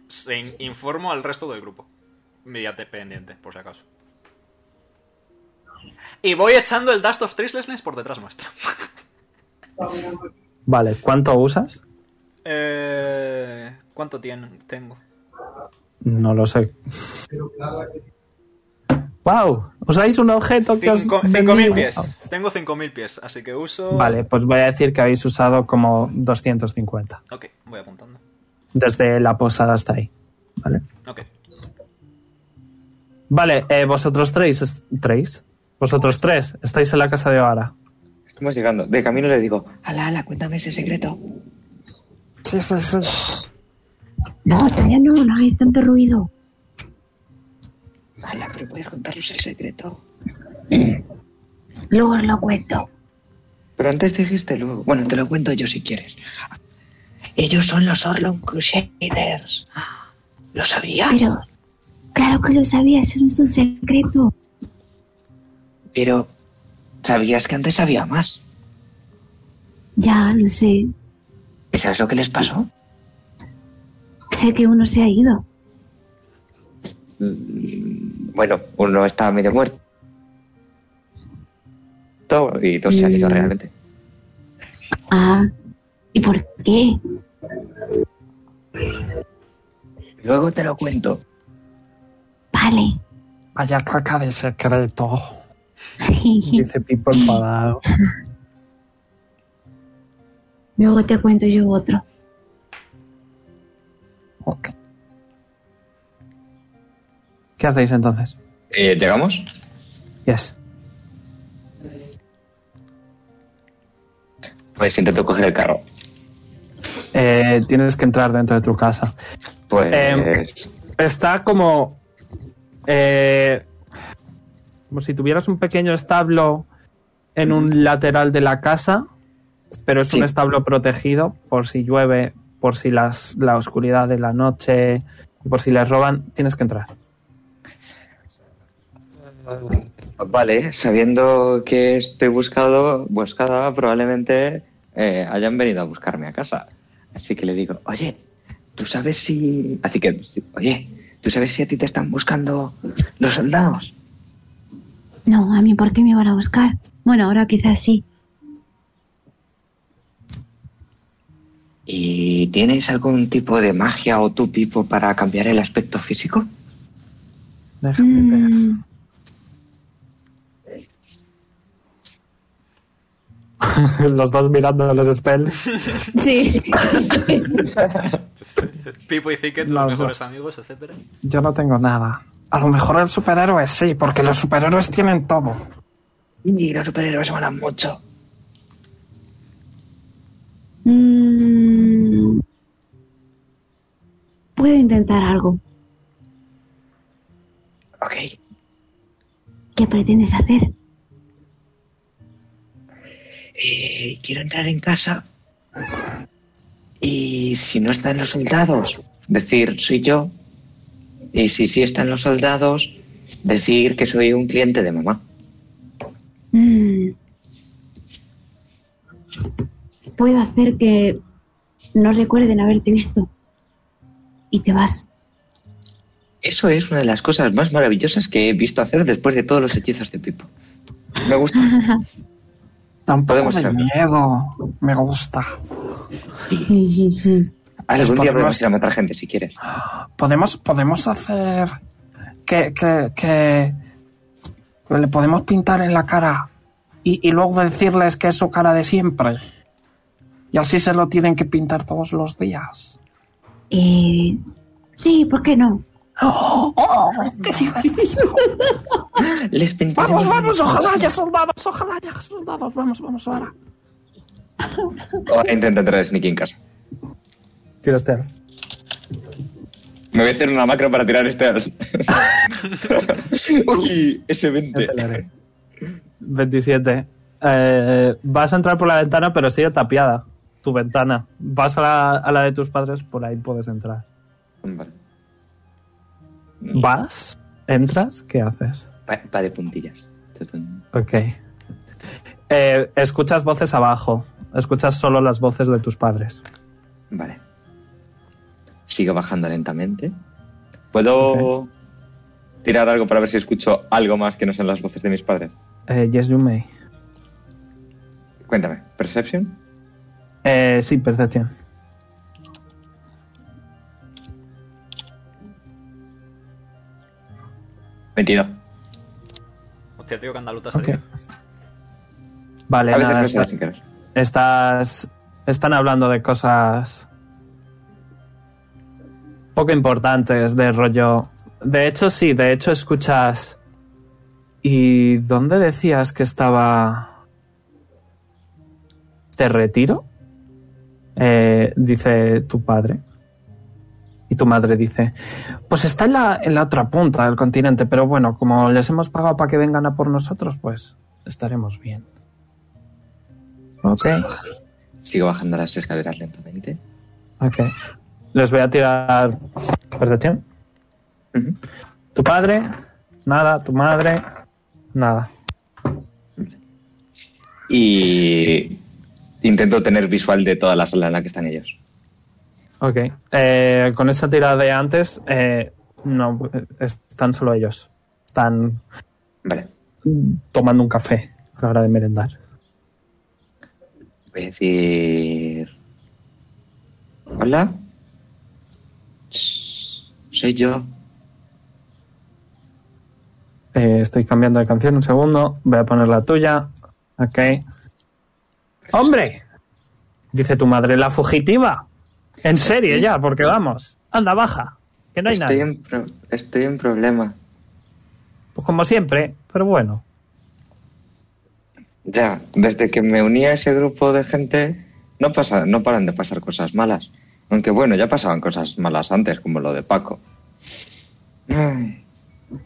Speaker 1: Se in- informo al resto del grupo. Mediante pendiente, por si acaso. Y voy echando el Dust of Tristlessness por detrás nuestra.
Speaker 2: Vale, ¿cuánto usas?
Speaker 1: Eh, ¿Cuánto tienen? tengo?
Speaker 2: No lo sé. ¡Wow! Usáis un objeto que os.
Speaker 1: Cinco-
Speaker 2: vendí.
Speaker 1: 5.000 pies. Tengo 5.000 pies, así que uso...
Speaker 2: Vale, pues voy a decir que habéis usado como 250.
Speaker 1: Ok, voy apuntando.
Speaker 2: Desde la posada hasta ahí. Vale.
Speaker 1: Ok.
Speaker 2: Vale, eh, vosotros tres, es- tres, vosotros tres, estáis en la casa de Oara.
Speaker 5: Estamos llegando. De camino le digo,
Speaker 10: Ala, ala, cuéntame ese secreto.
Speaker 9: Sí, sí, sí.
Speaker 11: No, todavía no, no hagáis tanto ruido.
Speaker 10: Ala, pero puedes contarnos el secreto.
Speaker 11: Luego os lo cuento.
Speaker 5: pero antes dijiste luego.
Speaker 10: Bueno, te lo cuento yo si quieres. Ellos son los Orlon Crusaders. ¿Lo sabías?
Speaker 11: Pero, claro que lo sabía, eso no es un secreto.
Speaker 10: Pero, ¿sabías que antes había más?
Speaker 11: Ya, lo sé.
Speaker 10: ¿Y sabes lo que les pasó?
Speaker 11: Sé que uno se ha ido.
Speaker 5: Mm, Bueno, uno está medio muerto.
Speaker 10: Mm.
Speaker 5: Todo, Y dos se han ido realmente.
Speaker 11: Ah, ¿y por qué?
Speaker 10: Luego te lo cuento.
Speaker 11: Vale.
Speaker 2: Vaya caca de secreto. Dice Pipo enfadado.
Speaker 11: Luego te cuento yo otro.
Speaker 2: Ok. ¿Qué hacéis entonces?
Speaker 5: Eh, ¿Llegamos?
Speaker 2: Yes.
Speaker 5: Pues intento coger el carro.
Speaker 2: Eh, tienes que entrar dentro de tu casa.
Speaker 5: Pues
Speaker 2: Em. Está como. eh, como si tuvieras un pequeño establo en un lateral de la casa, pero es
Speaker 10: Sí.
Speaker 2: un establo protegido por si llueve, por si las, la oscuridad de la noche, por si les roban, tienes que entrar.
Speaker 5: vale, sabiendo que estoy buscado, buscada, probablemente eh, hayan venido a buscarme a casa. Así que le digo,
Speaker 10: Oye, ¿tú sabes si...
Speaker 5: así que, sí,
Speaker 10: Oye, ¿tú sabes si a ti te están buscando los soldados?
Speaker 11: No, a mí, ¿por qué me van a buscar? Bueno, ahora quizás sí.
Speaker 10: ¿Y tienes algún tipo de magia o tu tipo para cambiar el aspecto físico?
Speaker 2: Déjame ver. Los dos mirando los spells.
Speaker 6: Sí.
Speaker 1: Pipo y Zicket,
Speaker 2: No,
Speaker 1: los
Speaker 2: no.
Speaker 1: mejores amigos, etcétera.
Speaker 2: Yo no tengo nada. A lo mejor el superhéroe sí, porque los superhéroes tienen todo.
Speaker 10: Y los superhéroes molan mucho.
Speaker 11: Mm, puedo intentar algo.
Speaker 10: Ok.
Speaker 11: ¿Qué pretendes hacer?
Speaker 10: Eh, quiero entrar en casa. Y si no están los soldados, decir soy yo. Y si sí están los soldados, decir que soy un cliente de mamá.
Speaker 11: Mm. Puedo hacer que no recuerden haberte visto. Y te vas.
Speaker 5: eso es una de las cosas más maravillosas que he visto hacer después de todos los hechizos de Pipo. Me gusta.
Speaker 2: Tampoco
Speaker 5: Podemos
Speaker 2: me
Speaker 5: hacerlo.
Speaker 2: miedo. Me gusta.
Speaker 5: Algún
Speaker 2: podemos-
Speaker 5: día podemos ir a matar gente si quieres.
Speaker 2: Podemos, podemos hacer que, que, que le podemos pintar en la cara y, y luego decirles que es su cara de siempre. Y así se lo tienen que pintar todos los días.
Speaker 11: Eh, sí, ¿por qué no?
Speaker 2: ¡Oh!
Speaker 10: Les pintaremos
Speaker 2: Vamos, vamos,
Speaker 10: unos
Speaker 2: ojalá haya soldados, ojalá haya soldados. Vamos, vamos ahora.
Speaker 5: Ahora intento entrar a Sneaky en casa.
Speaker 2: Tira Stealth.
Speaker 5: Me voy a hacer una macro para tirar este. Uy, ese 20.
Speaker 2: 27. Eh, vas a entrar por la ventana, pero sigue tapiada tu ventana. Vas a la, a la de tus padres, por ahí puedes entrar.
Speaker 5: Vale.
Speaker 2: ¿Vas? ¿Entras? ¿Qué haces?
Speaker 5: Va, va de puntillas. Tutun.
Speaker 2: Ok. Eh, escuchas voces abajo. Escuchas solo las voces de tus padres.
Speaker 5: Vale. Sigo bajando lentamente. ¿Puedo tirar algo para ver si escucho algo más que no sean las voces de mis padres?
Speaker 2: Eh, yes, you may.
Speaker 5: Cuéntame. ¿Perception?
Speaker 2: Eh, sí, percepción.
Speaker 5: Mentira.
Speaker 1: Hostia, tío, que andaluta
Speaker 2: Ok.
Speaker 1: sería.
Speaker 2: Vale,
Speaker 5: A veces
Speaker 2: nada,
Speaker 5: no se da
Speaker 2: está-
Speaker 5: sin querer.
Speaker 2: estás. Están hablando de cosas. poco importantes de rollo. De hecho, sí, de hecho escuchas. ¿Y dónde decías que estaba? ¿Te retiro? Eh, dice tu padre. Y tu madre dice, pues está en la, en la otra punta del continente, pero bueno, como les hemos pagado para que vengan a por nosotros, pues estaremos bien. Ok.
Speaker 5: Sigo bajando las escaleras lentamente.
Speaker 2: Ok. Les voy a tirar percepción.
Speaker 5: Ujú.
Speaker 2: Tu padre, nada. Tu madre, nada.
Speaker 5: Y intento tener visual de toda la sala en la que están ellos.
Speaker 2: Ok. Eh, con esa tirada de antes, eh, no, eh, están solo ellos. Están
Speaker 5: Vale. Voy a decir... Hola. Shh, Soy yo.
Speaker 2: Eh, estoy cambiando de canción un segundo. Voy a poner la tuya. Ok. ¡Hombre! Dice tu madre, la fugitiva. En serie ya, porque vamos. Anda, baja. Que no hay
Speaker 5: estoy,
Speaker 2: nada.
Speaker 5: en pro- estoy en problema.
Speaker 2: Pues como siempre, pero bueno.
Speaker 5: Ya, desde que me uní a ese grupo de gente, no, pasa, no paran de pasar cosas malas. Aunque bueno, ya pasaban cosas malas antes, como lo de Paco. Ay,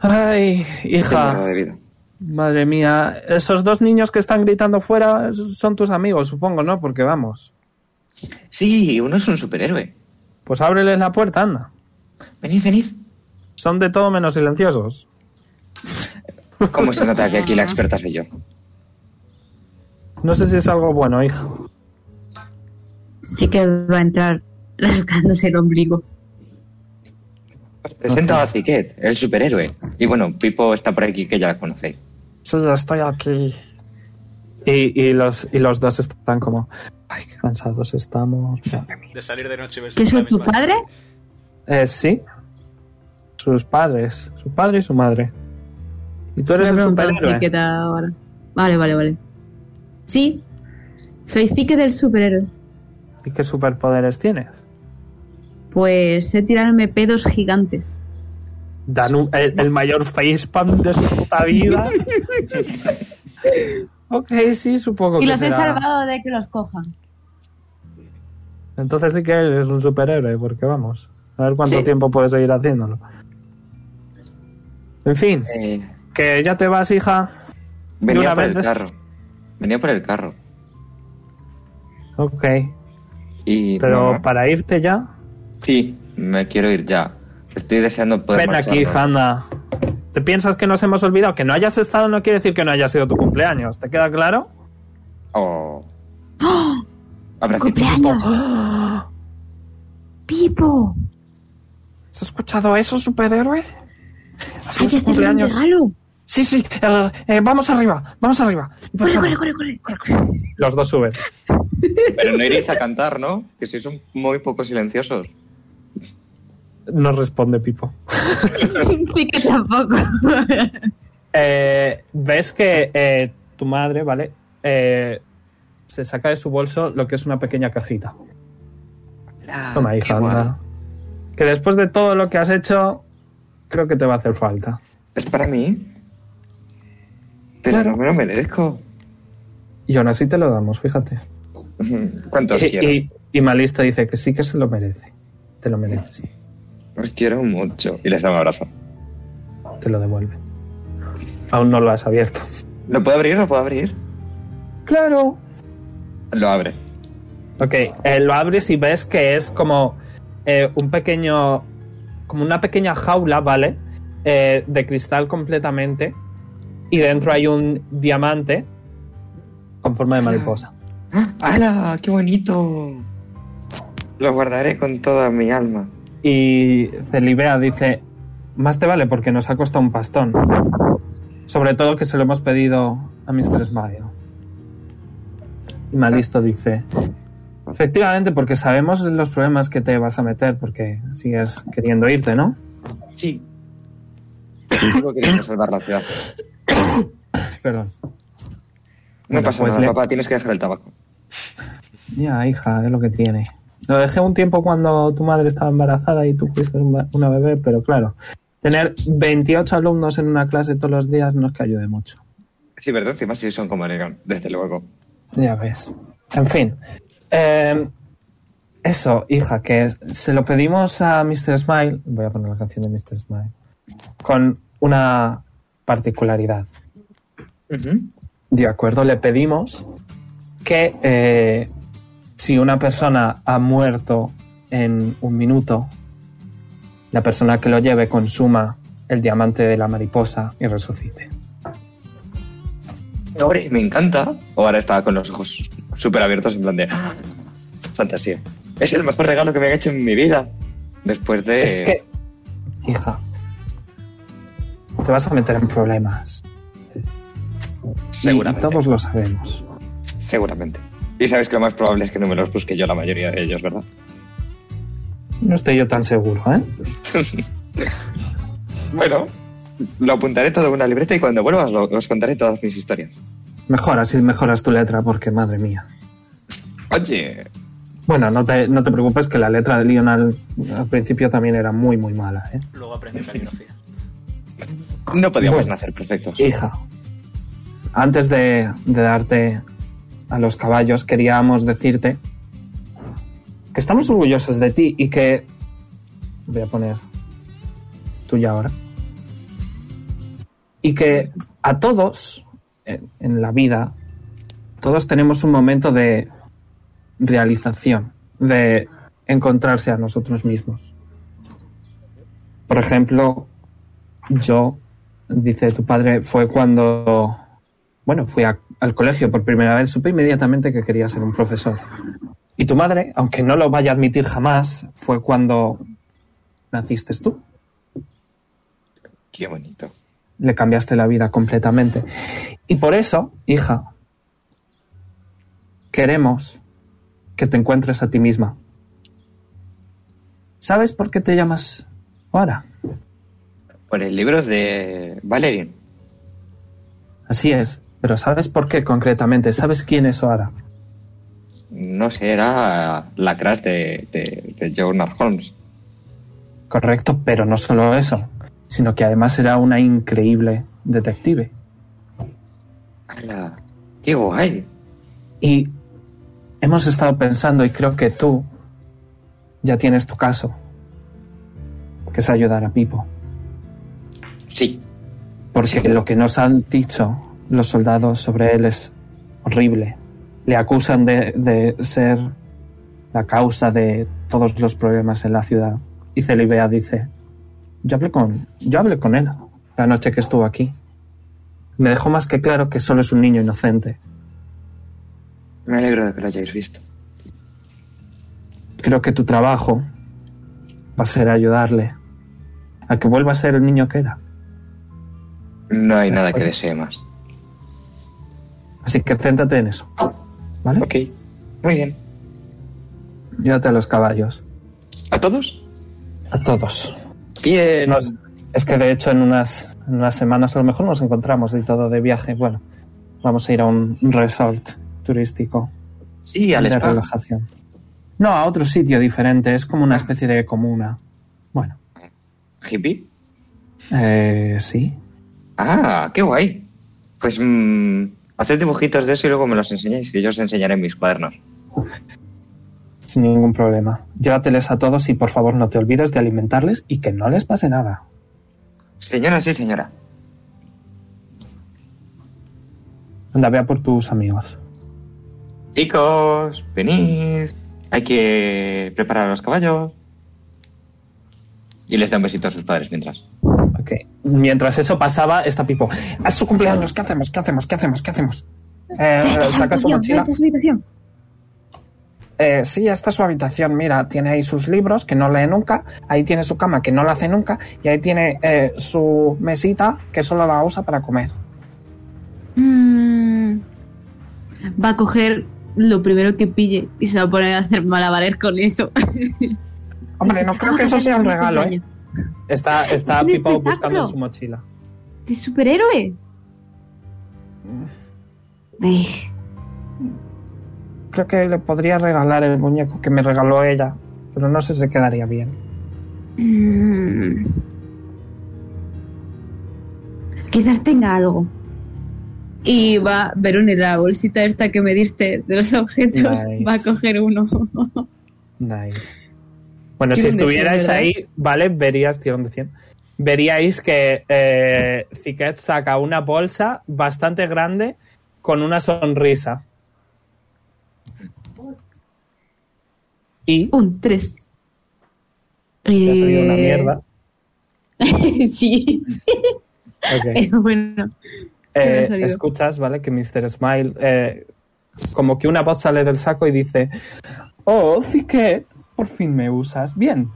Speaker 2: Ay,
Speaker 5: qué mierda
Speaker 2: hija.
Speaker 5: de vida.
Speaker 2: Madre mía. Esos dos niños que están gritando fuera son tus amigos, supongo, ¿no? Porque vamos.
Speaker 5: Sí, uno es un superhéroe.
Speaker 2: Pues ábreles la puerta, anda.
Speaker 5: Venid, venid.
Speaker 2: Son de todo menos silenciosos.
Speaker 5: ¿Cómo se nota que aquí la experta soy yo?
Speaker 2: No sé si es algo bueno, hija.
Speaker 7: Sí que va a entrar rascándose el ombligo.
Speaker 5: Presenta a Ziquet, el superhéroe. Y bueno, Pipo está por aquí que ya la conocéis.
Speaker 2: Sí, estoy aquí. Y, y los, y los dos están como, ay, qué cansados estamos.
Speaker 1: De salir de noche y verse
Speaker 7: ¿Qué
Speaker 1: con
Speaker 7: soy
Speaker 1: la
Speaker 7: tu
Speaker 1: misma-
Speaker 7: padre?
Speaker 2: Eh, sí. Sus padres, su padre y su madre. Y tú
Speaker 7: Se lo
Speaker 2: eres
Speaker 7: he
Speaker 2: el
Speaker 7: preguntado
Speaker 2: superhéroe.
Speaker 7: a Zicket ahora. Vale, vale, vale. Sí, soy Zike del superhéroe.
Speaker 2: ¿Y qué superpoderes tienes?
Speaker 7: Pues sé tirarme pedos gigantes.
Speaker 2: Dan un- el, el mayor facepalm de su puta vida. ok, sí, supongo
Speaker 6: Y
Speaker 2: que
Speaker 6: los he
Speaker 2: será.
Speaker 6: salvado de que los cojan.
Speaker 2: Entonces sí que eres un superhéroe, porque vamos. A ver cuánto
Speaker 7: Sí.
Speaker 2: tiempo puedes seguir haciéndolo. En fin,
Speaker 5: Eh,
Speaker 2: que ya te vas, hija.
Speaker 5: venía
Speaker 2: una
Speaker 5: por el
Speaker 2: vez-
Speaker 5: carro. Venía por el carro.
Speaker 2: Ok,
Speaker 5: Y
Speaker 2: pero
Speaker 5: mamá,
Speaker 2: para irte ya.
Speaker 5: sí, me quiero ir ya. Estoy deseando poder
Speaker 2: Ven aquí,
Speaker 5: marcharnos.
Speaker 2: hija, anda. ¿Te piensas que nos hemos olvidado? Que no hayas estado no quiere decir que no haya sido tu cumpleaños. ¿Te queda claro?
Speaker 5: Oh. Abracito.
Speaker 11: ¡Ah! ¡Cumpleaños! ¡Pipo!
Speaker 2: ¿Has escuchado eso, superhéroe? Ha sido su
Speaker 11: ¡Hay que hacerle un
Speaker 2: cumpleaños.
Speaker 11: regalo!
Speaker 2: Sí, sí. eh, eh, vamos arriba, vamos arriba.
Speaker 11: ¡Corre, corre, corre! corre,
Speaker 2: Los dos suben.
Speaker 5: Pero no iréis a cantar, ¿no? Que sois un- muy poco silenciosos.
Speaker 2: Nos responde Pipo.
Speaker 7: Zicket tampoco.
Speaker 2: Eh, ves que eh, tu madre, ¿vale? Eh, se saca de su bolso lo que es una pequeña cajita.
Speaker 5: Ah,
Speaker 2: Toma, hija, anda. Que después de todo lo que has hecho, creo que te va a hacer falta.
Speaker 5: Es para mí. Pero no me lo merezco.
Speaker 2: Y aún así te lo damos, fíjate.
Speaker 5: ¿Cuántos
Speaker 2: Y,
Speaker 5: quiero?
Speaker 2: y, y Malista dice que sí que se lo merece. Te lo mereces.
Speaker 5: Os quiero mucho. Y les da un abrazo.
Speaker 2: Te lo devuelve. Aún no lo has abierto.
Speaker 5: ¿Lo puedo abrir? ¿Lo puedo abrir?
Speaker 2: Claro.
Speaker 5: Lo abre.
Speaker 2: Ok, eh, lo abres y ves que es como eh, un pequeño. como una pequeña jaula, ¿vale? Eh, de cristal completamente. Y dentro hay un diamante con forma de mariposa.
Speaker 5: ¡Ah! ¡Hala! ¡Qué bonito! Lo guardaré con toda mi alma.
Speaker 2: Y Celibea dice: Más te vale porque nos ha costado un pastón. Sobre todo que se lo hemos pedido a Mistress Mario. Y Malisto dice: Efectivamente, porque sabemos los problemas que te vas a meter porque sigues queriendo irte, ¿no?
Speaker 5: Sí. Sigo queriendo salvar la ciudad.
Speaker 2: Perdón.
Speaker 5: No
Speaker 2: Bueno,
Speaker 5: pasa
Speaker 2: pues
Speaker 5: nada,
Speaker 2: le-
Speaker 5: papá. Tienes que dejar el tabaco.
Speaker 2: Ya, hija, es lo que tiene. Lo dejé un tiempo cuando tu madre estaba embarazada y tú fuiste un ba- una bebé, pero claro, tener 28 alumnos en una clase todos los días no es que ayude mucho.
Speaker 5: Sí, ¿verdad? Encima sí son como Oregon, desde luego.
Speaker 2: Ya ves. En fin. Eh, eso, hija, que se lo pedimos a Mr. Smile. Voy a poner la canción de Mr. Smile. Con una particularidad. De acuerdo, le pedimos que eh, si una persona ha muerto en un minuto, la persona que lo lleve consuma el diamante de la mariposa y resucite.
Speaker 5: Hombre, me encanta. O ahora estaba con los ojos súper abiertos en plan de... ¡ah! Fantasía. Es el mejor regalo que me han hecho en mi vida. Después de...
Speaker 2: Es que, hija, te vas a meter en problemas. Y
Speaker 5: Seguramente.
Speaker 2: todos lo sabemos.
Speaker 5: Seguramente. Y sabes que lo más probable es que no me los busque yo la mayoría de ellos, ¿verdad?
Speaker 2: No estoy yo tan seguro, ¿eh?
Speaker 5: Bueno, lo apuntaré todo en una libreta y cuando vuelvas lo- os contaré todas mis historias.
Speaker 2: Mejora, si mejoras tu letra, porque madre mía.
Speaker 5: Oye,
Speaker 2: Bueno, no te, no te preocupes que la letra de Leon al, al principio también era muy, muy mala, ¿eh?
Speaker 1: Luego aprende caligrafía.
Speaker 5: no podíamos
Speaker 2: Bueno.
Speaker 5: nacer perfectos.
Speaker 2: Hija, antes de, de darte a los caballos, queríamos decirte que estamos orgullosos de ti y que... Voy a poner tuya ahora. Y que a todos en, en la vida, todos tenemos un momento de realización, de encontrarse a nosotros mismos. Por ejemplo, yo, dice tu padre, fue cuando, bueno, fui a- al colegio por primera vez, supe inmediatamente que quería ser un profesor. Y tu madre, aunque no lo vaya a admitir jamás, fue cuando naciste tú.
Speaker 5: Qué bonito.
Speaker 2: Le cambiaste la vida completamente. Y por eso, hija, queremos que te encuentres a ti misma. ¿Sabes por qué te llamas ahora?
Speaker 5: Por el libro de Valerian.
Speaker 2: Así es. Pero ¿sabes por qué concretamente? ¿Sabes quién es Oara?
Speaker 5: No sé, era la crash de, de, de Journal Holmes.
Speaker 2: Correcto, pero no solo eso, sino que además era una increíble detective.
Speaker 5: ¡Hala! ¡Qué guay!
Speaker 2: Y hemos estado pensando, y creo que tú ya tienes tu caso, que es ayudar a Pipo.
Speaker 5: Sí,
Speaker 2: Porque lo que nos han dicho los soldados sobre él es horrible. Le acusan de, de ser la causa de todos los problemas en la ciudad. Y Celibea dice, yo hablé con, yo hablé con él la noche que estuvo aquí. Me dejó más que claro que solo es un niño inocente.
Speaker 5: me alegro de que lo hayáis visto.
Speaker 2: Creo que tu trabajo va a ser ayudarle a que vuelva a ser el niño que era.
Speaker 5: No hay nada que desee más.
Speaker 2: Así que céntrate en eso. ¿Vale?
Speaker 5: Ok, muy bien.
Speaker 2: Llévate a los caballos.
Speaker 5: ¿A todos?
Speaker 2: A todos.
Speaker 5: Bien.
Speaker 2: Nos- es que de hecho en unas, en unas semanas a lo mejor nos encontramos y todo de viaje. Bueno, vamos a ir a un resort turístico
Speaker 5: Sí, al
Speaker 2: de
Speaker 5: spa.
Speaker 2: relajación. No, a otro sitio diferente. Es como una
Speaker 5: Ah.
Speaker 2: especie de comuna. Bueno,
Speaker 5: ¿Hippie?
Speaker 2: eh, sí.
Speaker 5: Ah, qué guay. Pues mm, haced dibujitos de eso y luego me los enseñáis, que yo os enseñaré en mis cuadernos.
Speaker 2: Sin ningún problema. Llévateles a todos y por favor no te olvides de alimentarles y que no les pase nada.
Speaker 5: Señora, sí, señora.
Speaker 2: Anda, vea por tus amigos.
Speaker 5: Chicos, venid. Hay que preparar a los caballos. Y les da un besito a sus padres mientras.
Speaker 2: Ok. Mientras eso pasaba, esta Pipo. "Ah, ¡Es su cumpleaños! ¿Qué hacemos? ¿Qué hacemos? ¿Qué hacemos? ¿Qué hacemos? Eh,
Speaker 11: Ya está en su
Speaker 2: saca su
Speaker 11: habitación, ya
Speaker 2: mochila.
Speaker 11: está en su habitación.
Speaker 2: Eh, sí, esta es su habitación. Mira, tiene ahí sus libros que no lee nunca. Ahí tiene su cama que no la hace nunca. Y ahí tiene eh, su mesita que solo la usa para comer.
Speaker 6: Mm. Va a coger lo primero que pille y se va a poner a hacer malabares con eso.
Speaker 2: Hombre, no creo que eso sea un regalo, ¿eh? Está, está
Speaker 11: Es un
Speaker 2: Pipo buscando
Speaker 11: espectáculo.
Speaker 2: su mochila.
Speaker 11: ¿De superhéroe?
Speaker 2: Mm.
Speaker 11: Ay,
Speaker 2: Creo que le podría regalar el muñeco que me regaló ella. Pero no sé si quedaría bien.
Speaker 11: mm. Quizás tenga algo.
Speaker 6: Y va, Verón, en la bolsita esta que me diste de los objetos,
Speaker 2: Nice.
Speaker 6: va a coger uno.
Speaker 2: Nice. Bueno, si
Speaker 6: Tirón de cien,
Speaker 2: estuvierais
Speaker 6: ¿verdad?
Speaker 2: ahí, ¿vale? Verías, tirón de 100. Veríais que eh, Ziquet saca una bolsa bastante grande con una sonrisa. Y
Speaker 6: Un tres.
Speaker 2: te ha salido una
Speaker 6: Eh,
Speaker 2: mierda.
Speaker 6: sí,
Speaker 2: Ok.
Speaker 6: pero bueno.
Speaker 2: Eh,
Speaker 6: ha salido?
Speaker 2: escuchas, ¿vale? Que Mr. Smile, eh, como que una voz sale del saco y dice: Oh, Ziquet, por fin me usas. Bien.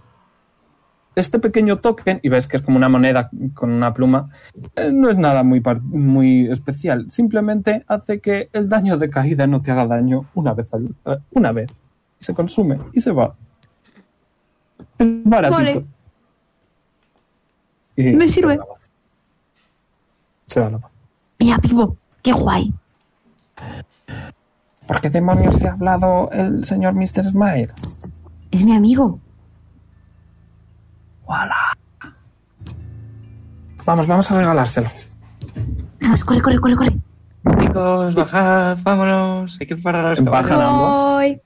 Speaker 2: este pequeño token, y ves que es como una moneda con una pluma, eh, no es nada muy, par- muy especial. Simplemente hace que el daño de caída no te haga daño una vez. al- eh, una vez. Se consume y se va. Es baratito.
Speaker 7: Vale.
Speaker 2: Y
Speaker 7: Me
Speaker 2: se
Speaker 7: sirve.
Speaker 2: va la voz. Se va la voz.
Speaker 11: Mira, Pipo, qué guay.
Speaker 2: ¿Por qué demonios te ha hablado el señor Mr. Smile?
Speaker 11: Es mi amigo.
Speaker 2: Vamos, vamos a regalárselo.
Speaker 11: Vamos, corre, corre, corre, corre.
Speaker 5: Chicos, bajad, vámonos. Hay que parar a los
Speaker 2: Bajan
Speaker 5: caballos.
Speaker 2: ambos.
Speaker 4: Voy.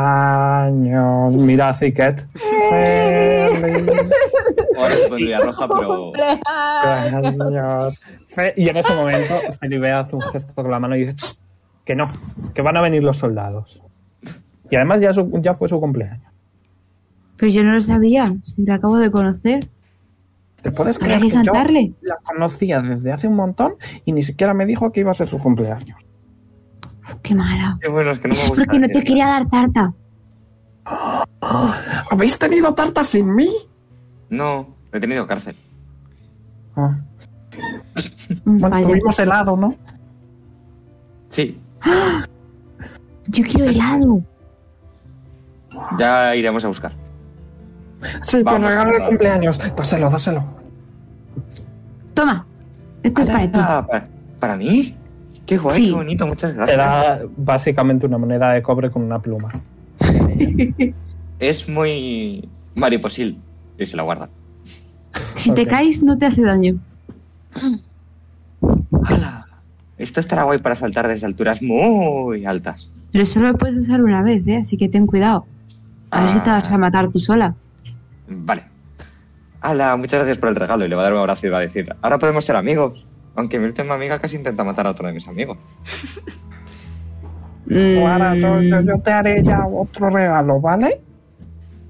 Speaker 2: Cumpleaños. Mira, así que. Feliz
Speaker 5: Ahora se pondría roja, pero.
Speaker 2: cumpleaños. Fe- y en ese momento, Felipe hace un gesto con la mano y dice: "Tss, Que no, que van a venir los soldados. Y además ya, su- ya fue su cumpleaños.
Speaker 11: Pero yo no lo sabía, si lo acabo de conocer.
Speaker 2: ¿Te puedes
Speaker 11: Habrá
Speaker 2: creer
Speaker 11: que
Speaker 2: que yo
Speaker 11: cantarle.
Speaker 2: la conocía desde hace un montón y ni siquiera me dijo que iba a ser su cumpleaños?
Speaker 11: Qué mala.
Speaker 5: Qué bueno, es pues, que no me
Speaker 11: Es
Speaker 5: gusta.
Speaker 11: porque no te
Speaker 5: decirlo.
Speaker 11: quería dar tarta.
Speaker 2: ¿Habéis tenido tartas sin mí?
Speaker 5: No, he tenido cárcel.
Speaker 2: Ah,
Speaker 11: Mm,
Speaker 2: bueno,
Speaker 11: Vaya.
Speaker 2: tuvimos helado, ¿no?
Speaker 5: Sí,
Speaker 11: Yo quiero helado.
Speaker 5: ya iremos a buscar.
Speaker 2: Sí, por
Speaker 5: Vamos,
Speaker 2: regalo de
Speaker 5: vale.
Speaker 2: cumpleaños. Dáselo, dáselo.
Speaker 11: Toma. Esto es para ti.
Speaker 5: Ah, ¿Para, para mí? Qué guay,
Speaker 11: Sí.
Speaker 5: qué bonito, muchas
Speaker 2: Te
Speaker 5: gracias.
Speaker 2: da básicamente una moneda de cobre con una pluma.
Speaker 5: Es muy mariposil. Y se la guarda.
Speaker 11: Si
Speaker 2: ok.
Speaker 11: te caes, no te hace daño.
Speaker 5: ¡Hala! Esto estará guay para saltar desde alturas muy altas.
Speaker 11: Pero solo lo puedes usar una vez, ¿eh? Así que ten cuidado. A ver si te
Speaker 5: Ah.
Speaker 11: vas a matar tú sola.
Speaker 5: Vale. ¡Hala! Muchas gracias por el regalo. Y le va a dar un abrazo y va a decir: Ahora podemos ser amigos. Aunque mi última amiga casi intenta matar a otro de mis amigos.
Speaker 2: Ahora yo, yo-
Speaker 11: Mm,
Speaker 2: yo te haré ya otro regalo, ¿vale?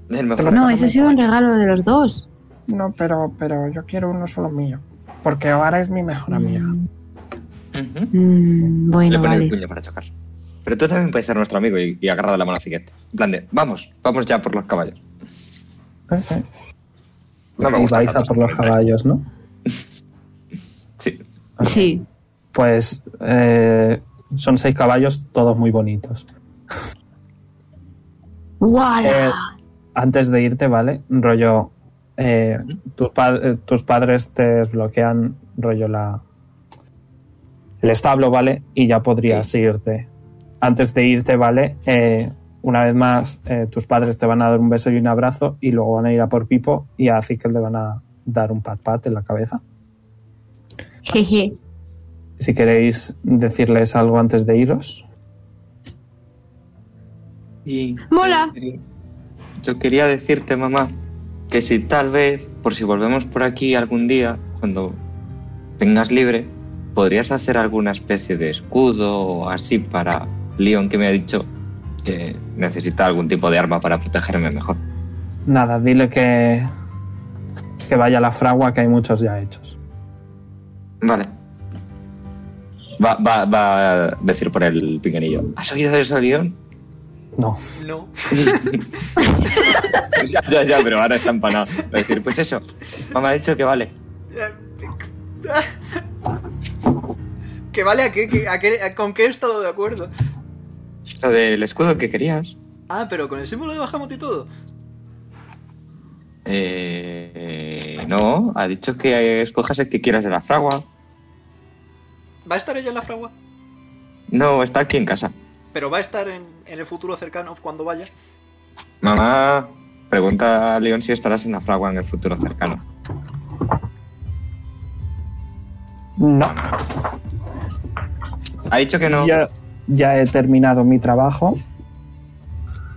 Speaker 5: El mejor
Speaker 11: no,
Speaker 5: regalo.
Speaker 11: ese ha sido un regalo de los dos.
Speaker 2: No, pero, pero yo quiero uno solo mío. Porque ahora es mi mejor amiga.
Speaker 5: Ujú.
Speaker 11: Mm,
Speaker 5: Le
Speaker 11: bueno,
Speaker 5: pone el
Speaker 11: vale.
Speaker 5: puño para chocar. Pero tú también puedes ser nuestro amigo y, y agarra la mano siguiente. En plan de, vamos, vamos ya por los caballos.
Speaker 2: Eh, eh.
Speaker 5: No me
Speaker 2: Y
Speaker 5: gusta.
Speaker 2: vais a por los caballos, ¿no?
Speaker 5: ¿eh? Sí.
Speaker 2: Ok.
Speaker 11: Sí.
Speaker 2: Pues eh, son seis caballos, todos muy bonitos. Eh,
Speaker 11: ¡Wala!
Speaker 2: antes de irte, ¿vale? Rollo, eh, tus, pa- eh, tus padres te desbloquean, rollo, la el establo, ¿vale? Y ya podrías irte. Antes de irte, ¿vale? Eh, una vez más, eh, tus padres te van a dar un beso y un abrazo y luego van a ir a por Pipo y a que le van a dar un pat-pat en la cabeza.
Speaker 11: Jeje.
Speaker 2: Si queréis decirles algo antes de iros.
Speaker 5: Y
Speaker 11: Mola.
Speaker 5: yo quería decirte, mamá, que si tal vez, por si volvemos por aquí algún día, cuando tengas libre, podrías hacer alguna especie de escudo o así para Leon, que me ha dicho que necesita algún tipo de arma para protegerme mejor.
Speaker 2: Nada, dile que, que vaya a la fragua, que hay muchos ya hechos.
Speaker 5: Vale. Va, va, va a decir por el pinganillo. ¿Has oído de eso, Leon?
Speaker 2: No.
Speaker 1: No.
Speaker 5: ya, ya, ya, pero ahora está empanado. Va a decir, pues eso, mamá ha dicho que vale.
Speaker 1: ¿Que vale a qué? ¿Que- a qué- a- ¿Con qué he estado de acuerdo?
Speaker 5: Lo del escudo que querías.
Speaker 1: Ah, pero con el símbolo de Bahamut y todo.
Speaker 5: Eh, no, ha dicho que escojas el que quieras de la fragua.
Speaker 1: ¿Va a estar ella en la fragua?
Speaker 5: No, está aquí en casa.
Speaker 1: Pero va a estar en, en el futuro cercano cuando vaya.
Speaker 5: Mamá, pregunta a León si estarás en la fragua en el futuro cercano.
Speaker 2: No.
Speaker 5: Ha dicho que no,
Speaker 2: Ya, ya he terminado mi trabajo.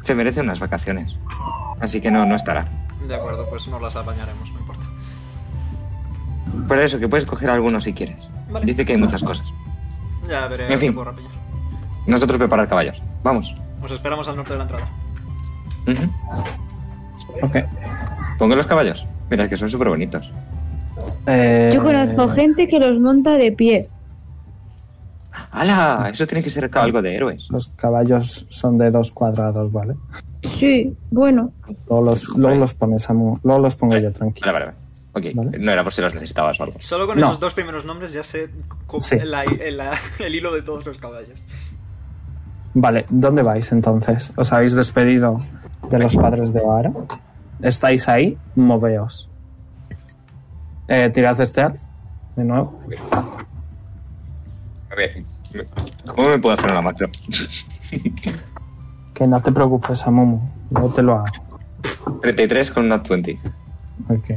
Speaker 5: se merece unas vacaciones. Así que no, no estará.
Speaker 1: De acuerdo, pues nos las apañaremos, no importa.
Speaker 5: Por eso, que puedes coger alguno si quieres.
Speaker 1: Vale.
Speaker 5: Dice que hay muchas cosas.
Speaker 1: Ya veré
Speaker 5: En
Speaker 1: qué
Speaker 5: fin.
Speaker 1: puedo rapiñar.
Speaker 5: Nosotros preparar caballos. Vamos.
Speaker 1: Os esperamos al norte de la entrada.
Speaker 5: Ujú.
Speaker 2: Ok.
Speaker 5: Pongo los caballos. Mira, que son súper bonitos.
Speaker 2: Eh,
Speaker 4: Yo conozco gente que los monta de pie.
Speaker 5: ¡Hala! Eso tiene que ser algo de héroes.
Speaker 2: Los caballos son de dos cuadrados, ¿vale?
Speaker 4: Sí, bueno.
Speaker 2: Luego los, luego los pones, Samu. Luego los pongo yo, tranquilo.
Speaker 5: Vale, vale, vale. Ok, no era por si los necesitabas o algo.
Speaker 1: Solo con
Speaker 2: No.
Speaker 1: esos dos primeros nombres ya sé co-
Speaker 2: Sí.
Speaker 1: la- la- el hilo de todos los caballos.
Speaker 2: Vale, ¿dónde vais entonces? ¿Os habéis despedido de los padres de Oara? ¿Estáis ahí? Moveos. Eh, tirad stealth, de nuevo.
Speaker 5: A ver, ¿cómo me puedo hacer una macro?
Speaker 2: Que no te preocupes, Samumu. Yo te lo hago.
Speaker 5: 33 con una 20.
Speaker 2: Ok.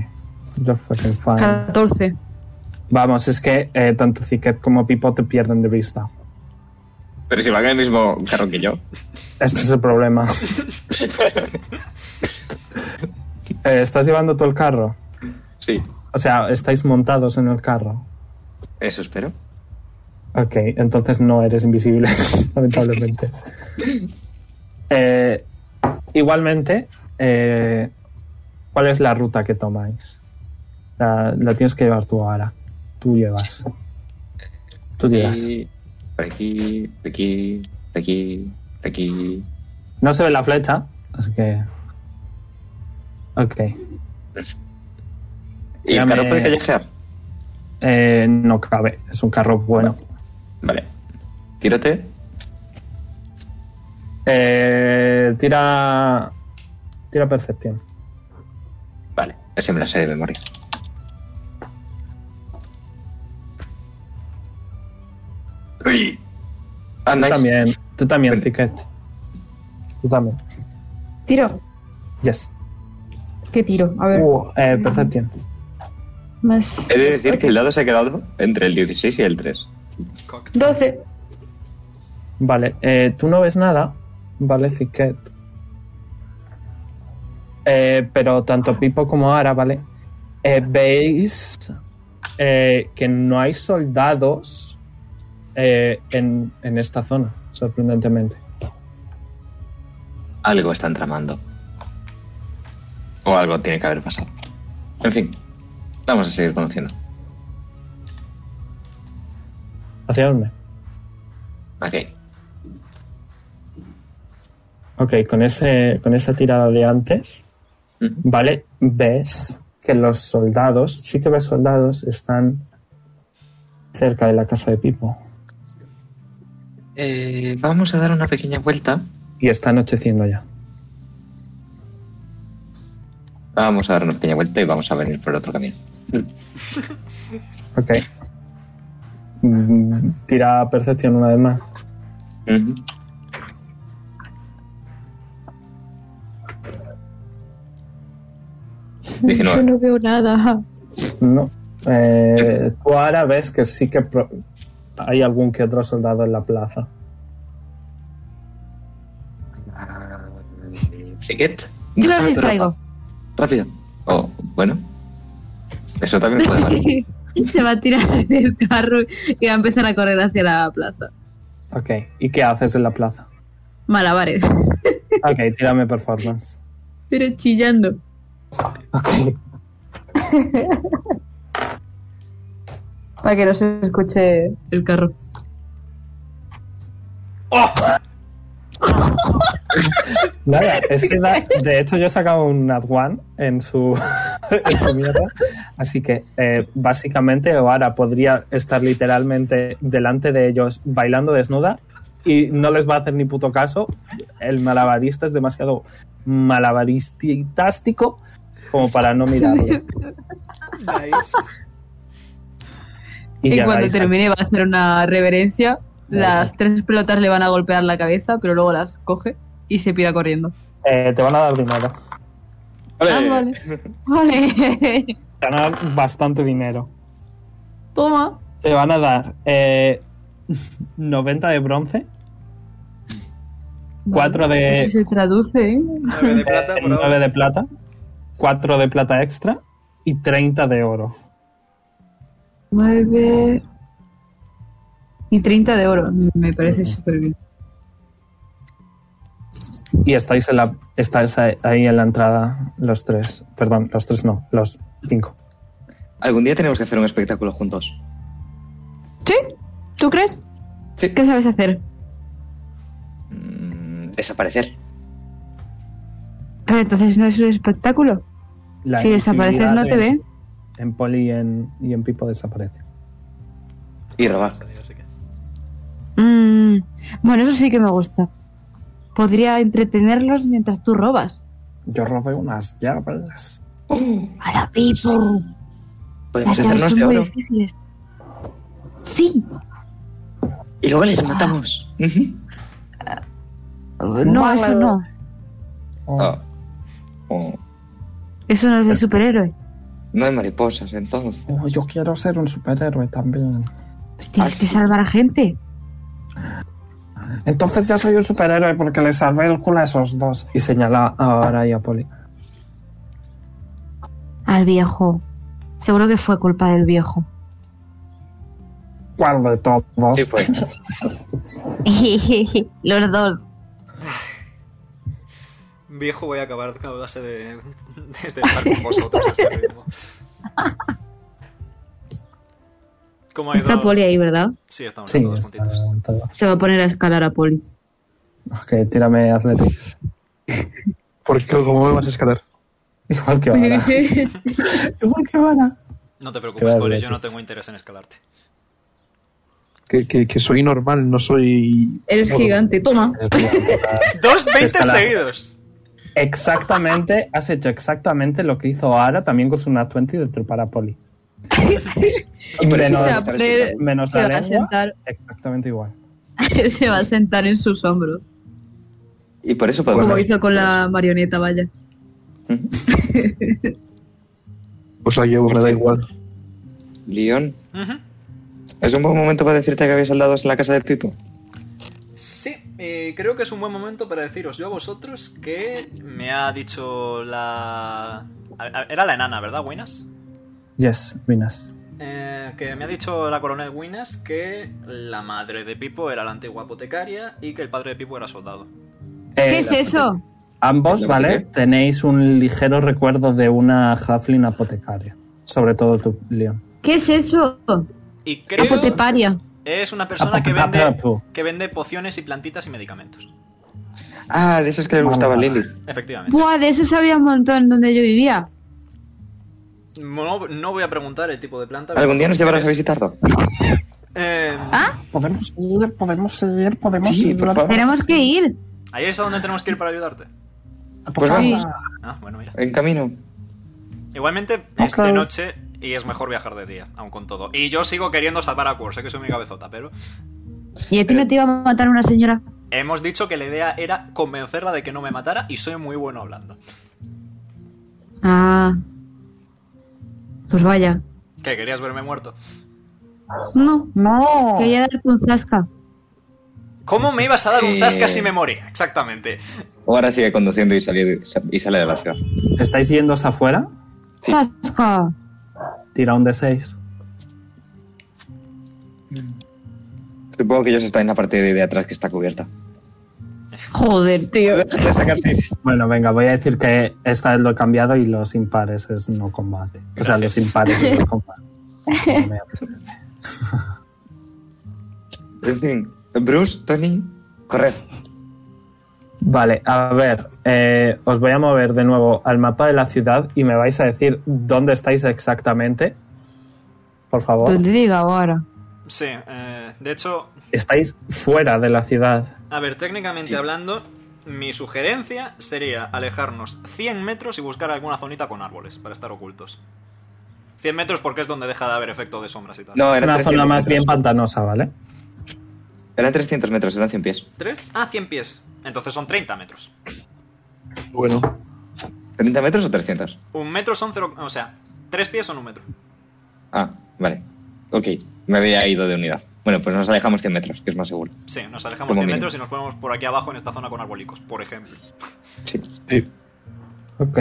Speaker 2: You're fucking fine.
Speaker 6: Ah.
Speaker 7: 14.
Speaker 2: Vamos, es que eh, tanto Ziquet como Pipo te pierden de vista.
Speaker 5: Pero si van en el mismo carro que yo.
Speaker 2: Este es el problema. Eh, ¿Estás llevando tú el carro?
Speaker 5: Sí,
Speaker 2: O sea, estáis montados en el carro.
Speaker 5: eso espero.
Speaker 2: Ok, entonces no eres invisible, lamentablemente. Eh, igualmente, eh, ¿cuál es la ruta que tomáis? La, la tienes que llevar tú ahora. Tú llevas. Tú dirás.
Speaker 5: Y por aquí, por aquí, por aquí, por aquí.
Speaker 2: No se ve la flecha, así que. Ok.
Speaker 5: ¿Y el
Speaker 2: Llame-
Speaker 5: carro puede callejear?
Speaker 2: Eh, no cabe, es un carro bueno.
Speaker 5: Vale. Tírate.
Speaker 2: Eh, tira. Tira percepción.
Speaker 5: Vale, ese me lo sé de memoria. Uy. Ah,
Speaker 2: Tú
Speaker 5: nice.
Speaker 2: también, tú también, Ticket. Tú también.
Speaker 7: Tiro.
Speaker 2: Yes.
Speaker 7: ¿Qué tiro? A ver.
Speaker 2: Uh, eh, percepción.
Speaker 7: Más.
Speaker 5: He de decir que el dado se ha quedado entre el 16 y el 3.
Speaker 7: 12.
Speaker 2: Vale, eh, tú no ves nada, ¿vale, Ziquet? Eh, pero tanto Pipo como Ara, ¿vale? Eh, veis eh, que no hay soldados eh, en, en esta zona, sorprendentemente.
Speaker 5: Algo están tramando. O algo tiene que haber pasado. En fin, vamos a seguir conociendo.
Speaker 2: ¿Hacia dónde?
Speaker 5: Hacia ahí.
Speaker 2: Ok, con, ese, con esa tirada de antes,
Speaker 5: Ujú.
Speaker 2: ¿vale? Ves que los soldados, sí que ves soldados, están cerca de la casa de Pipo.
Speaker 5: Eh, vamos a dar una pequeña vuelta.
Speaker 2: Y está anocheciendo ya.
Speaker 5: Vamos a dar una pequeña vuelta y vamos a venir por otro camino.
Speaker 2: Ok. Mm, Tira percepción una vez más.
Speaker 5: Ujú.
Speaker 11: Yo
Speaker 5: 19.
Speaker 11: no veo nada.
Speaker 2: No. Eh, tú ahora ves que sí que pro- hay algún que otro soldado en la plaza.
Speaker 5: Siget.
Speaker 7: Yo los distraigo.
Speaker 5: Rápido. Oh, bueno. Eso también puede valer.
Speaker 7: Se va a tirar del carro y va a empezar a correr hacia la plaza.
Speaker 2: Ok. ¿Y qué haces en la plaza?
Speaker 7: Malabares.
Speaker 2: Ok, tírame performance.
Speaker 7: Pero chillando.
Speaker 2: Ok.
Speaker 6: Para que no se escuche
Speaker 7: El carro.
Speaker 2: Nada, es que da- de hecho yo he sacado un Nat One en su, en su mierda. Así que eh, básicamente ahora podría estar literalmente delante de ellos bailando desnuda y no les va a hacer ni puto caso. El malabarista es demasiado malabaristitástico como para no mirarlo.
Speaker 1: Nice.
Speaker 2: Y
Speaker 7: Y, cuando
Speaker 2: llegáis a-
Speaker 7: termine va a hacer una reverencia. Las tres pelotas le van a golpear la cabeza, pero luego las coge y se pira corriendo.
Speaker 2: Eh, te van a dar dinero.
Speaker 7: Ah, vale. Vale.
Speaker 2: Te van a dar bastante dinero.
Speaker 7: Toma.
Speaker 2: Te van a dar eh, 90 de bronce, 4 de,
Speaker 7: Eso se traduce, ¿eh?
Speaker 1: 9 de plata por
Speaker 2: 9
Speaker 1: ahora.
Speaker 2: de plata, 4 de plata extra y 30 de oro.
Speaker 7: 9 y 30 de oro. Me parece súper bien.
Speaker 2: Y estáis, en la, estáis ahí- ahí en la entrada los tres. Perdón, los tres no, los cinco.
Speaker 5: Algún día tenemos que hacer un espectáculo juntos.
Speaker 7: ¿Sí? ¿Tú crees?
Speaker 5: Sí.
Speaker 6: ¿Qué sabes hacer?
Speaker 5: Mm, desaparecer.
Speaker 6: Pero entonces no es un espectáculo.
Speaker 2: La
Speaker 6: si desapareces
Speaker 2: invisibilidad
Speaker 6: no te
Speaker 2: en-
Speaker 6: ve.
Speaker 2: En Poli y en, y en Pipo desaparece.
Speaker 5: Y
Speaker 2: Ah.
Speaker 5: robar.
Speaker 6: Mm, bueno, eso sí que me gusta. Podría entretenerlos mientras tú robas.
Speaker 2: Yo robé unas llaves.
Speaker 6: A la Pipo.
Speaker 5: Podemos
Speaker 6: Las llaves
Speaker 5: hacernos
Speaker 6: son
Speaker 5: de
Speaker 6: muy
Speaker 5: oro.
Speaker 6: difíciles. Sí.
Speaker 5: Y luego les matamos. Ujú.
Speaker 6: No, eso no.
Speaker 5: Ah. Oh.
Speaker 6: Eso no es de superhéroe.
Speaker 5: No hay mariposas, entonces.
Speaker 2: Oh, yo quiero ser un superhéroe también.
Speaker 6: Pues tienes que salvar a gente.
Speaker 2: Entonces ya soy un superhéroe porque le salvé el culo a esos dos. Y señala ahora y a Poli.
Speaker 6: Al viejo. Seguro que fue culpa del viejo.
Speaker 2: ¿Cuál de todos?
Speaker 5: Sí, pues.
Speaker 6: Los dos.
Speaker 1: Viejo, voy a acabar con la base de, de estar con vosotros a este ritmo. ¿Cómo ha ido?
Speaker 4: Está Poli ahí, ¿verdad?
Speaker 1: Sí, estamos
Speaker 2: Sí,
Speaker 1: todos
Speaker 2: está
Speaker 1: juntitos.
Speaker 2: todo.
Speaker 4: Se va a poner a escalar a Poli.
Speaker 2: Ok, tírame Athletics.
Speaker 3: Porque como me vas a escalar.
Speaker 2: Igual que
Speaker 4: Pues yo
Speaker 2: ahora.
Speaker 4: qué sé.
Speaker 2: Igual que ahora.
Speaker 1: No te preocupes,
Speaker 2: Claro,
Speaker 1: Poli, yo
Speaker 2: gracias.
Speaker 1: no tengo interés en escalarte.
Speaker 3: Que, que, que soy normal, no soy.
Speaker 4: Eres
Speaker 3: Bueno,
Speaker 4: gigante. Toma.
Speaker 1: ¡Dos 20
Speaker 2: Escalar.
Speaker 1: seguidos!
Speaker 2: Exactamente, has hecho exactamente lo que hizo Ara también con su Nat 20 de trepar a Poli.
Speaker 5: no,
Speaker 2: menos
Speaker 7: se, va a
Speaker 5: está
Speaker 7: poner-
Speaker 2: menos
Speaker 7: se
Speaker 2: la
Speaker 7: va a
Speaker 2: lengua,
Speaker 7: sentar,
Speaker 2: exactamente igual.
Speaker 7: se va a sentar en sus hombros.
Speaker 5: Y por eso podemos.
Speaker 7: Como hizo con la marioneta, vaya.
Speaker 5: Ujú.
Speaker 3: Pues la llevo, me da igual.
Speaker 5: León,
Speaker 1: Ujú.
Speaker 5: es un buen momento para decirte que había soldados en la casa del Pipo.
Speaker 1: Sí, eh, creo que es un buen momento para deciros yo a vosotros que me ha dicho la... a- a- Era la enana, ¿verdad, Buenas?
Speaker 2: Yes, Minas.
Speaker 1: Eh, que me ha dicho la coronel Winas que la madre de Pipo era la antigua apotecaria y que el padre de Pipo era soldado.
Speaker 2: Eh,
Speaker 6: ¿Qué es eso?
Speaker 2: Ambos,
Speaker 5: La
Speaker 2: ¿vale?
Speaker 5: apotecaria.
Speaker 2: Tenéis un ligero recuerdo de una Huffling apotecaria. Sobre todo tú, Leon.
Speaker 6: ¿Qué es eso?
Speaker 1: Y creo
Speaker 6: Apoteparia.
Speaker 1: es una persona que vende, que vende pociones y plantitas y medicamentos.
Speaker 5: Ah, de esos que le
Speaker 2: Mamá.
Speaker 5: gustaba a Lilith.
Speaker 1: Efectivamente.
Speaker 6: Buah, de eso sabía un montón donde yo vivía.
Speaker 1: No, no voy a preguntar el tipo de planta.
Speaker 5: Algún día nos llevarás a visitarlo.
Speaker 1: Eh,
Speaker 2: Podemos seguir, podemos seguir, podemos
Speaker 5: Sí,
Speaker 2: seguir.
Speaker 5: por favor.
Speaker 6: Tenemos que ir.
Speaker 1: Ahí es a donde tenemos que ir para ayudarte.
Speaker 2: a tu
Speaker 5: Pues
Speaker 2: casa.
Speaker 5: vamos.
Speaker 1: Ah, bueno, mira.
Speaker 5: En camino.
Speaker 1: Igualmente es de noche y es mejor viajar de día, aun con todo. Y yo sigo queriendo salvar a Quor, sé que soy mi cabezota, pero
Speaker 6: ¿Y a ti no te iba a matar una señora?
Speaker 1: hemos dicho que la idea era convencerla de que no me matara y soy muy bueno hablando.
Speaker 6: Ah. Pues vaya.
Speaker 1: ¿Qué? ¿Querías verme muerto?
Speaker 6: No,
Speaker 2: No.
Speaker 6: quería darte un zasca.
Speaker 1: ¿Cómo me ibas a dar un
Speaker 5: Eh.
Speaker 1: zasca si me moría? Exactamente.
Speaker 5: O ahora sigue conduciendo y, salir, y sale de la ciudad.
Speaker 2: ¿Estáis yendo hacia afuera?
Speaker 5: Sí.
Speaker 6: ¡Zasca!
Speaker 2: Tira un D6.
Speaker 5: Supongo que ellos están en la parte de, de atrás que está cubierta.
Speaker 6: Joder, tío.
Speaker 5: Déjale sacar seis.
Speaker 2: Bueno, venga, voy a decir que esta vez lo he cambiado y los impares es no combate. O sea, los
Speaker 1: Gracias.
Speaker 2: impares es no combate. No me-
Speaker 5: En fin, Bruce, Tony, corred.
Speaker 2: Vale, a ver, eh, os voy a mover de nuevo al mapa de la ciudad y me vais a decir dónde estáis exactamente. Por favor,
Speaker 6: Donde diga ahora.
Speaker 1: Sí, eh, de hecho,
Speaker 2: estáis fuera de la ciudad.
Speaker 1: a ver, técnicamente hablando, mi sugerencia sería alejarnos 100 metros y buscar alguna zonita con árboles para estar ocultos. 100 metros porque es donde deja de haber efecto de sombras y tal.
Speaker 5: No,
Speaker 2: Es
Speaker 5: era
Speaker 2: una
Speaker 5: 300
Speaker 2: zona más bien
Speaker 5: metros.
Speaker 2: pantanosa, ¿vale?
Speaker 5: Eran 300 metros, eran 100 pies.
Speaker 1: ¿Tres? Ah, 100 pies. Entonces son 30 metros.
Speaker 3: Bueno,
Speaker 5: ¿30 metros o 300?
Speaker 1: Un metro son cero... O sea, tres pies son un metro.
Speaker 5: Ah, vale. Ok, me había ido de unidad. Bueno, pues nos alejamos 100 metros, que es más seguro.
Speaker 1: Sí, nos alejamos
Speaker 5: Como
Speaker 1: 100
Speaker 5: mínimo.
Speaker 1: metros y nos ponemos por aquí abajo en esta zona con arbolicos, por ejemplo.
Speaker 5: Sí.
Speaker 3: sí.
Speaker 2: Ok.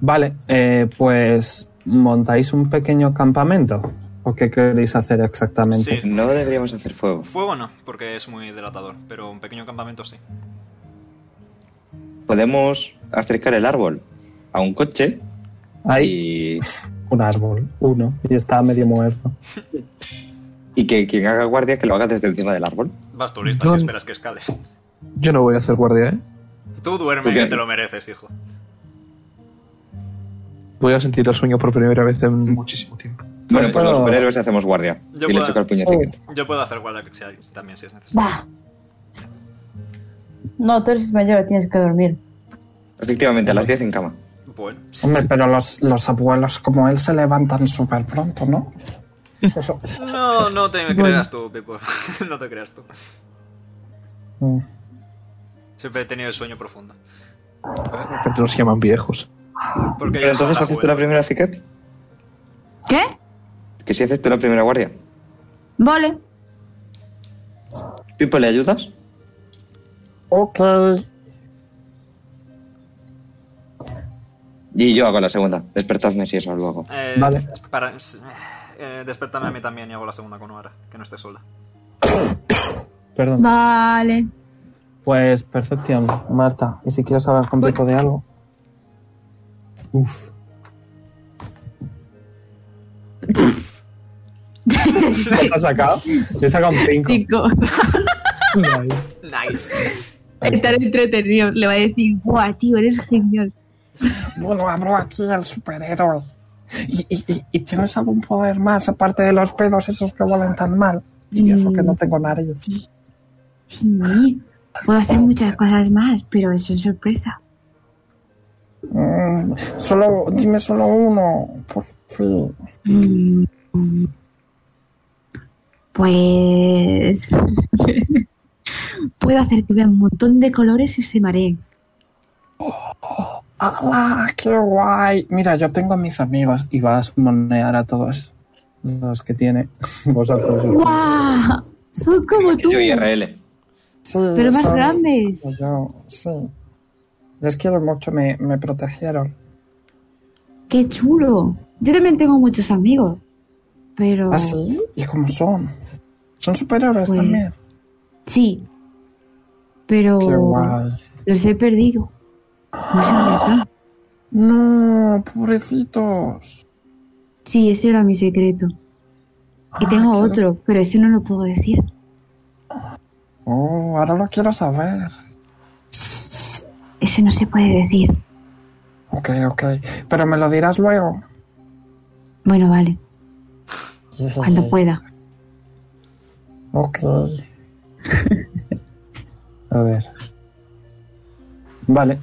Speaker 2: Vale, eh, pues montáis un pequeño campamento. ¿O qué queréis hacer exactamente?
Speaker 1: Sí.
Speaker 5: No deberíamos hacer fuego.
Speaker 1: Fuego no, porque es muy delatador, pero un pequeño campamento sí.
Speaker 5: Podemos acercar el árbol a un coche
Speaker 2: Hay
Speaker 5: y
Speaker 2: un árbol, uno, y está medio muerto.
Speaker 5: Y que quien haga guardia, que lo haga desde encima del árbol.
Speaker 1: Vas turista
Speaker 3: No.
Speaker 1: si esperas que escales.
Speaker 3: Yo no voy a hacer guardia, ¿eh?
Speaker 1: Tú duerme,
Speaker 5: ¿Tú qué?
Speaker 1: que te lo mereces, hijo.
Speaker 3: Voy a sentir el sueño por primera vez en muchísimo tiempo.
Speaker 5: Bueno, pues
Speaker 2: pero-
Speaker 5: los superhéroes hacemos guardia.
Speaker 1: Yo
Speaker 5: y le
Speaker 1: puedo-
Speaker 5: choca el puñetito.
Speaker 1: Yo puedo hacer guardia que sea- también si es necesario.
Speaker 11: Va.
Speaker 6: No, tú eres mayor, tienes que dormir.
Speaker 5: Efectivamente, a las 10 en cama.
Speaker 1: Bueno,
Speaker 9: Hombre, pero los, los abuelos como él se levantan súper pronto, ¿no? Eso-
Speaker 1: no, no te creas tú, Pipo. no te creas tú.
Speaker 9: mm.
Speaker 1: Siempre he tenido el sueño profundo.
Speaker 3: Pero los llaman viejos.
Speaker 1: Porque
Speaker 5: Pero
Speaker 1: yo
Speaker 5: entonces
Speaker 1: soy
Speaker 5: haces tú la primera cicat.
Speaker 6: ¿Qué?
Speaker 5: Que si haces tú la primera guardia.
Speaker 6: Vale.
Speaker 5: Pipo, ¿le ayudas?
Speaker 9: Ok.
Speaker 5: Y yo hago la segunda. Despertadme si eso luego.
Speaker 1: Eh,
Speaker 2: Vale.
Speaker 1: Para, eh, despertame a mí también y hago la segunda con Oara, que no esté sola.
Speaker 2: Perdón.
Speaker 6: Vale.
Speaker 2: Pues Perception, Marta. Y si quieres hablar con Pipo de algo. Uf. ¿Qué has sacado? Yo he sacado un 5.
Speaker 7: Cinco.
Speaker 1: Nice.
Speaker 7: Estar entretenidos. Le va a decir, ¡buah, tío, eres genial!
Speaker 9: Bueno, hablo aquí al superhéroe. ¿Y, y, y, y tienes algún poder más aparte de los pedos esos que vuelan tan mal? Y
Speaker 11: Mm.
Speaker 9: eso que no tengo nariz.
Speaker 11: Sí, puedo hacer muchas cosas más, pero eso es sorpresa.
Speaker 9: Mm, solo, dime solo uno, por fin.
Speaker 11: Mm, Pues... puedo hacer que vea un montón de colores y se mareen.
Speaker 9: ¡Ah, qué guay! Mira, yo tengo a mis amigos y vas a monear a todos los que tiene. Vosotros.
Speaker 11: ¡Guau! Son como tú,
Speaker 5: Yo eh. IRL.
Speaker 9: Sí,
Speaker 11: pero más
Speaker 9: son-
Speaker 11: grandes.
Speaker 9: Yo, sí. Les quiero mucho, me, me protegieron.
Speaker 11: ¡Qué chulo! Yo también tengo muchos amigos, pero...
Speaker 9: ¿Así? ¿Ah, ¿Y cómo son? Son superhéroes
Speaker 11: Pues,
Speaker 9: también.
Speaker 11: Sí,
Speaker 9: Qué
Speaker 11: pero
Speaker 9: guay.
Speaker 11: los he perdido. No sé dónde están.
Speaker 9: No, pobrecitos.
Speaker 11: Sí, ese era mi secreto. Y tengo
Speaker 9: Ah, quiero-
Speaker 11: otro, pero ese no lo puedo decir.
Speaker 9: Oh, ahora lo quiero saber.
Speaker 11: Ese no se puede decir.
Speaker 9: Ok, ok. Pero me lo dirás luego.
Speaker 11: Bueno, vale, cuando pueda.
Speaker 9: Ok. A ver. Vale.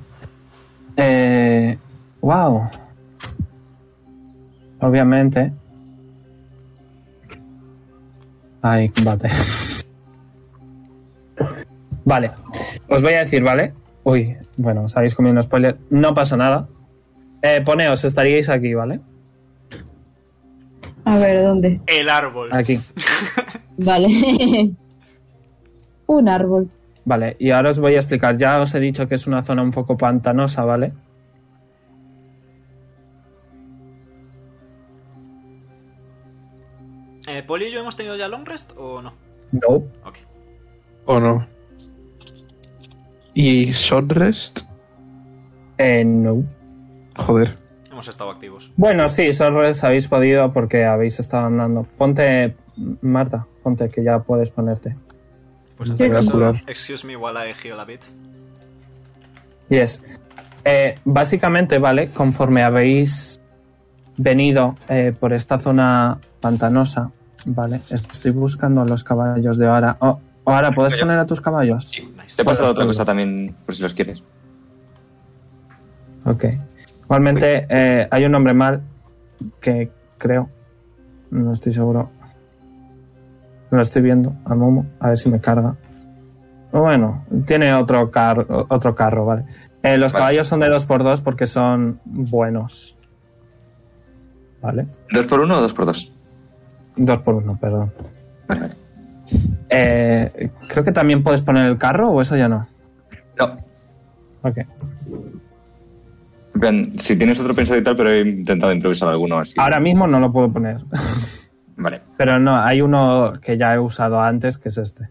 Speaker 9: Eh, wow. Obviamente. Ay, combate. Vale. Os voy a decir, ¿vale? Uy, bueno, os habéis comido un spoiler. No pasa nada. Eh, poneos, estaríais aquí, ¿vale?
Speaker 6: A ver, ¿dónde?
Speaker 1: El árbol.
Speaker 2: Aquí.
Speaker 6: Vale. Un árbol.
Speaker 2: Vale, y ahora os voy a explicar. Ya os he dicho que es una zona un poco pantanosa, ¿vale?
Speaker 1: Eh, ¿Poli y yo hemos tenido ya long rest o no?
Speaker 2: No.
Speaker 1: Ok.
Speaker 3: ¿O no? ¿Y short rest?
Speaker 2: Eh, no.
Speaker 3: Joder.
Speaker 1: Hemos estado activos.
Speaker 2: Bueno, sí, solo os habéis podido porque habéis estado andando. Ponte, Marta, ponte, que ya puedes ponerte.
Speaker 1: Pues
Speaker 3: Voy a
Speaker 1: hasta eso,
Speaker 3: curar.
Speaker 1: excuse me while I heal a bit.
Speaker 2: Yes. Eh, básicamente, ¿vale? Conforme habéis venido eh, por esta zona pantanosa, ¿vale? Estoy buscando a los caballos de ahora. Oh, ahora, ¿puedes poner a tus caballos?
Speaker 1: Nice.
Speaker 5: Te he pasado otra cosa también, por si los quieres.
Speaker 2: Ok. Igualmente, eh, hay un hombre mal que creo. No estoy seguro. Lo estoy viendo a Momo, a ver si me carga. Bueno, tiene otro, car- otro carro, ¿vale? Eh, los
Speaker 5: Vale.
Speaker 2: caballos son de 2x2 porque son buenos. ¿Vale?
Speaker 5: ¿Dos por uno o dos por dos?
Speaker 2: 2x1, perdón.
Speaker 5: Vale, vale.
Speaker 2: Eh, creo que también puedes poner el carro o eso ya no.
Speaker 5: No,
Speaker 2: Ok.
Speaker 5: En plan, si tienes otro pensado y tal, pero he intentado improvisar alguno así.
Speaker 2: Ahora mismo no lo puedo poner.
Speaker 5: Vale.
Speaker 2: Pero no, hay uno que ya he usado antes, que es este,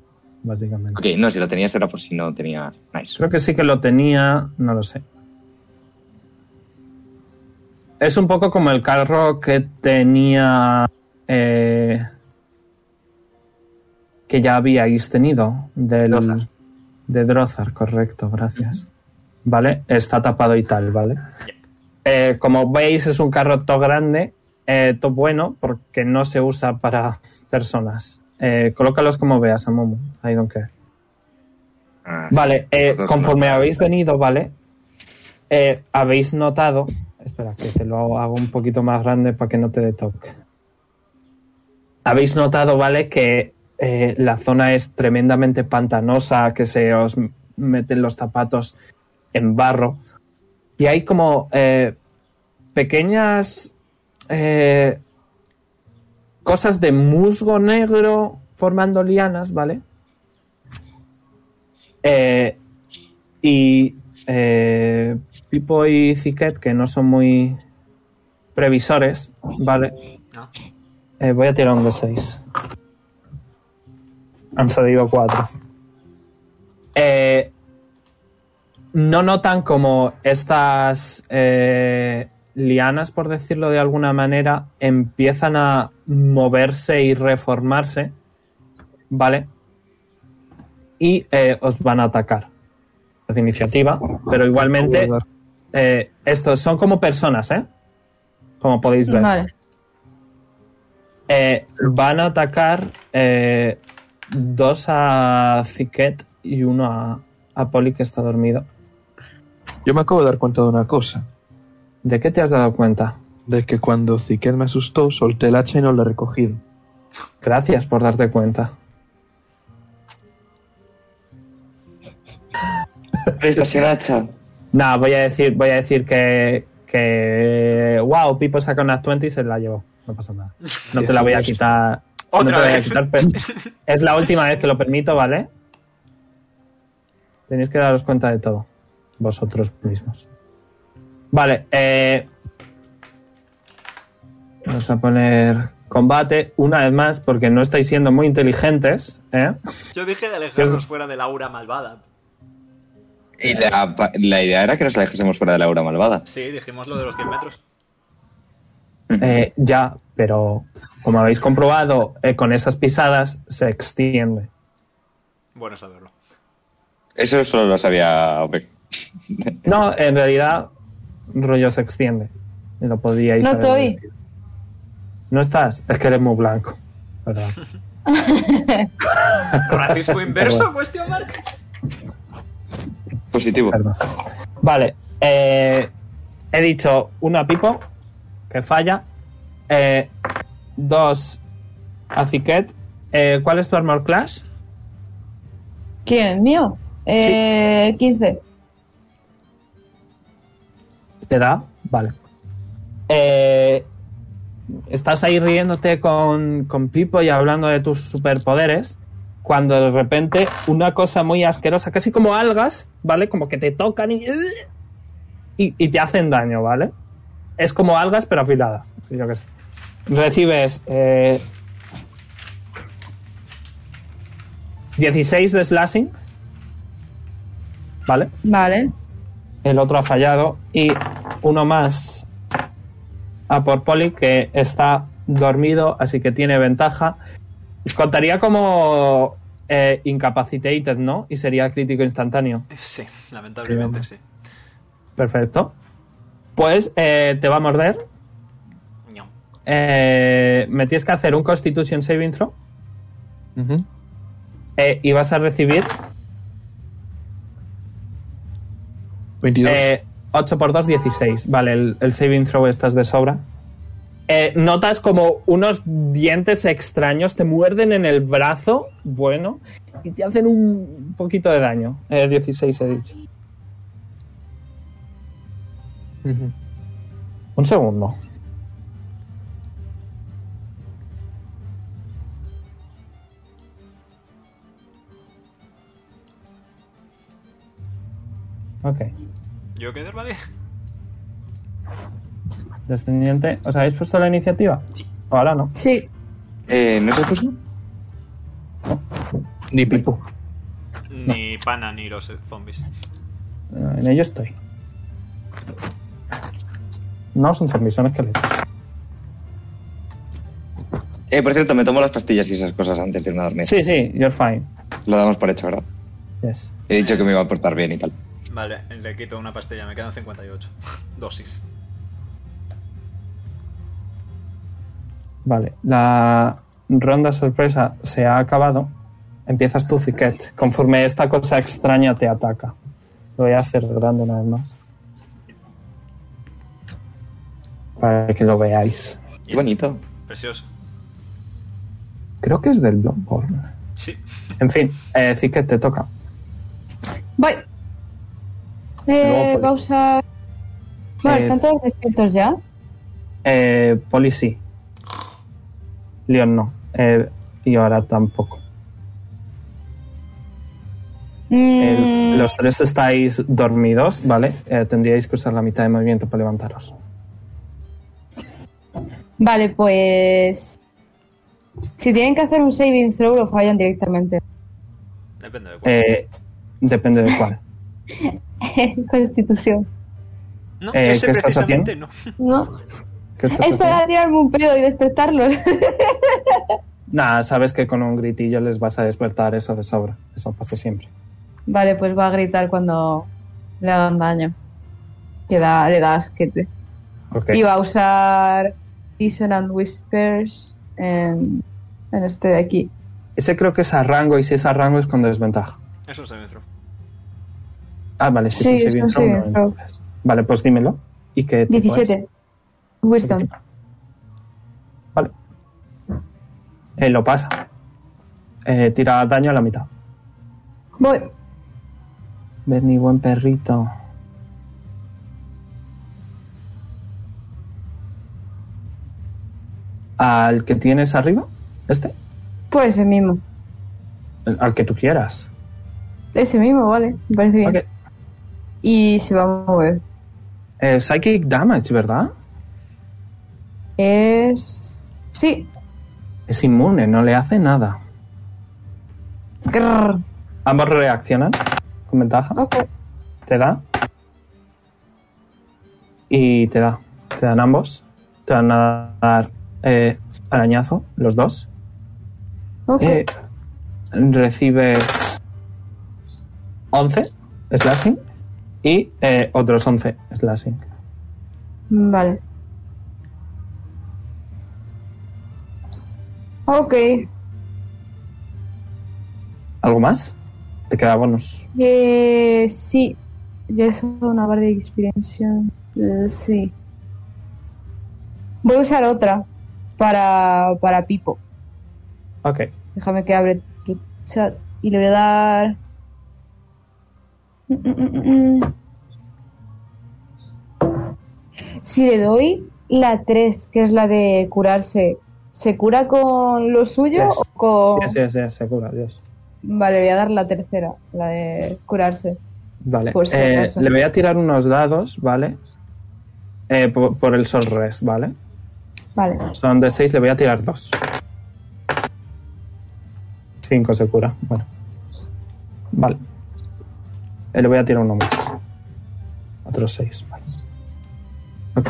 Speaker 2: básicamente.
Speaker 5: Ok, no, si lo tenías era por si no tenía. Nice.
Speaker 2: Creo que sí que lo tenía, no lo sé. Es un poco como el carro que tenía eh, que ya habíais tenido del, de Drozar, correcto, gracias. Vale, está tapado y tal, ¿vale? Eh, como veis es un carroto grande, eh, to- bueno, porque no se usa para personas. Eh, colócalos como veas, Amumu, I don't care.
Speaker 5: Ah,
Speaker 2: Vale, eh,
Speaker 5: Nosotros
Speaker 2: conforme
Speaker 5: no.
Speaker 2: habéis venido, ¿vale? Eh, habéis notado... Espera, que te lo hago un poquito más grande para que no te dé toque. Habéis notado, ¿vale? Que eh, la zona es tremendamente pantanosa, que se os m- meten los zapatos en barro. Y hay como eh, pequeñas eh, cosas de musgo negro formando lianas, ¿vale? Eh, y eh, Pipo y Ziquet, que no son muy previsores, ¿vale?
Speaker 1: No.
Speaker 2: Eh, voy a tirar un de 6. Han salido 4. Eh, no notan como estas eh, lianas, por decirlo de alguna manera, empiezan a moverse y reformarse, ¿vale? Y eh, os van a atacar. Es iniciativa, pero igualmente eh, estos son como personas, ¿eh? Como podéis ver.
Speaker 7: Vale.
Speaker 2: Eh, van a atacar eh, dos a Ziquet y uno a, a Poli que está dormido.
Speaker 3: Yo me acabo de dar cuenta de una cosa.
Speaker 2: ¿De qué te has dado cuenta?
Speaker 3: De que cuando Ziquet me asustó, solté el hacha y no la he recogido.
Speaker 2: Gracias por darte cuenta.
Speaker 10: Presta sin hacha.
Speaker 2: Nah, voy a decir, voy a decir que, que wow, Pipo saca una 20 y se la llevó. No pasa nada. No te la voy a quitar. no te
Speaker 1: Otra
Speaker 2: la voy a
Speaker 1: vez.
Speaker 2: quitar, pero es la última vez que lo permito, ¿vale? Tenéis que daros cuenta de todo. Vosotros mismos. Vale, eh. Vamos a poner combate una vez más porque no estáis siendo muy inteligentes, ¿eh?
Speaker 1: Yo dije de alejarnos fuera del aura malvada.
Speaker 5: Y la, pa- la idea era que nos la dejásemos fuera de la aura malvada.
Speaker 1: Sí, dijimos lo de los 100 metros.
Speaker 2: Eh, ya, pero como habéis comprobado, eh, con esas pisadas se extiende.
Speaker 1: Bueno saberlo.
Speaker 5: Eso solo lo sabía Ope.
Speaker 2: No, en realidad, rollo se extiende. Lo podíais
Speaker 7: No
Speaker 2: haber
Speaker 7: estoy.
Speaker 2: deducido. No estás, es que eres muy blanco. ¿verdad?
Speaker 1: ¿Racismo inverso?
Speaker 2: Perdón.
Speaker 1: Cuestión marca.
Speaker 5: Positivo.
Speaker 2: Perdón. Vale, eh, he dicho una pipo que falla, eh, dos a Ziquet. Eh, ¿Cuál es tu armor clash?
Speaker 7: ¿Quién? ¿Mío? Eh, 15.
Speaker 2: ¿Te da? Vale. Eh, estás ahí riéndote con, con Pipo y hablando de tus superpoderes. Cuando de repente una cosa muy asquerosa, casi como algas, ¿vale? Como que te tocan y, y, y te hacen daño, ¿vale? Es como algas, pero afiladas. Yo qué sé. Recibes eh, 16 de slashing, ¿vale?
Speaker 7: Vale.
Speaker 2: El otro ha fallado. Y uno más a por Poli, que está dormido, así que tiene ventaja. Contaría como eh, incapacitated, ¿no? Y sería crítico instantáneo.
Speaker 1: Sí, lamentablemente sí.
Speaker 2: Perfecto. Pues eh, te va a morder.
Speaker 1: No.
Speaker 2: Eh, me tienes que hacer un Constitution Saving Throw.
Speaker 3: Ujú.
Speaker 2: eh, y vas a recibir
Speaker 3: 22.
Speaker 2: Eh, 8 por 2, 16. Vale, el, el saving throw estás de sobra. Eh, notas como unos dientes extraños te muerden en el brazo, bueno, y te hacen un poquito de daño. Eh, 16 he dicho.
Speaker 3: Ujú.
Speaker 2: Un segundo. Ok.
Speaker 1: ¿Yo qué Dermadi?
Speaker 2: Descendiente. ¿Os habéis puesto la iniciativa?
Speaker 1: Sí.
Speaker 2: Ahora no.
Speaker 7: Sí.
Speaker 5: Eh, ¿No se puso?
Speaker 3: Ni pipo.
Speaker 1: Ni pana ni los eh, zombies.
Speaker 2: Eh, En ello estoy. No son zombies, son esqueletos.
Speaker 5: Eh, por cierto, me tomo las pastillas y esas cosas antes de irme a dormir.
Speaker 2: Sí, sí, you're fine.
Speaker 5: Lo damos por hecho, ¿verdad?
Speaker 2: Yes.
Speaker 5: He dicho que me iba a portar bien y tal.
Speaker 1: Vale, le quito una pastilla, me quedan 58 dosis.
Speaker 2: Vale, la ronda sorpresa se ha acabado. Empiezas tú, Ziquet, conforme esta cosa extraña te ataca. Lo voy a hacer grande una vez más. Para que lo veáis.
Speaker 5: Qué bonito.
Speaker 1: Precioso.
Speaker 2: Creo que es del Bloodborne.
Speaker 1: Sí.
Speaker 2: En fin, eh, Ziquet, te toca.
Speaker 4: Voy.
Speaker 2: Luego,
Speaker 4: Eh,
Speaker 2: pues.
Speaker 4: pausa. Bueno,
Speaker 2: Eh,
Speaker 4: ¿están todos despiertos ya?
Speaker 2: Eh, Poli sí. Leon no. Eh, y ahora tampoco. El-
Speaker 4: Mm,
Speaker 2: los tres estáis dormidos, ¿vale? Eh, tendríais que usar la mitad de movimiento para levantaros.
Speaker 4: Vale, pues. Si tienen que hacer un saving throw, lo fallan directamente.
Speaker 1: Depende de cuál.
Speaker 2: Eh, depende de cuál.
Speaker 4: Constitución.
Speaker 1: no,
Speaker 2: eh,
Speaker 1: ese
Speaker 2: ¿qué estás
Speaker 1: precisamente no.
Speaker 4: No.
Speaker 2: ¿Qué estás
Speaker 4: Es para
Speaker 2: haciendo?
Speaker 4: tirarme un pedo y despertarlos.
Speaker 2: Nada, sabes que con un gritillo les vas a despertar eso de sobra. Eso pasa siempre.
Speaker 6: Vale, pues va a gritar cuando le hagan daño. Que da, le das que te...
Speaker 2: Ok.
Speaker 6: Y va a usar Dissonant Whispers en, en este de aquí.
Speaker 2: Ese creo que es a rango y si es a rango es con desventaja.
Speaker 1: Es un semestro.
Speaker 2: Ah, vale, si
Speaker 6: Sí,
Speaker 2: es un saving
Speaker 6: es un
Speaker 2: throw, no,
Speaker 6: saving throw.
Speaker 2: entonces. Vale, pues dímelo. ¿Y qué tipo es?
Speaker 6: 17. Wisdom.
Speaker 2: Vale. Eh, lo pasa. Eh, tira daño a la mitad.
Speaker 6: Voy.
Speaker 2: Bernie, buen perrito. ¿Al que tienes arriba? ¿Este?
Speaker 6: Pues ese mismo.
Speaker 2: El- Al que tú quieras.
Speaker 6: Ese mismo, vale. Me parece bien.
Speaker 2: Ok.
Speaker 6: Y se va a mover.
Speaker 2: Eh, psychic damage, ¿verdad?
Speaker 6: Es. Sí.
Speaker 2: Es inmune, no le hace nada.
Speaker 6: Grrr.
Speaker 2: Ambos reaccionan con ventaja.
Speaker 6: Ok.
Speaker 2: Te da. Y te da. Te dan ambos. Te van a dar eh, arañazo, los dos.
Speaker 6: Ok.
Speaker 2: Eh, recibes 11 slashing y eh, otros 11 slashing.
Speaker 6: Vale. Ok.
Speaker 2: ¿Algo más? Te queda bonus.
Speaker 6: Eh, sí. Ya es una barra de experiencia. Eh, sí. Voy a usar otra para, para Pipo.
Speaker 2: Ok.
Speaker 6: Déjame que abre tu chat y le voy a dar. Mm, mm, mm, mm. Si le doy la 3, que es la de curarse, ¿se cura con lo suyo
Speaker 2: Yes.
Speaker 6: o con.?
Speaker 2: Sí, sí, sí, seguro, adiós.
Speaker 6: Vale, voy a dar la tercera, la de curarse.
Speaker 2: Vale.
Speaker 6: Por si
Speaker 2: eh,
Speaker 6: acaso.
Speaker 2: le voy a tirar unos dados, ¿vale? Eh, por, por el sol res, ¿vale?
Speaker 6: Vale.
Speaker 2: Son de 6, le voy a tirar 2. 5 se cura. Bueno. Vale. Eh, le voy a tirar uno más. Otros 6. Vale. Ok.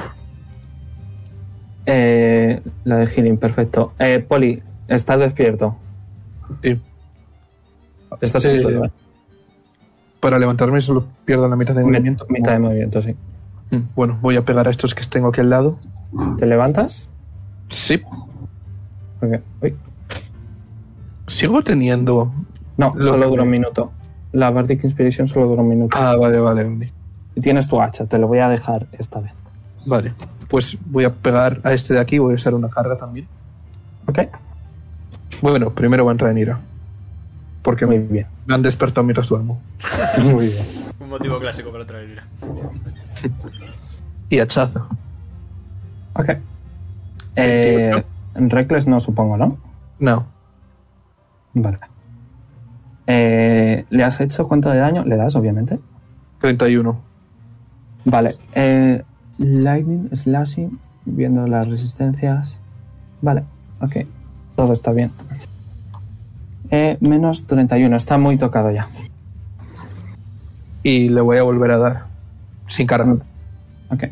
Speaker 2: Eh, la de healing, perfecto. Eh, Poli, estás despierto.
Speaker 3: Sí.
Speaker 2: Estás
Speaker 3: Eh,
Speaker 2: en suelo, ¿eh?
Speaker 3: Para levantarme solo pierdo la mitad de movimiento.
Speaker 2: Mitad de movimiento, sí.
Speaker 3: Mm, Bueno, voy a pegar a estos que tengo aquí al lado.
Speaker 2: ¿Te levantas?
Speaker 3: Sí.
Speaker 2: Ok. Uy.
Speaker 3: Sigo teniendo.
Speaker 2: No,
Speaker 3: Lo
Speaker 2: solo
Speaker 3: que-
Speaker 2: dura un minuto. La Bardic Inspiration solo dura un minuto.
Speaker 3: Ah, vale, vale, vale.
Speaker 2: Y tienes tu hacha, te lo voy a dejar esta vez.
Speaker 3: Vale. Pues voy a pegar a este de aquí, voy a usar una carga también.
Speaker 2: Ok.
Speaker 3: Bueno, primero va a entrar en ira. Porque
Speaker 2: Muy
Speaker 3: me
Speaker 2: bien.
Speaker 3: han despertado mientras duermo.
Speaker 2: Muy bien.
Speaker 1: Un motivo clásico para traer ira.
Speaker 3: Y hachazo.
Speaker 2: Ok. Eh, Reckless no, supongo, ¿no?
Speaker 3: No.
Speaker 2: Vale. Eh, ¿Le has hecho cuánto de daño? Le das, obviamente.
Speaker 3: 31.
Speaker 2: Vale. eh, lightning, slashing, viendo las resistencias. Vale, ok. Todo está bien. Eh, menos 31, está muy tocado ya.
Speaker 3: Y le voy a volver a dar. Sin carga.
Speaker 2: Mm. Ok.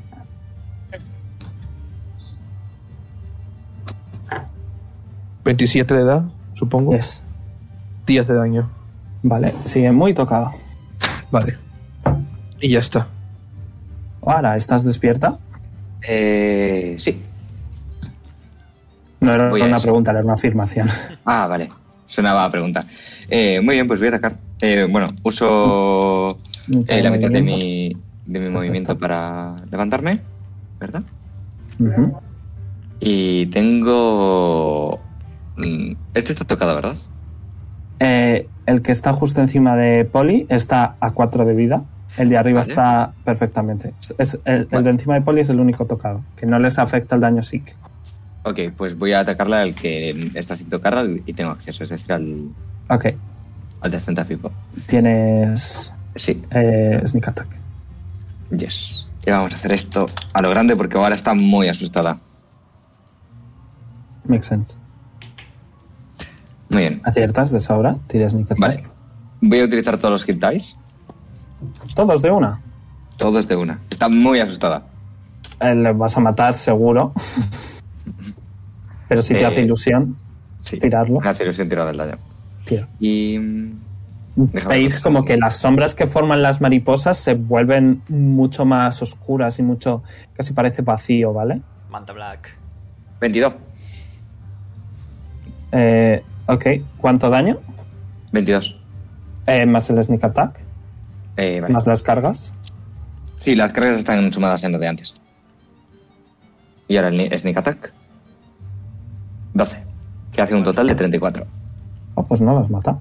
Speaker 3: 27 de edad, supongo.
Speaker 2: Yes.
Speaker 3: 10 de daño.
Speaker 2: Vale, sigue muy tocado.
Speaker 3: Vale. Y ya está.
Speaker 2: Ahora, ¿estás despierta?
Speaker 5: Eh, sí.
Speaker 2: No era
Speaker 5: Voy a
Speaker 2: una
Speaker 5: eso.
Speaker 2: pregunta, era una afirmación.
Speaker 5: Ah, vale. Sonaba a pregunta. Eh, muy bien, pues voy a atacar. Eh, bueno, uso eh, la mitad de mi, de mi movimiento para levantarme, ¿verdad?
Speaker 2: Ujú.
Speaker 5: Y tengo... mm, Este está tocado, ¿verdad?
Speaker 2: Eh, el que está justo encima de Poli está a 4 de vida. El de arriba
Speaker 5: Vale.
Speaker 2: está perfectamente. Es- es- el, el de encima de Poli es el único tocado, que no les afecta el daño psíquico.
Speaker 5: Ok, pues voy a atacarla al que está sin tocar al- y tengo acceso, es decir, al,
Speaker 2: Ok,
Speaker 5: al de centafifo.
Speaker 2: tienes
Speaker 5: Sí,
Speaker 2: eh, sneak attack.
Speaker 5: yes. Y vamos a hacer esto a lo grande porque ahora está muy asustada.
Speaker 2: Makes sense.
Speaker 5: Muy bien.
Speaker 2: Aciertas de sobra, tiras sneak attack.
Speaker 5: Vale. Voy a utilizar todos los hit dice,
Speaker 2: Todos de una.
Speaker 5: todos de una. Está muy asustada.
Speaker 2: Eh, le vas a matar seguro. Pero si te
Speaker 5: Eh,
Speaker 2: hace ilusión,
Speaker 5: Sí.
Speaker 2: Tirarlo.
Speaker 5: Me hace ilusión tirar el daño.
Speaker 2: tira.
Speaker 5: Y. mm, Déjame
Speaker 2: Veis
Speaker 5: ver.
Speaker 2: como que las sombras que forman las mariposas se vuelven mucho más oscuras y mucho, casi parece vacío, ¿vale?
Speaker 1: Manta Black.
Speaker 5: 22.
Speaker 2: Eh, ok, ¿cuánto daño?
Speaker 5: 22.
Speaker 2: Eh, más el sneak attack,
Speaker 5: Eh, vale.
Speaker 2: más las cargas.
Speaker 5: Sí, las cargas están sumadas en lo de antes. Y ahora el ni- sneak attack. 12. Que hace un total de 34.
Speaker 2: Oh, pues no las mata.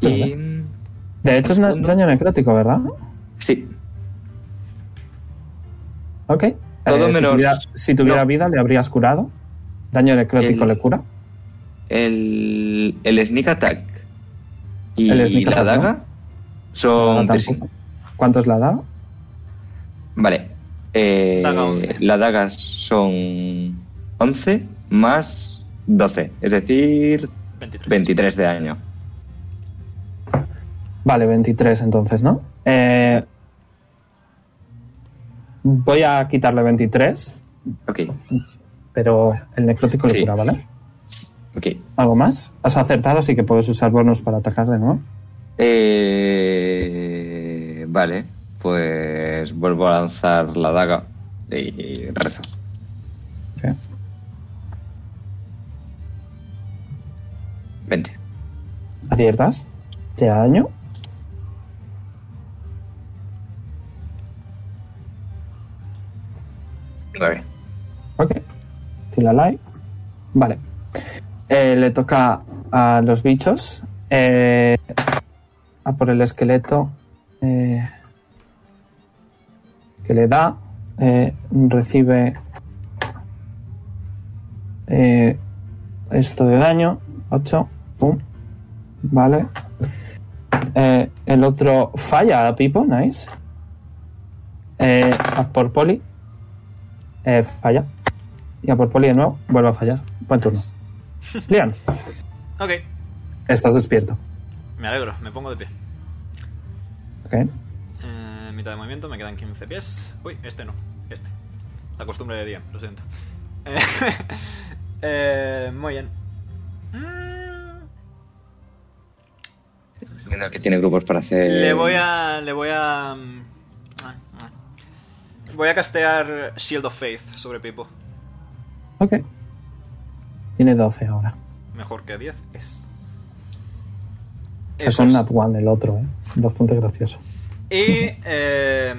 Speaker 5: Y.
Speaker 2: De hecho es na-
Speaker 5: Segundo.
Speaker 2: daño necrótico, ¿verdad?
Speaker 5: Sí.
Speaker 2: Ok. Eh,
Speaker 5: Todo
Speaker 2: si
Speaker 5: menos-
Speaker 2: tuviera, si tuviera
Speaker 5: no.
Speaker 2: vida le habrías curado. Daño necrótico
Speaker 5: El-
Speaker 2: le cura.
Speaker 5: El, el sneak attack y
Speaker 2: El sneak
Speaker 5: la
Speaker 2: attack,
Speaker 5: daga
Speaker 2: No,
Speaker 5: son piercing.
Speaker 2: Ah, tampoco. ¿Cuánto es la daga?
Speaker 5: Vale. Eh,
Speaker 1: Daga 11.
Speaker 5: la daga son 11 más 12, es decir,
Speaker 1: 23.
Speaker 5: 23 de daño.
Speaker 2: Vale, 23 entonces, ¿no? Eh, voy a quitarle 23,
Speaker 5: Ok,
Speaker 2: pero el necrótico le
Speaker 5: Sí.
Speaker 2: cura, ¿vale?
Speaker 5: ok.
Speaker 2: ¿Algo más? Has acertado, así que puedes usar bonus para atacar de nuevo.
Speaker 5: Eh, vale, pues vuelvo a lanzar la daga y rezo.
Speaker 2: Ok.
Speaker 5: 20.
Speaker 2: ¿Aciertas? ¿Te da daño?
Speaker 5: Nueve.
Speaker 2: Ok. Tira light. Vale. Eh, le toca a los bichos. Eh, a por el esqueleto. eh, que le da. eh, recibe. eh, esto de daño. 8. Pum. Vale. Eh, el otro falla a Pipo. Nice. Eh, a por Poli. Eh, falla. Y a por poli de nuevo, vuelve a fallar. Buen turno. Lian,
Speaker 1: Ok,
Speaker 2: estás despierto.
Speaker 1: me alegro, me pongo de pie.
Speaker 2: Ok.
Speaker 1: Eh, mitad de movimiento, me quedan 15 pies. Uy, este no, este. La costumbre de día, lo siento. Eh, eh, muy bien. Mm,
Speaker 5: Viendo que tiene grupos para hacer.
Speaker 1: Le voy a. Le voy a. mm, ah, ah. Voy a castear Shield of Faith sobre Pipo.
Speaker 2: Ok. Tiene 12 ahora.
Speaker 1: Mejor que 10 es.
Speaker 2: Es
Speaker 1: Eso
Speaker 2: un
Speaker 1: es.
Speaker 2: Nat One el otro, ¿eh? Bastante gracioso.
Speaker 1: Y. eh,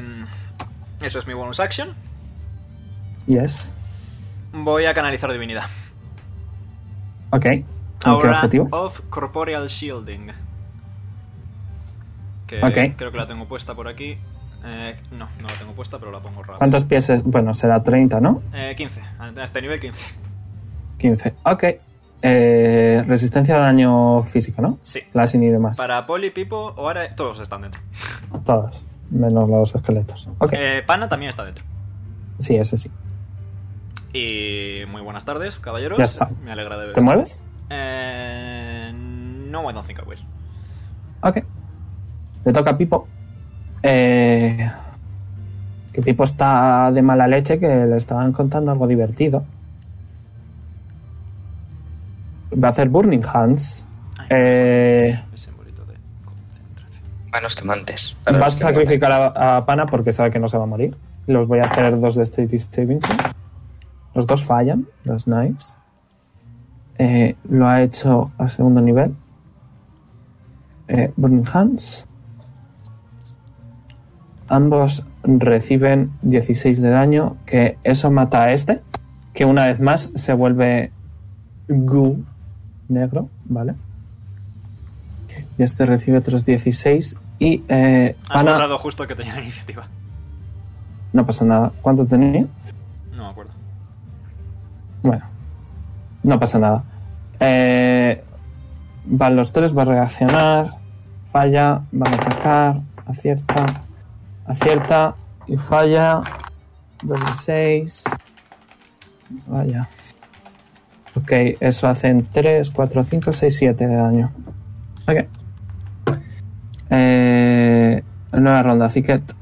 Speaker 1: eso es mi bonus action.
Speaker 2: Yes.
Speaker 1: Voy a canalizar divinidad.
Speaker 2: Ok. ¿Con qué
Speaker 1: Ahora
Speaker 2: objetivo?
Speaker 1: of Corporeal Shielding. Que
Speaker 2: Ok.
Speaker 1: creo que la tengo puesta por aquí. Eh, no, no la tengo puesta, pero la pongo rápido.
Speaker 2: ¿Cuántos pies es? Bueno, será 30, ¿no?
Speaker 1: Eh, 15. A este nivel 15.
Speaker 2: 15. Ok. Eh, resistencia a daño físico, ¿no?
Speaker 1: Sí.
Speaker 2: Slashing y demás.
Speaker 1: Para Poli, Pipo, ahora todos están dentro.
Speaker 2: Todas. Menos los esqueletos. Ok.
Speaker 1: Eh, Pana también está dentro.
Speaker 2: Sí, ese sí.
Speaker 1: Y muy buenas tardes, caballeros.
Speaker 2: Ya está.
Speaker 1: Me alegra de ver.
Speaker 2: ¿Te mueves?
Speaker 1: Eh, no, I don't think I will.
Speaker 2: Ok. Le toca a Pipo. Eh, que Pipo está de mala leche, que le estaban contando algo divertido. Va a hacer Burning Hands. Eh,
Speaker 5: Manos quemantes. para
Speaker 2: va a
Speaker 5: los que mueren.
Speaker 2: sacrificar a, a Pana porque sabe que no se va a morir. Los voy a hacer dos de State Saving. throws. Los dos fallan. Los nice. Eh, lo ha hecho a segundo nivel. Eh, Burning Hands. Ambos reciben 16 de daño, que eso mata a este, que una vez más se vuelve goo negro, ¿vale? Y este recibe otros 16 y eh,
Speaker 1: Has
Speaker 2: Ana-
Speaker 1: borrado justo que tenía la iniciativa.
Speaker 2: No pasa nada. ¿Cuánto tenía?
Speaker 1: No me acuerdo.
Speaker 2: Bueno, no pasa nada. Eh, van los tres, va a reaccionar, falla, van a atacar, acierta, acierta y falla. 2 de 6. Vaya. Ok, eso hacen 3, 4, 5, 6, 7 de daño. Ok. Eh, nueva ronda, Ziquet.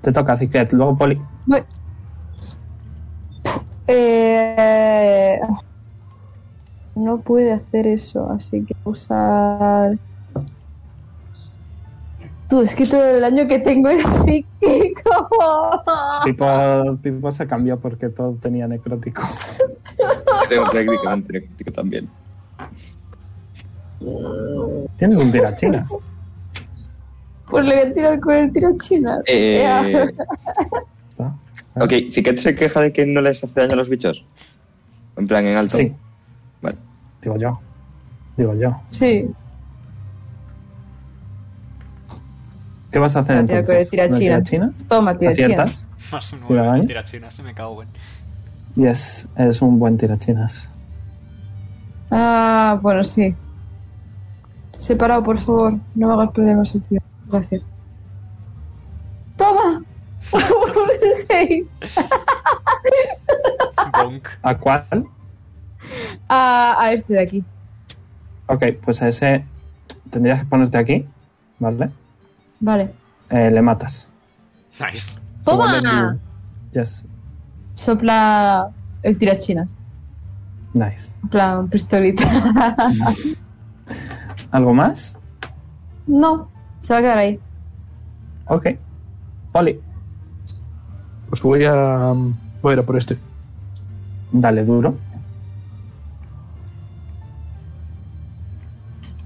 Speaker 2: Te toca, Ziquet, luego Poli.
Speaker 6: Voy.
Speaker 4: Eh, no puede hacer eso, así que voy a usar. Tú, es que todo el año que tengo es psíquico.
Speaker 2: Pipo, Pipo se cambió porque todo tenía necrótico.
Speaker 5: Yo tengo prácticamente necrótico también.
Speaker 2: Tienes un tirachinas.
Speaker 4: Pues le voy a tirar con el tiro china.
Speaker 5: Eh,
Speaker 2: Está.
Speaker 5: ok, si que se queja de que no les hace daño a los bichos. En plan, en alto.
Speaker 2: Sí,
Speaker 5: Vale.
Speaker 2: digo yo. Digo yo.
Speaker 4: Sí,
Speaker 2: ¿Qué vas a hacer
Speaker 4: Voy a tirar
Speaker 2: entonces?
Speaker 4: Ah, con el tirachina.
Speaker 2: ¿Una tirachina?
Speaker 4: toma, tiro china.
Speaker 2: ¿Aciertas?
Speaker 1: Más un
Speaker 2: Tira
Speaker 1: 9
Speaker 2: daño.
Speaker 1: de tirachinas, se me cago en.
Speaker 2: Yes, es un buen tirachinas.
Speaker 4: Ah, bueno, sí. Separado, por favor. No me hagas perder más el tiempo. Gracias. ¡Toma! Un 6.
Speaker 1: Bonk.
Speaker 2: ¿A cuál?
Speaker 4: A, a este de aquí.
Speaker 2: Ok, pues a ese tendrías que ponerte aquí, ¿vale?
Speaker 4: Vale.
Speaker 2: Eh, le matas.
Speaker 1: Nice.
Speaker 2: Se vuelve
Speaker 4: ¡Toma!
Speaker 2: blue. Yes,
Speaker 4: Sopla el tirachinas.
Speaker 2: nice.
Speaker 4: En plan, pistolita.
Speaker 2: ¿Algo más?
Speaker 4: no, se va a quedar ahí.
Speaker 2: Ok. Poli,
Speaker 3: Pues voy a. Voy a ir a por este.
Speaker 2: dale duro.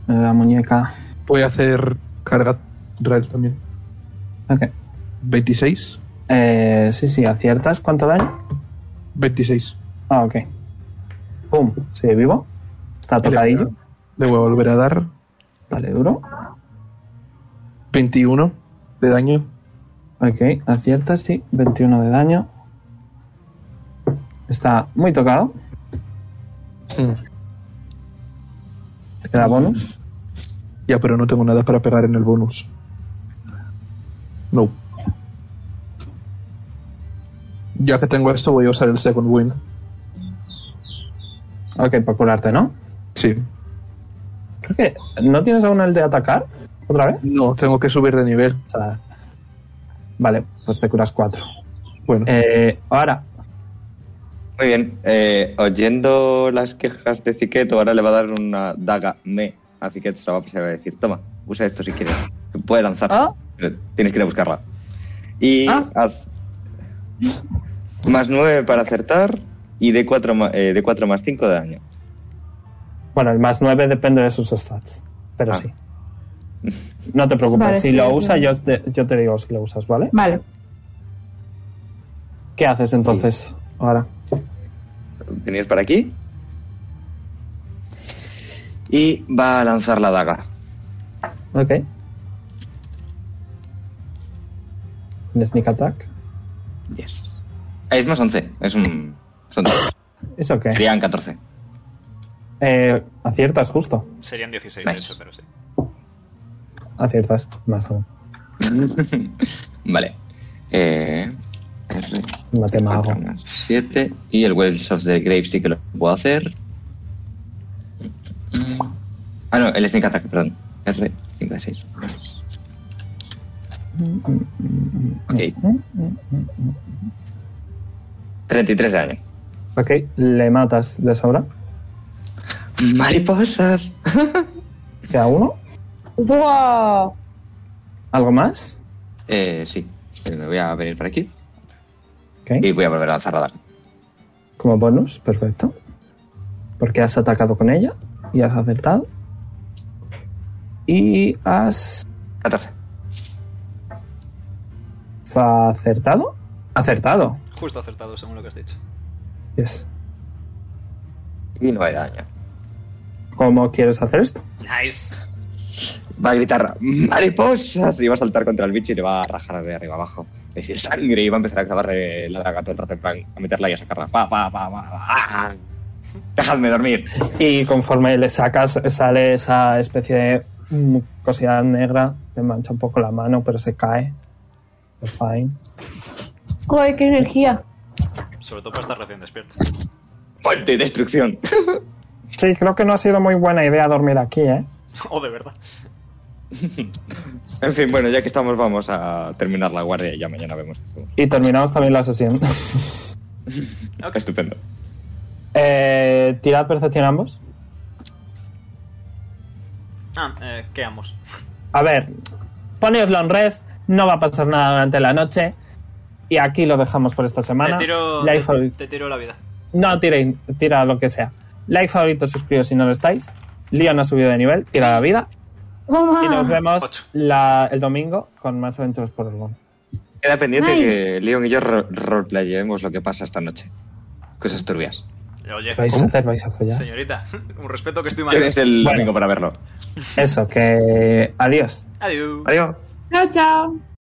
Speaker 2: La muñeca.
Speaker 3: Voy a hacer carga rail también.
Speaker 2: Ok.
Speaker 3: 26.
Speaker 2: Eh, sí, sí, aciertas. ¿Cuánto daño?
Speaker 3: 26.
Speaker 2: Ah, ok. Pum, sigue vivo. Está tocadillo.
Speaker 3: Le voy a volver a dar
Speaker 2: Dale duro.
Speaker 3: 21 de daño.
Speaker 2: Ok, aciertas, sí. 21 de daño. Está muy tocado. Te queda bonus.
Speaker 3: Ya, pero no tengo nada para pegar en el bonus. No. Ya que tengo esto, voy a usar el second wind.
Speaker 2: Ok, para curarte, ¿no?
Speaker 3: Sí.
Speaker 2: Creo que. ¿No tienes aún el de atacar? ¿Otra vez?
Speaker 3: No, tengo que subir de nivel.
Speaker 2: O sea, vale, pues te curas 4.
Speaker 3: Bueno,
Speaker 2: Eh, ahora,
Speaker 5: Muy bien. eh, oyendo las quejas de Ziqueto, ahora le va a dar una daga me a Ziqueto. Se la va a pasar y va a decir: Toma, usa esto si quieres. Puede lanzar.
Speaker 6: Ah.
Speaker 5: Pero tienes que ir a buscarla. Y
Speaker 6: Ah.
Speaker 5: haz más 9 para acertar y de 4 más 5 de daño.
Speaker 2: bueno, el más 9 depende de sus stats. Pero
Speaker 5: Ah.
Speaker 2: sí. No te preocupes,
Speaker 4: Vale,
Speaker 2: si
Speaker 4: sí,
Speaker 2: lo
Speaker 4: es
Speaker 2: usas,
Speaker 4: verdad.
Speaker 2: yo te, yo te digo si lo usas, ¿vale?
Speaker 4: Vale.
Speaker 2: ¿Qué haces entonces ahora?
Speaker 5: Tenías para aquí. Y va a lanzar la daga.
Speaker 2: Ok. Un sneak attack.
Speaker 5: Yes. Ah, Es más 11. Es un. Son dos.
Speaker 2: ¿Eso ok.
Speaker 5: Serían 14.
Speaker 2: Eh, aciertas justo.
Speaker 1: Serían 16, de
Speaker 5: Nice.
Speaker 1: hecho, pero sí.
Speaker 2: Aciertas más aún.
Speaker 5: vale. Eh, R,
Speaker 2: No te mago.
Speaker 5: 4 más 7. Y el Wells of the Grave sí que lo puedo hacer. Mm. Ah, no, el Sneak Attack, perdón. R, 5 de 6. Ok. 33 de daño.
Speaker 2: Ok, le matas de sobra.
Speaker 10: Mariposas.
Speaker 2: Queda uno.
Speaker 4: ¡Buah!
Speaker 2: ¿Algo más?
Speaker 5: Eh, sí. Eh, Me voy a venir por aquí.
Speaker 2: Ok.
Speaker 5: Y voy a volver a lanzar la daga.
Speaker 2: Como bonus, perfecto. Porque has atacado con ella y has acertado. Y has
Speaker 5: 14.
Speaker 2: acertado. Acertado.
Speaker 1: Justo acertado, según lo que has dicho.
Speaker 2: Yes.
Speaker 5: Y no hay daño.
Speaker 2: ¿Cómo quieres hacer esto?
Speaker 1: Nice.
Speaker 5: Va a gritar mariposas y va a saltar contra el bicho y le va a rajar de arriba abajo. Le dice sangre y va a empezar a clavar eh, la daga todo el rato en plan, a meterla y a sacarla. Pa, pa, pa, pa, pa. Dejadme dormir.
Speaker 2: Y conforme le sacas, sale esa especie de mucosidad negra. Le mancha un poco la mano, pero se cae. You're Fine.
Speaker 4: Joder, qué energía.
Speaker 1: Sobre todo para estar recién despierta.
Speaker 5: Muerte y destrucción.
Speaker 2: Sí, creo que no ha sido muy buena idea dormir aquí, ¿eh?
Speaker 1: Oh, de verdad.
Speaker 5: En fin, bueno, ya que estamos, vamos a terminar la guardia y ya mañana vemos. qué hacemos.
Speaker 2: Y terminamos también la sesión.
Speaker 1: Ok.
Speaker 5: Estupendo.
Speaker 2: eh, tirad percepción ambos.
Speaker 1: Ah, eh, ¿qué amos?
Speaker 2: A ver, poneoslo en res, no va a pasar nada durante la noche. Y aquí lo dejamos por esta semana.
Speaker 1: Te tiro,
Speaker 2: Like
Speaker 1: te,
Speaker 2: favori-
Speaker 1: te tiro la vida.
Speaker 2: No tiréis, tira lo que sea. Like, favorito, suscribíos si no lo estáis. Leon ha subido de nivel, tira la vida. Y nos
Speaker 1: Ocho.
Speaker 2: vemos la- el domingo con más aventuras por el mundo.
Speaker 5: Queda pendiente
Speaker 11: Nice.
Speaker 5: que Leon y yo ro- roleplayemos lo que pasa esta noche. Cosas turbias.
Speaker 1: Oye,
Speaker 2: ¿Vais a hacer? ¿Vais a follar?
Speaker 1: señorita, un respeto que estoy mal.
Speaker 5: Tienes el
Speaker 2: Bueno.
Speaker 5: domingo para verlo.
Speaker 2: Eso, que... Adiós.
Speaker 1: Adiós.
Speaker 5: Adiós.
Speaker 6: Chao, chao.